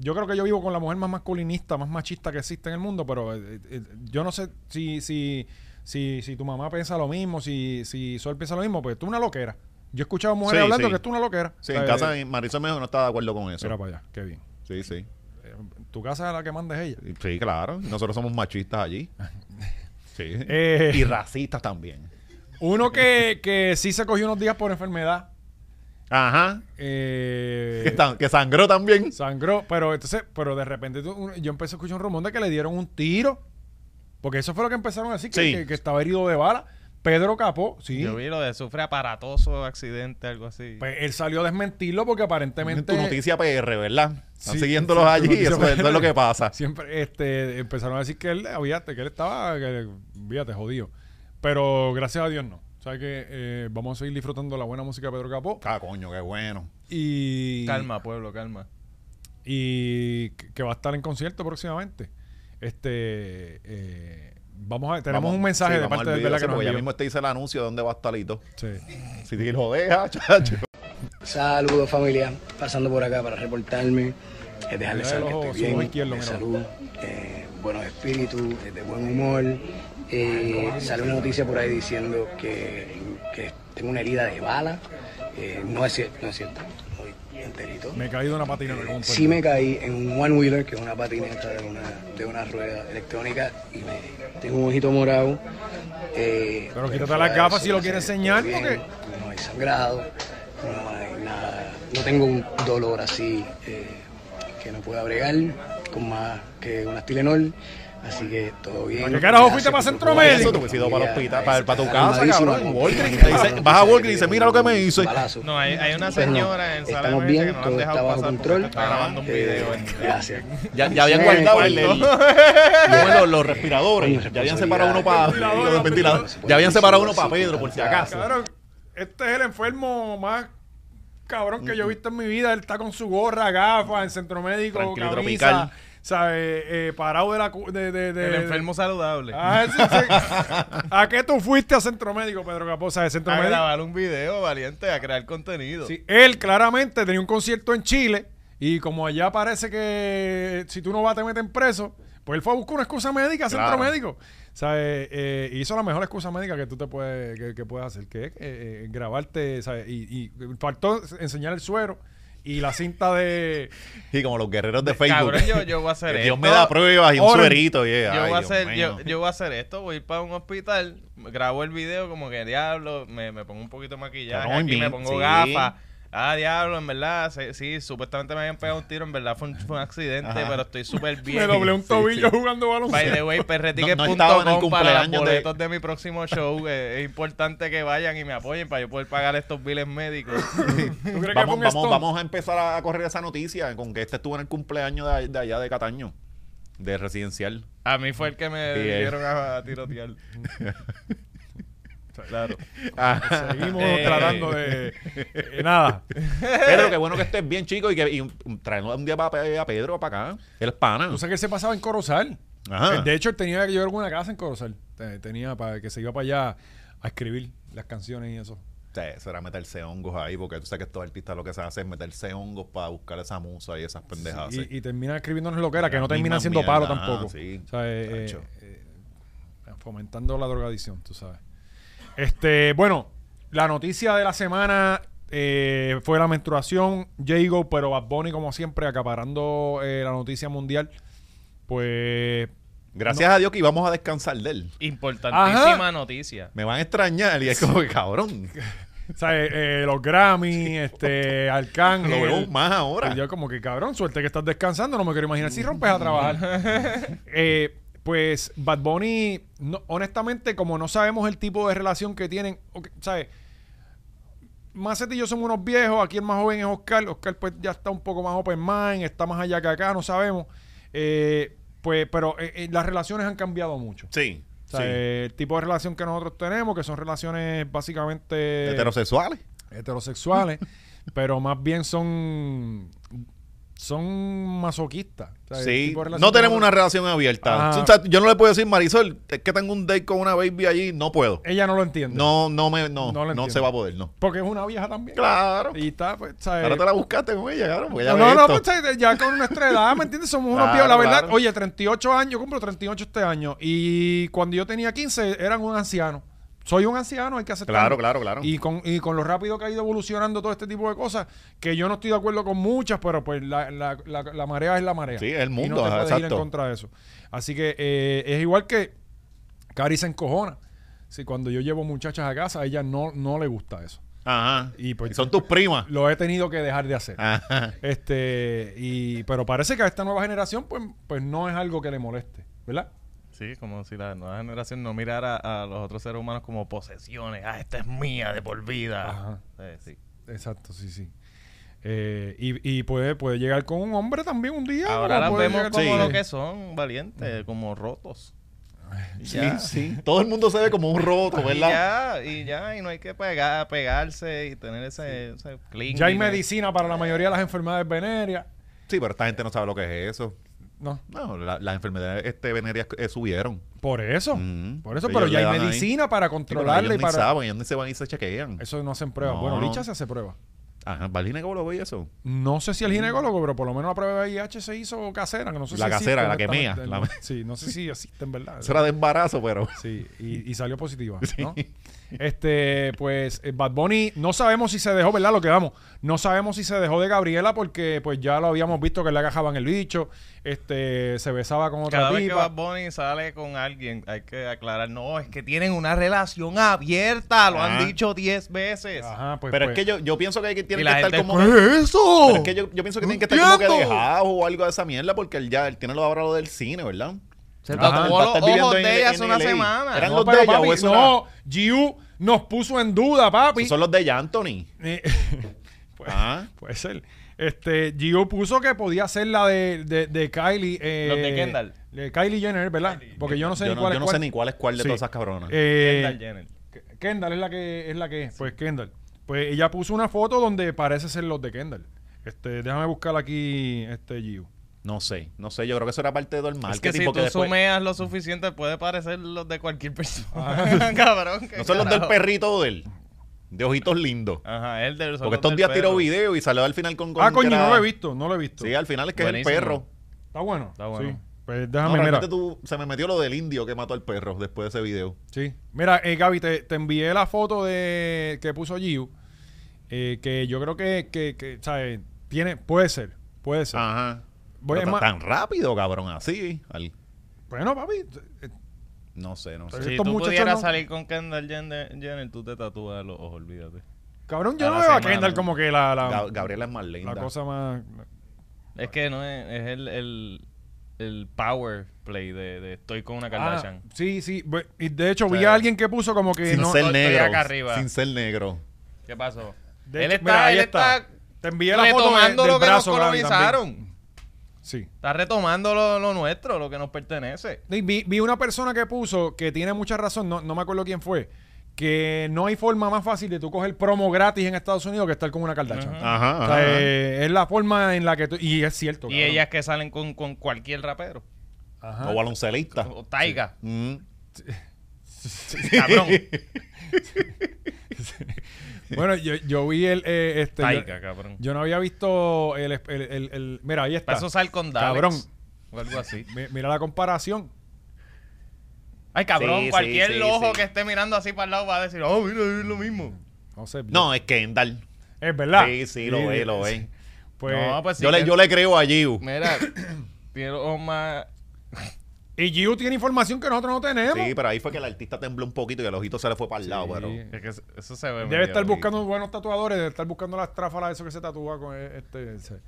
Speaker 1: yo creo que yo vivo con la mujer más masculinista, más machista que existe en el mundo, pero eh, eh, yo no sé si, si, si, si tu mamá piensa lo mismo, si, si Sol piensa lo mismo, pues tú una loquera. Yo he escuchado mujeres
Speaker 3: Sí,
Speaker 1: hablando
Speaker 3: sí.
Speaker 1: que tú una loquera. O
Speaker 3: Sí,
Speaker 1: sea,
Speaker 3: en
Speaker 1: eh,
Speaker 3: casa Marisol Mejo no está de acuerdo con eso.
Speaker 1: Mira para allá, qué bien.
Speaker 3: Sí, sí.
Speaker 1: Eh, Tu casa es la que mandes ella.
Speaker 3: Sí, claro. Nosotros somos machistas allí. Sí.
Speaker 1: Eh.
Speaker 3: Y racistas también.
Speaker 1: Uno que, que sí se cogió unos días por enfermedad.
Speaker 3: Ajá.
Speaker 1: eh,
Speaker 3: Que, tan- que sangró también.
Speaker 1: sangró, pero entonces, pero de repente tú- un- yo empecé a escuchar un rumor de que le dieron un tiro. Porque eso fue lo que empezaron a decir, que,
Speaker 3: Sí.
Speaker 1: que- que estaba herido de bala. Pedro Capó, sí.
Speaker 2: Yo vi lo de sufre aparatoso accidente, algo así.
Speaker 1: Pues él salió a desmentirlo porque aparentemente.
Speaker 3: En tu noticia PR, ¿verdad? Están
Speaker 1: Sí,
Speaker 3: siguiéndolos
Speaker 1: sí,
Speaker 3: allí.
Speaker 1: tu noticia
Speaker 3: Eso, es- eso es lo que pasa.
Speaker 1: Siempre este, empezaron a decir que él, olvídate, que él estaba, que, olvídate, jodido. Pero gracias a Dios no. O sea que eh, vamos a seguir disfrutando la buena música de Pedro Capó.
Speaker 3: Ah, coño, qué bueno.
Speaker 1: Y.
Speaker 2: Calma, pueblo, calma.
Speaker 1: y que que va a estar en concierto próximamente. Este eh, vamos a tenemos
Speaker 3: Vamos-
Speaker 1: un mensaje
Speaker 3: sí,
Speaker 1: de
Speaker 3: vamos
Speaker 1: parte
Speaker 3: al
Speaker 1: de
Speaker 3: video
Speaker 1: Vela
Speaker 3: ese,
Speaker 1: que nos
Speaker 3: porque ya
Speaker 1: envió.
Speaker 3: mismo te dice el anuncio de dónde va a estar y todo.
Speaker 1: Sí.
Speaker 3: Si te lo deja, chacho.
Speaker 7: Saludos familia, pasando por acá para reportarme, eh, dejarles
Speaker 1: Mira el
Speaker 7: saber que
Speaker 1: ojo,
Speaker 7: estoy
Speaker 1: su ojo
Speaker 7: bien,
Speaker 1: izquierdo,
Speaker 7: de
Speaker 1: mira.
Speaker 7: salud, eh, buenos espíritus, eh, de buen humor. Eh, sale una noticia por ahí diciendo que, que tengo una herida de bala, Eh, no es cierto, no es cierto, estoy enterito.
Speaker 1: Me he caído una patina me compré.
Speaker 7: Sí me caí en un one wheeler, que es una patineta de una, de una rueda electrónica, y me tengo un ojito morado. eh,
Speaker 1: Pero quítate
Speaker 7: fuera
Speaker 1: las
Speaker 7: de
Speaker 1: gafas
Speaker 7: eso,
Speaker 1: si lo
Speaker 7: me
Speaker 1: quieres
Speaker 7: siento
Speaker 1: enseñar,
Speaker 7: bien, No hay sangrado, no hay nada, no tengo un dolor así eh, que no pueda bregar con más que unas Tilenol. Así que todo bien.
Speaker 1: ¿Para qué carajo fuiste
Speaker 7: Gracias
Speaker 1: para
Speaker 7: por
Speaker 1: Centro
Speaker 7: tu
Speaker 1: Médico?
Speaker 7: apoyo.
Speaker 3: Eso, tú hubiese ido para el hospital, para- para tu
Speaker 7: Está
Speaker 3: casa,
Speaker 7: armadísimo,
Speaker 3: cabrón, en
Speaker 7: con-
Speaker 3: Walgreens. Te dice- vas a Walgreens y dice, "Mira lo que me hice".
Speaker 7: Balazo.
Speaker 2: No, hay, hay una
Speaker 7: Pero Pues no,
Speaker 2: señora en sala de
Speaker 7: estamos
Speaker 2: emergencia
Speaker 7: bien,
Speaker 2: que no la han
Speaker 7: todo
Speaker 2: dejado
Speaker 7: está bajo
Speaker 2: pasar porque
Speaker 7: control.
Speaker 2: está grabando un
Speaker 7: Eh,
Speaker 2: video. en-
Speaker 7: gracias.
Speaker 3: Ya, ya habían
Speaker 7: Sí,
Speaker 3: guardado el,
Speaker 7: bueno.
Speaker 3: el- bueno, los respiradores.
Speaker 7: Coño,
Speaker 3: Ya habían separado uno para
Speaker 1: Ventilador,
Speaker 3: los ventiladores. Ya habían separado uno para Pedro, por si acaso.
Speaker 1: Claro, este es el enfermo más cabrón que yo he visto en mi vida. Él está con su gorra, gafas, en centro médico,
Speaker 3: Tranquilo,
Speaker 1: camisa,
Speaker 3: tropical.
Speaker 1: ¿sabes? Eh, parado de la cu- de, de- de-
Speaker 2: El enfermo saludable.
Speaker 1: Ah, sí, sí. ¿A qué tú fuiste a centro médico, Pedro Capó? ¿Sabes? Centro
Speaker 2: a
Speaker 1: médico.
Speaker 2: grabar un video, valiente, a crear contenido.
Speaker 1: Sí, él claramente tenía un concierto en Chile y como allá parece que eh, si tú no vas te meten preso, pues él fue a buscar una excusa médica, a centro
Speaker 3: Claro.
Speaker 1: médico. O sea, eh, eh, hizo la mejor excusa médica que tú te puedes, que, que puedes hacer, que es eh, eh, grabarte, ¿sabes? Y, y faltó enseñar el suero y la cinta de...
Speaker 3: Y como los guerreros de Facebook.
Speaker 2: Cabrón, yo, yo voy a hacer
Speaker 3: Que
Speaker 2: esto.
Speaker 3: Dios me da pruebas y un
Speaker 1: Ahora-
Speaker 3: suerito. y,
Speaker 2: Yo voy,
Speaker 3: ay,
Speaker 2: a
Speaker 3: Dios
Speaker 2: hacer,
Speaker 3: mío.
Speaker 2: yo, yo voy a hacer esto, voy a ir para un hospital, grabo el video como que diablo, me, me pongo un poquito de maquillaje,
Speaker 3: Cabrón,
Speaker 2: aquí me
Speaker 3: bien,
Speaker 2: pongo
Speaker 3: sí.
Speaker 2: gafas. Ah, diablo, en verdad, se- sí, supuestamente me habían pegado un tiro, en verdad fue un, fue un accidente,
Speaker 3: Ajá.
Speaker 2: pero estoy súper bien.
Speaker 1: Me doblé un
Speaker 2: Sí,
Speaker 1: tobillo
Speaker 2: sí.
Speaker 1: jugando
Speaker 2: By
Speaker 1: baloncesto.
Speaker 2: the way,
Speaker 3: No- no estaba en el
Speaker 2: perretique.com para los
Speaker 3: cumpleaños de-
Speaker 2: boletos de... mi próximo show. eh, es importante que vayan y me apoyen para yo poder pagar estos biles médicos.
Speaker 1: ¿Tú crees que fue
Speaker 3: Vamos,
Speaker 1: un
Speaker 3: vamos,
Speaker 1: stunt?
Speaker 3: vamos a empezar a correr esa noticia con que este estuvo en el cumpleaños de, de allá de Cataño, de residencial.
Speaker 2: A mí fue el que me
Speaker 3: Sí, él.
Speaker 2: dieron a, a tirotear. claro.
Speaker 1: Seguimos
Speaker 2: Eh.
Speaker 1: tratando de... eh, nada.
Speaker 3: Pedro, qué bueno que estés bien, chico, y que y, um, tráenos un día para, a Pedro para acá. El pana.
Speaker 1: Tú sabes que él se pasaba en Corozal. Eh,
Speaker 3: Ajá.
Speaker 1: De hecho, él tenía que llevar una casa en Corozal. Te- Tenía para que se iba para allá a escribir las canciones y eso.
Speaker 3: O sea, Eso era meterse hongos ahí, porque tú sabes que estos artistas lo que se hacen es meterse hongos para buscar esa musa y esas pendejadas.
Speaker 1: Y,
Speaker 3: Ah, sí.
Speaker 1: y termina escribiéndonos lo que era, que
Speaker 3: La
Speaker 1: no termina
Speaker 3: misma
Speaker 1: siendo palo
Speaker 3: mierda, Ah,
Speaker 1: tampoco.
Speaker 3: sí,
Speaker 1: O sea, eh,
Speaker 3: chacho.
Speaker 1: eh, eh, fomentando la drogadicción, tú sabes. Este, bueno, la noticia de la semana eh, fue la menstruación, Jago, pero Bad Bunny, como siempre, acaparando eh, la noticia mundial. Pues.
Speaker 3: Gracias a Dios que íbamos a descansar de él.
Speaker 2: Importantísima
Speaker 1: Ajá.
Speaker 2: noticia.
Speaker 3: Me van a extrañar y es como que cabrón.
Speaker 1: o sea, eh, eh, los Grammy, este, Arcángel.
Speaker 3: Lo veo más ahora.
Speaker 1: Y yo como que cabrón, suerte que estás descansando, no me quiero imaginar si rompes a trabajar. Eh, pues Bad Bunny, no- honestamente, como no sabemos el tipo de relación que tienen, ok, ¿sabes? Macete y yo somos unos viejos, aquí el más joven es Oscar, Oscar pues ya está un poco más open mind, está más allá que acá, no sabemos. Eh, pues, pero eh, eh, las relaciones han cambiado mucho.
Speaker 3: Sí.
Speaker 1: O sea,
Speaker 3: sí.
Speaker 1: eh, el tipo de relación que nosotros tenemos, que son relaciones básicamente
Speaker 3: Heterosexuales.
Speaker 1: heterosexuales, pero más bien son son masoquistas. O sea, el
Speaker 3: Sí.
Speaker 1: tipo de relación
Speaker 3: No tenemos
Speaker 1: con-
Speaker 3: una relación abierta.
Speaker 1: Ajá.
Speaker 3: O sea, yo no le puedo decir, Marisol, es que tengo un date con una baby allí, no puedo.
Speaker 1: Ella no lo entiende.
Speaker 3: No, no me, no,
Speaker 1: Eh, No
Speaker 3: no,
Speaker 1: lo
Speaker 3: se
Speaker 1: entiendo.
Speaker 3: va a poder, no.
Speaker 1: Porque es una vieja también.
Speaker 3: Claro.
Speaker 1: Y está, pues, ¿sabes?
Speaker 3: Ahora te la buscaste con ella, claro. porque ella
Speaker 1: No, no,
Speaker 3: ve
Speaker 1: no,
Speaker 3: esto.
Speaker 1: pues, ya con nuestra edad, ¿me entiendes? Somos unos
Speaker 3: Claro,
Speaker 1: viejos. La verdad,
Speaker 3: claro.
Speaker 1: oye, 38 años, yo cumplo 38 este año. Y cuando yo tenía 15, eran un anciano. Soy un anciano, hay que aceptarlo.
Speaker 3: Claro, claro, claro.
Speaker 1: Y con, y con lo rápido que ha ido evolucionando todo este tipo de cosas, que yo no estoy de acuerdo con muchas, pero pues la, la- la- la marea es la marea.
Speaker 3: Sí, es el
Speaker 1: Y no
Speaker 3: mundo,
Speaker 1: te
Speaker 3: ajá,
Speaker 1: puedes ir en
Speaker 3: exacto.
Speaker 1: contra de eso. Así que eh, es igual que Cari se encojona. Si cuando yo llevo muchachas a casa, a ella no, no le gusta eso.
Speaker 3: Ajá.
Speaker 1: Y pues-
Speaker 3: son tus primas.
Speaker 1: Lo he tenido que dejar de hacer.
Speaker 3: Ajá.
Speaker 1: Este, y, pero parece que a esta nueva generación, pues, pues no es algo que le moleste, ¿verdad?
Speaker 2: Sí, como si la nueva generación no mirara a los otros seres humanos como posesiones. Ah, esta es mía de por vida.
Speaker 1: Ajá.
Speaker 2: Eh, sí.
Speaker 1: Exacto, sí, sí. Eh, y y puede, puede llegar con un hombre también un día.
Speaker 2: Ahora
Speaker 1: o
Speaker 2: las
Speaker 1: puede
Speaker 2: vemos
Speaker 1: llegar
Speaker 2: como
Speaker 1: con-
Speaker 2: lo que son, valientes, como rotos. Y
Speaker 3: Sí, sí. Todo el mundo se ve como un roto,
Speaker 2: Y
Speaker 3: ¿verdad?
Speaker 2: ya, y ya, y no hay que pegar, pegarse y tener ese, ese clingy.
Speaker 1: Ya hay medicina para la mayoría de las enfermedades venéreas.
Speaker 3: Sí, pero esta gente no sabe lo que es eso.
Speaker 1: No,
Speaker 3: No, la- las enfermedades este, venéreas eh, subieron.
Speaker 1: por eso. Por eso,
Speaker 3: Ujú. Mm-hmm. Pues Ellos
Speaker 1: pero ya
Speaker 3: le
Speaker 1: hay
Speaker 3: dan ahí.
Speaker 1: medicina para
Speaker 3: Sí, pero
Speaker 1: controlarla y
Speaker 3: ellos ni
Speaker 1: para.
Speaker 3: saben, ellos ni se van y se chequean.
Speaker 1: Eso no hacen pruebas.
Speaker 3: No.
Speaker 1: Bueno, Licha se hace pruebas.
Speaker 3: Ajá, Valina, ¿cómo lo veis eso?
Speaker 1: No sé si el ginecólogo, pero por lo menos la prueba de VIH se hizo casera. que No sé
Speaker 3: Mm. La
Speaker 1: si existe,
Speaker 3: casera, la que mea,
Speaker 1: honestamente.
Speaker 3: la mea.
Speaker 1: Sí, no sé si existe en verdad.
Speaker 3: Eso era de embarazo, pero.
Speaker 1: Sí, y, y salió positiva, ¿no? Este, pues, eh, Bad Bunny, no sabemos si se dejó, ¿verdad? Lo que vamos, no sabemos si se dejó de Gabriela porque, pues, ya lo habíamos visto que le agajaban el bicho, este, se besaba con otra
Speaker 2: Cada vez que
Speaker 1: tipa.
Speaker 2: Bad Bunny sale con alguien, hay que aclarar, no, es que tienen una relación abierta, lo
Speaker 3: Ajá.
Speaker 2: han dicho 10 veces.
Speaker 1: Ajá, pues,
Speaker 3: pero
Speaker 1: pues,
Speaker 3: es que yo, yo pienso que, hay que
Speaker 2: Y
Speaker 3: tienen que
Speaker 2: la
Speaker 3: estar
Speaker 2: gente,
Speaker 3: como.
Speaker 2: ¿qué es eso?
Speaker 3: Pero es que yo, yo pienso que tienen que estar como que
Speaker 2: entiendo.
Speaker 3: dejados o algo de esa mierda, porque él ya él tiene lo ahora lo del cine, ¿verdad?
Speaker 6: Se
Speaker 2: Ajá.
Speaker 3: Va a estar-
Speaker 2: Tapó
Speaker 3: va a
Speaker 2: los
Speaker 3: estar viviendo
Speaker 2: ojos
Speaker 3: en-
Speaker 2: de ella
Speaker 3: en
Speaker 2: hace una
Speaker 3: LA.
Speaker 2: semana.
Speaker 3: Eran
Speaker 1: No,
Speaker 3: los
Speaker 1: pero,
Speaker 3: de ella
Speaker 1: papi,
Speaker 3: o eso
Speaker 1: no, Giu nos puso en duda, papi.
Speaker 3: era- son los de ella, Anthony.
Speaker 1: Eh, pues,
Speaker 3: Ah.
Speaker 1: Puede ser. Este, Gio puso que podía ser la de, de, de Kylie. eh,
Speaker 2: Los de Kendall.
Speaker 1: de Kylie Jenner, ¿verdad? Porque yo no sé
Speaker 3: yo
Speaker 1: ni
Speaker 3: no,
Speaker 1: cuál
Speaker 3: yo
Speaker 1: es
Speaker 3: no sé
Speaker 1: cuál.
Speaker 3: ni cuál es cuál de
Speaker 1: Sí.
Speaker 3: todas esas cabronas.
Speaker 1: Eh,
Speaker 2: Kendall Jenner.
Speaker 1: K- Kendall es la que es la que es. Pues Kendall. Pues ella puso una foto donde parece ser los de Kendall. Este, déjame buscar aquí este Gio.
Speaker 3: no sé, no sé. Yo creo que eso era parte del marketing.
Speaker 2: Es que si tú
Speaker 3: porque después-
Speaker 2: sumeas lo suficiente puede parecer los de cualquier persona. Cabrón. qué
Speaker 3: No son los del
Speaker 2: carajo.
Speaker 3: perrito de él. De ojitos lindos.
Speaker 2: Ajá, el del son
Speaker 3: Porque
Speaker 2: los
Speaker 3: estos
Speaker 2: del
Speaker 3: días tiró
Speaker 2: perro.
Speaker 3: video y salió al final con. con
Speaker 1: Ah, coño,
Speaker 3: que era-
Speaker 1: no lo he visto, no lo he visto.
Speaker 3: Sí, al final es que
Speaker 2: Buenísimo.
Speaker 3: es el perro.
Speaker 1: Está bueno.
Speaker 2: Está bueno.
Speaker 1: Sí. Pues
Speaker 3: No,
Speaker 1: déjame, mira.
Speaker 3: realmente tú- se me metió lo del indio que mató al perro después de ese video.
Speaker 1: Sí. Mira, eh, Gaby, te, te envié la foto de que puso Giu. eh, que yo creo que, que, que, ¿sabes? Tiene, puede ser, puede ser.
Speaker 3: Ajá.
Speaker 1: Voy
Speaker 3: Pero
Speaker 1: a
Speaker 3: tan-
Speaker 1: ma-
Speaker 3: tan rápido, cabrón, así. al-
Speaker 1: Bueno, papi, eh,
Speaker 3: No sé, no sé.
Speaker 2: Si
Speaker 1: Estos
Speaker 2: tú
Speaker 1: muchachos
Speaker 2: pudieras
Speaker 1: no-
Speaker 2: salir con Kendall Jenner, Jenner, tú te tatúas los ojos, olvídate.
Speaker 1: cabrón, yo
Speaker 2: A
Speaker 1: no
Speaker 2: la
Speaker 1: veo a
Speaker 2: semana.
Speaker 1: Kendall como que la, la,
Speaker 3: Ga- Gabriela es más
Speaker 1: la
Speaker 3: linda.
Speaker 1: cosa más...
Speaker 2: Es que no es, es el, el, el power play de, de estoy con una Kardashian.
Speaker 1: Ah, sí, sí. bu- Y de hecho vi
Speaker 2: sea,
Speaker 1: a alguien que puso como que...
Speaker 3: sin
Speaker 1: no-
Speaker 3: ser
Speaker 2: no estoy
Speaker 3: negro.
Speaker 2: acá arriba.
Speaker 3: Sin ser negro.
Speaker 2: ¿Qué pasó?
Speaker 1: de
Speaker 2: él
Speaker 1: hecho,
Speaker 2: está,
Speaker 1: mira, ahí
Speaker 2: él está,
Speaker 1: Te envié la foto de-
Speaker 2: retomando
Speaker 1: del
Speaker 2: lo que
Speaker 1: brazo,
Speaker 2: nos
Speaker 1: Gaby, también.
Speaker 2: colonizaron.
Speaker 1: Sí.
Speaker 2: Está retomando lo, lo nuestro, lo que nos pertenece.
Speaker 1: Y Vi, vi una persona que puso, que tiene mucha razón, no, no me acuerdo quién fue, que no hay forma más fácil de tú coger promo gratis en Estados Unidos que estar con una Kardashian.
Speaker 3: Ajá,
Speaker 1: O sea, eh, es la forma en la que tú... Y es cierto.
Speaker 2: Y
Speaker 1: cabrón.
Speaker 2: ellas que salen con, con cualquier rapero.
Speaker 1: Ajá.
Speaker 3: O baloncelista.
Speaker 2: O Taiga.
Speaker 3: Mm.
Speaker 2: Cabrón.
Speaker 1: Este, Bueno, yo, yo vi el... eh, este, yo-
Speaker 2: Taiga, cabrón.
Speaker 1: Yo no había visto el... el- el- el- mira, ahí está.
Speaker 2: Para eso sal con Daleks.
Speaker 1: Cabrón.
Speaker 2: O algo así.
Speaker 1: Mi- Mira la comparación.
Speaker 2: Ay, cabrón,
Speaker 3: Sí, sí,
Speaker 2: cualquier
Speaker 3: sí,
Speaker 2: loco
Speaker 3: sí.
Speaker 2: que esté mirando así para el lado va a decir, oh, mira, es lo mismo.
Speaker 1: No sé.
Speaker 3: No, es Kendall.
Speaker 2: eh,
Speaker 1: Es verdad.
Speaker 3: Sí, sí, lo ve, lo ve.
Speaker 1: Pues,
Speaker 2: no, pues sí.
Speaker 3: yo, le,
Speaker 2: que-
Speaker 3: yo le creo a Giu.
Speaker 2: Mira, tiene los ojos más...
Speaker 1: Y Giu tiene información que nosotros no tenemos.
Speaker 3: Sí, pero ahí fue que el artista tembló un poquito y el ojito se le fue para el lado, pero...
Speaker 2: Es que eso se
Speaker 3: Pues
Speaker 2: ve medio
Speaker 1: Debe estar
Speaker 2: bonito.
Speaker 1: buscando buenos tatuadores, debe estar buscando las tráfalas de eso que se tatúa con eh, este. ese.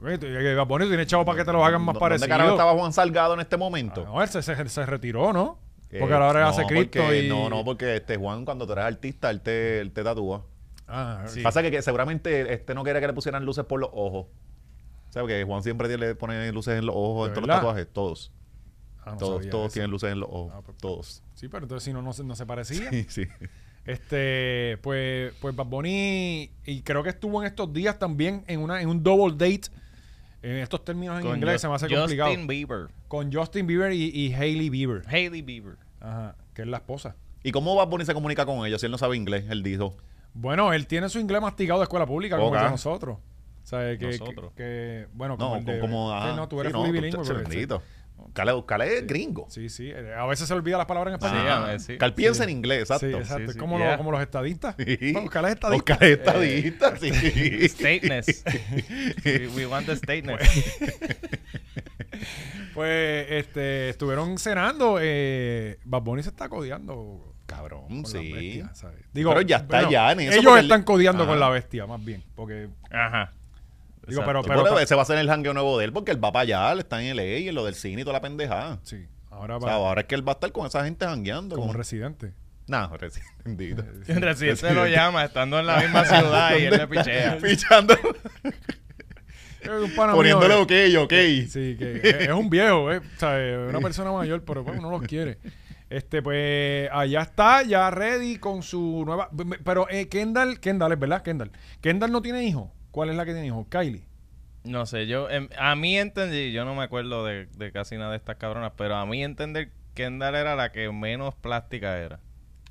Speaker 1: Oye, tú- eh, Bad Bunny, tú tienes chavo para que te lo hagan más
Speaker 3: ¿Dó-
Speaker 1: parecido.
Speaker 3: ¿Dónde carajo estaba Juan Salgado en este momento?
Speaker 1: No, él se, se- se retiró, ¿no?
Speaker 3: Que-
Speaker 1: Porque ahora
Speaker 3: no,
Speaker 1: hace Cristo
Speaker 3: porque-
Speaker 1: y.
Speaker 3: No, no, porque este Juan, cuando tú eres artista, él te, él te tatúa.
Speaker 1: Ah, sí.
Speaker 3: Pasa que, que seguramente este no quería que le pusieran luces por los ojos. ¿Sabes que Juan siempre le pone luces en los ojos,
Speaker 1: ¿De
Speaker 3: en todos
Speaker 1: verdad?
Speaker 3: los tatuajes? Todos.
Speaker 1: Ah, no
Speaker 3: todos
Speaker 1: sabía
Speaker 3: todos
Speaker 1: eso.
Speaker 3: tienen luces en los ojos.
Speaker 1: Ah, pues,
Speaker 3: todos.
Speaker 1: Sí, pero entonces si no, no se, no se parecía.
Speaker 3: Sí, sí.
Speaker 1: Este, pues, pues Bad Bunny, y creo que estuvo en estos días también en, una, en un double date. En estos términos en
Speaker 2: Con
Speaker 1: inglés
Speaker 2: Ju-
Speaker 1: se me hace
Speaker 2: Justin
Speaker 1: complicado.
Speaker 2: Bieber.
Speaker 1: Con Justin Bieber y, y Hailey Bieber.
Speaker 2: Hailey Bieber.
Speaker 1: Ajá, que es la esposa.
Speaker 3: ¿Y cómo Bad Bunny se comunica con ellos si él no sabe inglés? Él dijo.
Speaker 1: Bueno, él tiene su inglés mastigado de escuela pública, como
Speaker 3: Ok.
Speaker 1: el de nosotros. O sea, que- que,
Speaker 2: Nosotros.
Speaker 1: que- bueno,
Speaker 3: No,
Speaker 1: como, el de-
Speaker 3: como... como
Speaker 1: que
Speaker 3: ajá,
Speaker 1: no, tú
Speaker 3: sí,
Speaker 1: eres
Speaker 3: no,
Speaker 1: bilingüe.
Speaker 3: che,
Speaker 1: porque-
Speaker 3: bendito. Cale, Cale es gringo.
Speaker 1: Sí, sí. eh, A veces se olvida las palabras en español.
Speaker 2: Sí, a ver, sí.
Speaker 3: Cal piensa en inglés, exacto.
Speaker 1: Sí, exacto.
Speaker 2: Sí, sí,
Speaker 1: como,
Speaker 2: yeah.
Speaker 1: los, como los estadistas.
Speaker 3: Sí.
Speaker 1: Buscar las estadistas.
Speaker 3: Buscar estadistas, sí.
Speaker 2: Stateness. we, we want the stateness.
Speaker 1: Pues este, estuvieron cenando. Eh, Bad Bunny se está codeando.
Speaker 3: Cabrón,
Speaker 1: con la
Speaker 3: Mm, sí.
Speaker 1: bestia, ¿sabes?
Speaker 3: Pero ya está ya en eso,
Speaker 1: Ellos
Speaker 3: porque él-
Speaker 1: están codeando
Speaker 3: Ajá.
Speaker 1: con la bestia, más bien. Porque.
Speaker 2: Ajá.
Speaker 1: Digo,
Speaker 2: Exacto.
Speaker 1: pero,
Speaker 3: Tú
Speaker 1: pero.
Speaker 3: puedes ver, ese va a ser el jangueo nuevo de él porque él va para allá, él está en LA y en lo del cine y toda la pendejada.
Speaker 1: sí, ahora
Speaker 3: O sea,
Speaker 1: va
Speaker 3: ahora es que él va a estar con esa gente jangueando.
Speaker 1: como
Speaker 3: con-
Speaker 1: residente.
Speaker 3: Nah, reci- bendito.
Speaker 2: El residente lo llama estando en la misma ciudad y él le
Speaker 3: Eh,
Speaker 2: pichea.
Speaker 3: Pichando,
Speaker 1: Es un pana mío,
Speaker 3: poniéndole
Speaker 1: eh.
Speaker 3: ok, ok.
Speaker 1: Sí, que es es un viejo, ¿eh? O sea, es una persona mayor, pero bueno, no los quiere. Este, pues, allá está, ya ready con su nueva. Pero eh, Kendall, Kendall, es verdad, Kendall. Kendall no tiene hijo. ¿Cuál es la que tiene hijo? Kylie.
Speaker 2: No sé, yo em, a mí entendí, yo no me acuerdo de, de casi nada de estas cabronas, pero a mí entender Kendall era la que menos plástica era.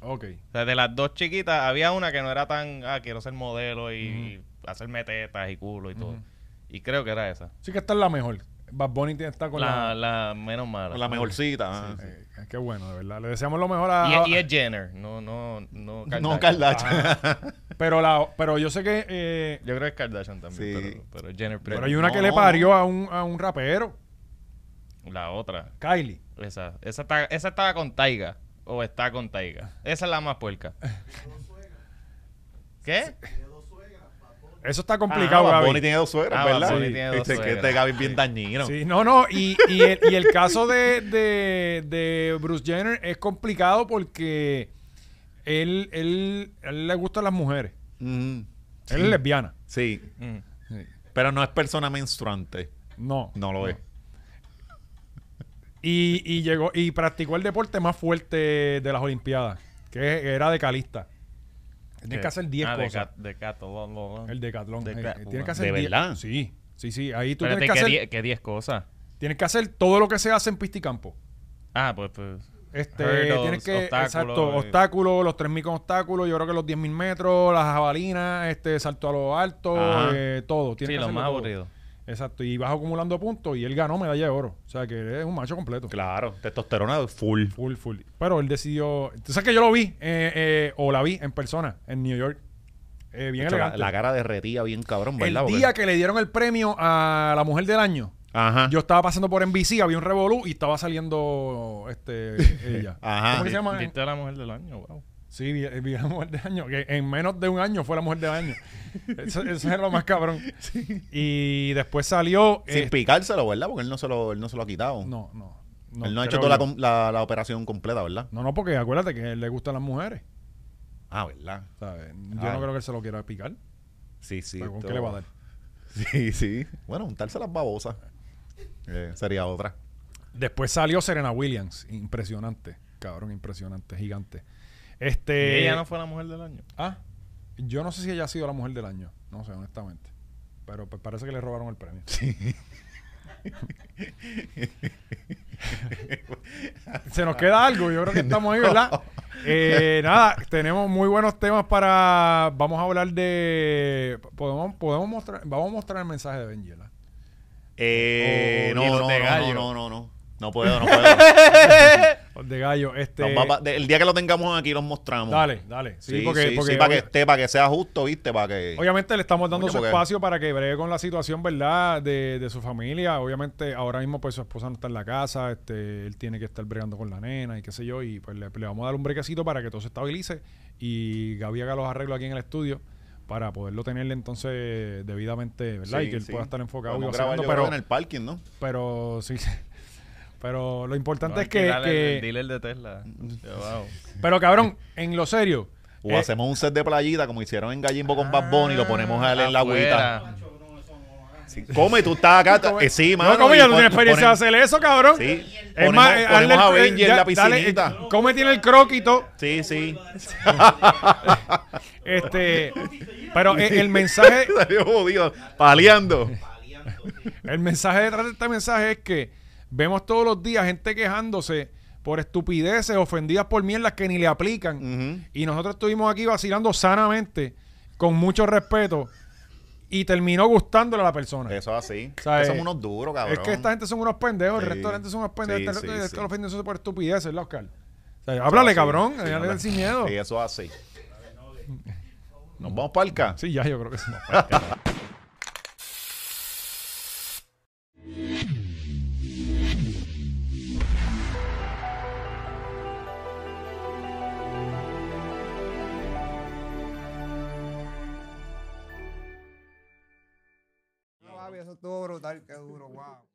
Speaker 1: Ok.
Speaker 2: O sea, de las dos chiquitas había una que no era tan, ah, quiero ser modelo y, y hacerme tetas y culo y todo. Y creo que era esa.
Speaker 1: Sí que esta es la mejor. Bad Bunny tiene- está con
Speaker 2: La,
Speaker 1: la.
Speaker 2: la menos mala.
Speaker 3: Con la mejorcita. ah.
Speaker 1: eh, qué bueno, de verdad. Le deseamos lo mejor a.
Speaker 2: Y, y es Jenner, no, no, no Kardashian.
Speaker 3: No, Kardashian.
Speaker 1: Ah. pero, la, pero yo sé que. eh,
Speaker 2: Yo creo que es Kardashian también,
Speaker 3: Sí.
Speaker 2: pero, pero es Jenner
Speaker 1: pero
Speaker 2: primero.
Speaker 1: hay una
Speaker 3: no,
Speaker 1: que le
Speaker 3: no.
Speaker 1: parió a un, a un rapero,
Speaker 2: La otra,
Speaker 1: Kylie.
Speaker 2: esa, esa, está, esa estaba con Taiga, o está con Taiga. Esa es la más puerca. ¿Qué?
Speaker 1: Eso está complicado,
Speaker 3: Ah, Bad
Speaker 1: Gaby.
Speaker 3: Bunny tiene dos suegras,
Speaker 2: Ah, Bad
Speaker 3: ¿verdad?
Speaker 2: Bunny tiene dos
Speaker 3: Dice que este
Speaker 2: suegras.
Speaker 3: Gaby es bien dañino.
Speaker 1: Sí, no, no. Y, y el, y el caso de, de- de Bruce Jenner es complicado porque él, él, él le gustan las mujeres.
Speaker 3: Mm,
Speaker 1: Él es lesbiana.
Speaker 3: sí,
Speaker 2: Mm.
Speaker 3: pero no es persona menstruante.
Speaker 1: No.
Speaker 3: No lo es.
Speaker 1: Y, y llegó y practicó el deporte más fuerte de las Olimpiadas, que era de calista. Tienes que hacer 10
Speaker 2: Ah, de
Speaker 1: cosas.
Speaker 2: cat- De cato, lo, lo, lo.
Speaker 1: el decatlón.
Speaker 2: de
Speaker 1: eh,
Speaker 2: ca-
Speaker 1: tienes que hacer
Speaker 3: ¿De
Speaker 1: 10.
Speaker 3: verdad?
Speaker 1: Sí. Sí, sí. Ahí tú tienes
Speaker 2: Espérate,
Speaker 1: que,
Speaker 2: ¿qué
Speaker 1: hacer,
Speaker 2: die- ¿qué 10 cosas?
Speaker 1: tienes que hacer todo lo que se hace en Pisticampo.
Speaker 2: Ah, pues, pues.
Speaker 1: Este,
Speaker 2: Hurdles,
Speaker 1: tienes que,
Speaker 2: obstáculos,
Speaker 1: exacto,
Speaker 2: eh.
Speaker 1: obstáculos, los 3.000 con obstáculos, yo creo que los 10.000 metros, las jabalinas, este, salto a lo alto,
Speaker 3: Ajá.
Speaker 1: eh, todo. Tienes
Speaker 2: Sí,
Speaker 1: que
Speaker 2: lo
Speaker 1: hacerlo
Speaker 2: más
Speaker 1: todo.
Speaker 2: aburrido.
Speaker 1: Exacto, y vas acumulando puntos y él ganó medalla de oro. O sea que es un macho completo.
Speaker 3: Claro, testosterona full.
Speaker 1: Full, full. Pero él decidió. Tú sabes que yo lo vi, eh, eh, o la vi en persona, en New York. Eh, bien
Speaker 3: De hecho, la,
Speaker 1: elegante.
Speaker 3: la cara derretía bien cabrón, ¿verdad?
Speaker 1: el
Speaker 3: Porque-
Speaker 1: día que le dieron el premio a la mujer del año,
Speaker 3: Ajá.
Speaker 1: yo estaba pasando por NBC, había un revolú y estaba saliendo este, ella.
Speaker 3: Ajá.
Speaker 1: ¿Cómo que se llama?
Speaker 2: Viste a la mujer del año, wow.
Speaker 1: Sí, vi, vi la mujer del año. Que en menos de un año fue la mujer del año. eso, eso es lo más cabrón. Y después salió.
Speaker 3: Sin
Speaker 1: eh,
Speaker 3: picárselo, ¿verdad? Porque él no se lo, él no se lo ha quitado.
Speaker 1: no, no,
Speaker 3: él no ha hecho
Speaker 1: creo
Speaker 3: toda la,
Speaker 1: yo.
Speaker 3: com- la- la operación completa, ¿verdad?
Speaker 1: No, no, porque acuérdate que a él le gustan las mujeres.
Speaker 3: Ah, ¿verdad?
Speaker 1: ¿sabes? Yo
Speaker 3: Ah.
Speaker 1: no creo que él se lo quiera picar.
Speaker 3: Sí, sí.
Speaker 1: pero ¿Con
Speaker 3: esto-
Speaker 1: qué le va a dar?
Speaker 3: Sí, sí. Bueno, untarse las babosas. Eh, sería otra.
Speaker 1: Después salió Serena Williams. Impresionante. Cabrón, impresionante, gigante.
Speaker 2: Y
Speaker 1: Este.
Speaker 2: ella no fue la mujer del año.
Speaker 1: Ah, yo no sé si ella ha sido la mujer del año. No sé, honestamente. Pero pues, parece que le robaron el premio. Se nos queda algo. Yo creo que estamos ahí, ¿verdad? Eh, nada, tenemos muy buenos temas para. Vamos a hablar de. Podemos, podemos mostrar. Vamos a mostrar el mensaje de Benji, ¿verdad?
Speaker 3: Eh,
Speaker 2: Oh,
Speaker 3: no,
Speaker 2: hilos
Speaker 3: Eh, no,
Speaker 1: Oh,
Speaker 2: de
Speaker 3: no,
Speaker 2: gallo.
Speaker 3: no, no, no, no. No puedo, no puedo.
Speaker 1: de gallo. Este,
Speaker 3: Los mapas, de- el día que lo tengamos aquí los mostramos.
Speaker 1: Dale, dale. Sí,
Speaker 3: Sí,
Speaker 1: porque,
Speaker 3: sí,
Speaker 1: porque
Speaker 3: sí, para que
Speaker 1: obvia-
Speaker 3: esté, para que sea justo, ¿viste? Para que...
Speaker 1: obviamente le estamos dando
Speaker 3: Coño,
Speaker 1: su
Speaker 3: porque-
Speaker 1: espacio para que bregue con la situación, ¿verdad? De, de su familia. Obviamente ahora mismo pues su esposa no está en la casa, este, él tiene que estar bregando con la nena y qué sé yo, y pues le, le vamos a dar un brequecito para que todo se estabilice y Gaby haga los arreglos aquí en el estudio para poderlo tenerle entonces debidamente, ¿verdad?
Speaker 3: Sí,
Speaker 1: y que él
Speaker 3: sí.
Speaker 1: pueda estar enfocado y
Speaker 3: Podemos grabar,
Speaker 1: vacilando,
Speaker 3: yo creo,
Speaker 1: pero,
Speaker 3: en el parking, ¿no?
Speaker 1: pero sí. Pero lo importante
Speaker 2: No,
Speaker 1: es que,
Speaker 2: alquilar el-
Speaker 1: que-
Speaker 2: el dealer de Tesla. Yo, wow.
Speaker 1: pero cabrón, en lo serio,
Speaker 3: O
Speaker 1: eh,
Speaker 3: hacemos un set de playita como hicieron en Gallimbo con Bad Bunny y lo ponemos a él en la
Speaker 2: Afuera.
Speaker 3: agüita. Come, tú estás acá. ta- eh, sí, mano.
Speaker 1: no, como
Speaker 3: y
Speaker 1: ya no
Speaker 3: pon-
Speaker 1: tiene experiencia de
Speaker 3: ponen-
Speaker 1: hacer eso, cabrón.
Speaker 3: Sí.
Speaker 1: Es
Speaker 3: Ponemos-
Speaker 1: más, eh, hazle
Speaker 3: ponemos a
Speaker 1: el-
Speaker 3: Benji
Speaker 1: ya,
Speaker 3: en la
Speaker 1: dale,
Speaker 3: piscinita.
Speaker 1: eh, come tiene el croquito.
Speaker 3: Sí, sí.
Speaker 1: Este, pero eh, el mensaje,
Speaker 3: Salió jodido. Paleando.
Speaker 1: el mensaje detrás de este mensaje es que vemos todos los días gente quejándose por estupideces, ofendidas por mierdas que ni le aplican.
Speaker 3: Ujú.
Speaker 1: Y nosotros estuvimos aquí vacilando sanamente, con mucho respeto, y terminó gustándole a la persona.
Speaker 3: Eso es así.
Speaker 1: O sea,
Speaker 3: Que somos
Speaker 1: eh,
Speaker 3: unos duros, cabrón.
Speaker 1: Es que esta gente son unos pendejos, el
Speaker 3: Sí.
Speaker 1: resto de la gente son unos pendejos, este
Speaker 3: Sí,
Speaker 1: el resto
Speaker 3: sí,
Speaker 1: de
Speaker 3: sí.
Speaker 1: los pendejos son por estupideces, ¿verdad, Oscar? O sea, háblale,
Speaker 3: Sí,
Speaker 1: cabrón,
Speaker 3: sí,
Speaker 1: háblale
Speaker 3: habla.
Speaker 1: sin miedo.
Speaker 3: Sí, eso es así. Nos vamos para el ca.
Speaker 1: Sí, ya, yo creo que sí.
Speaker 8: Eso estuvo brutal, qué duro, wow.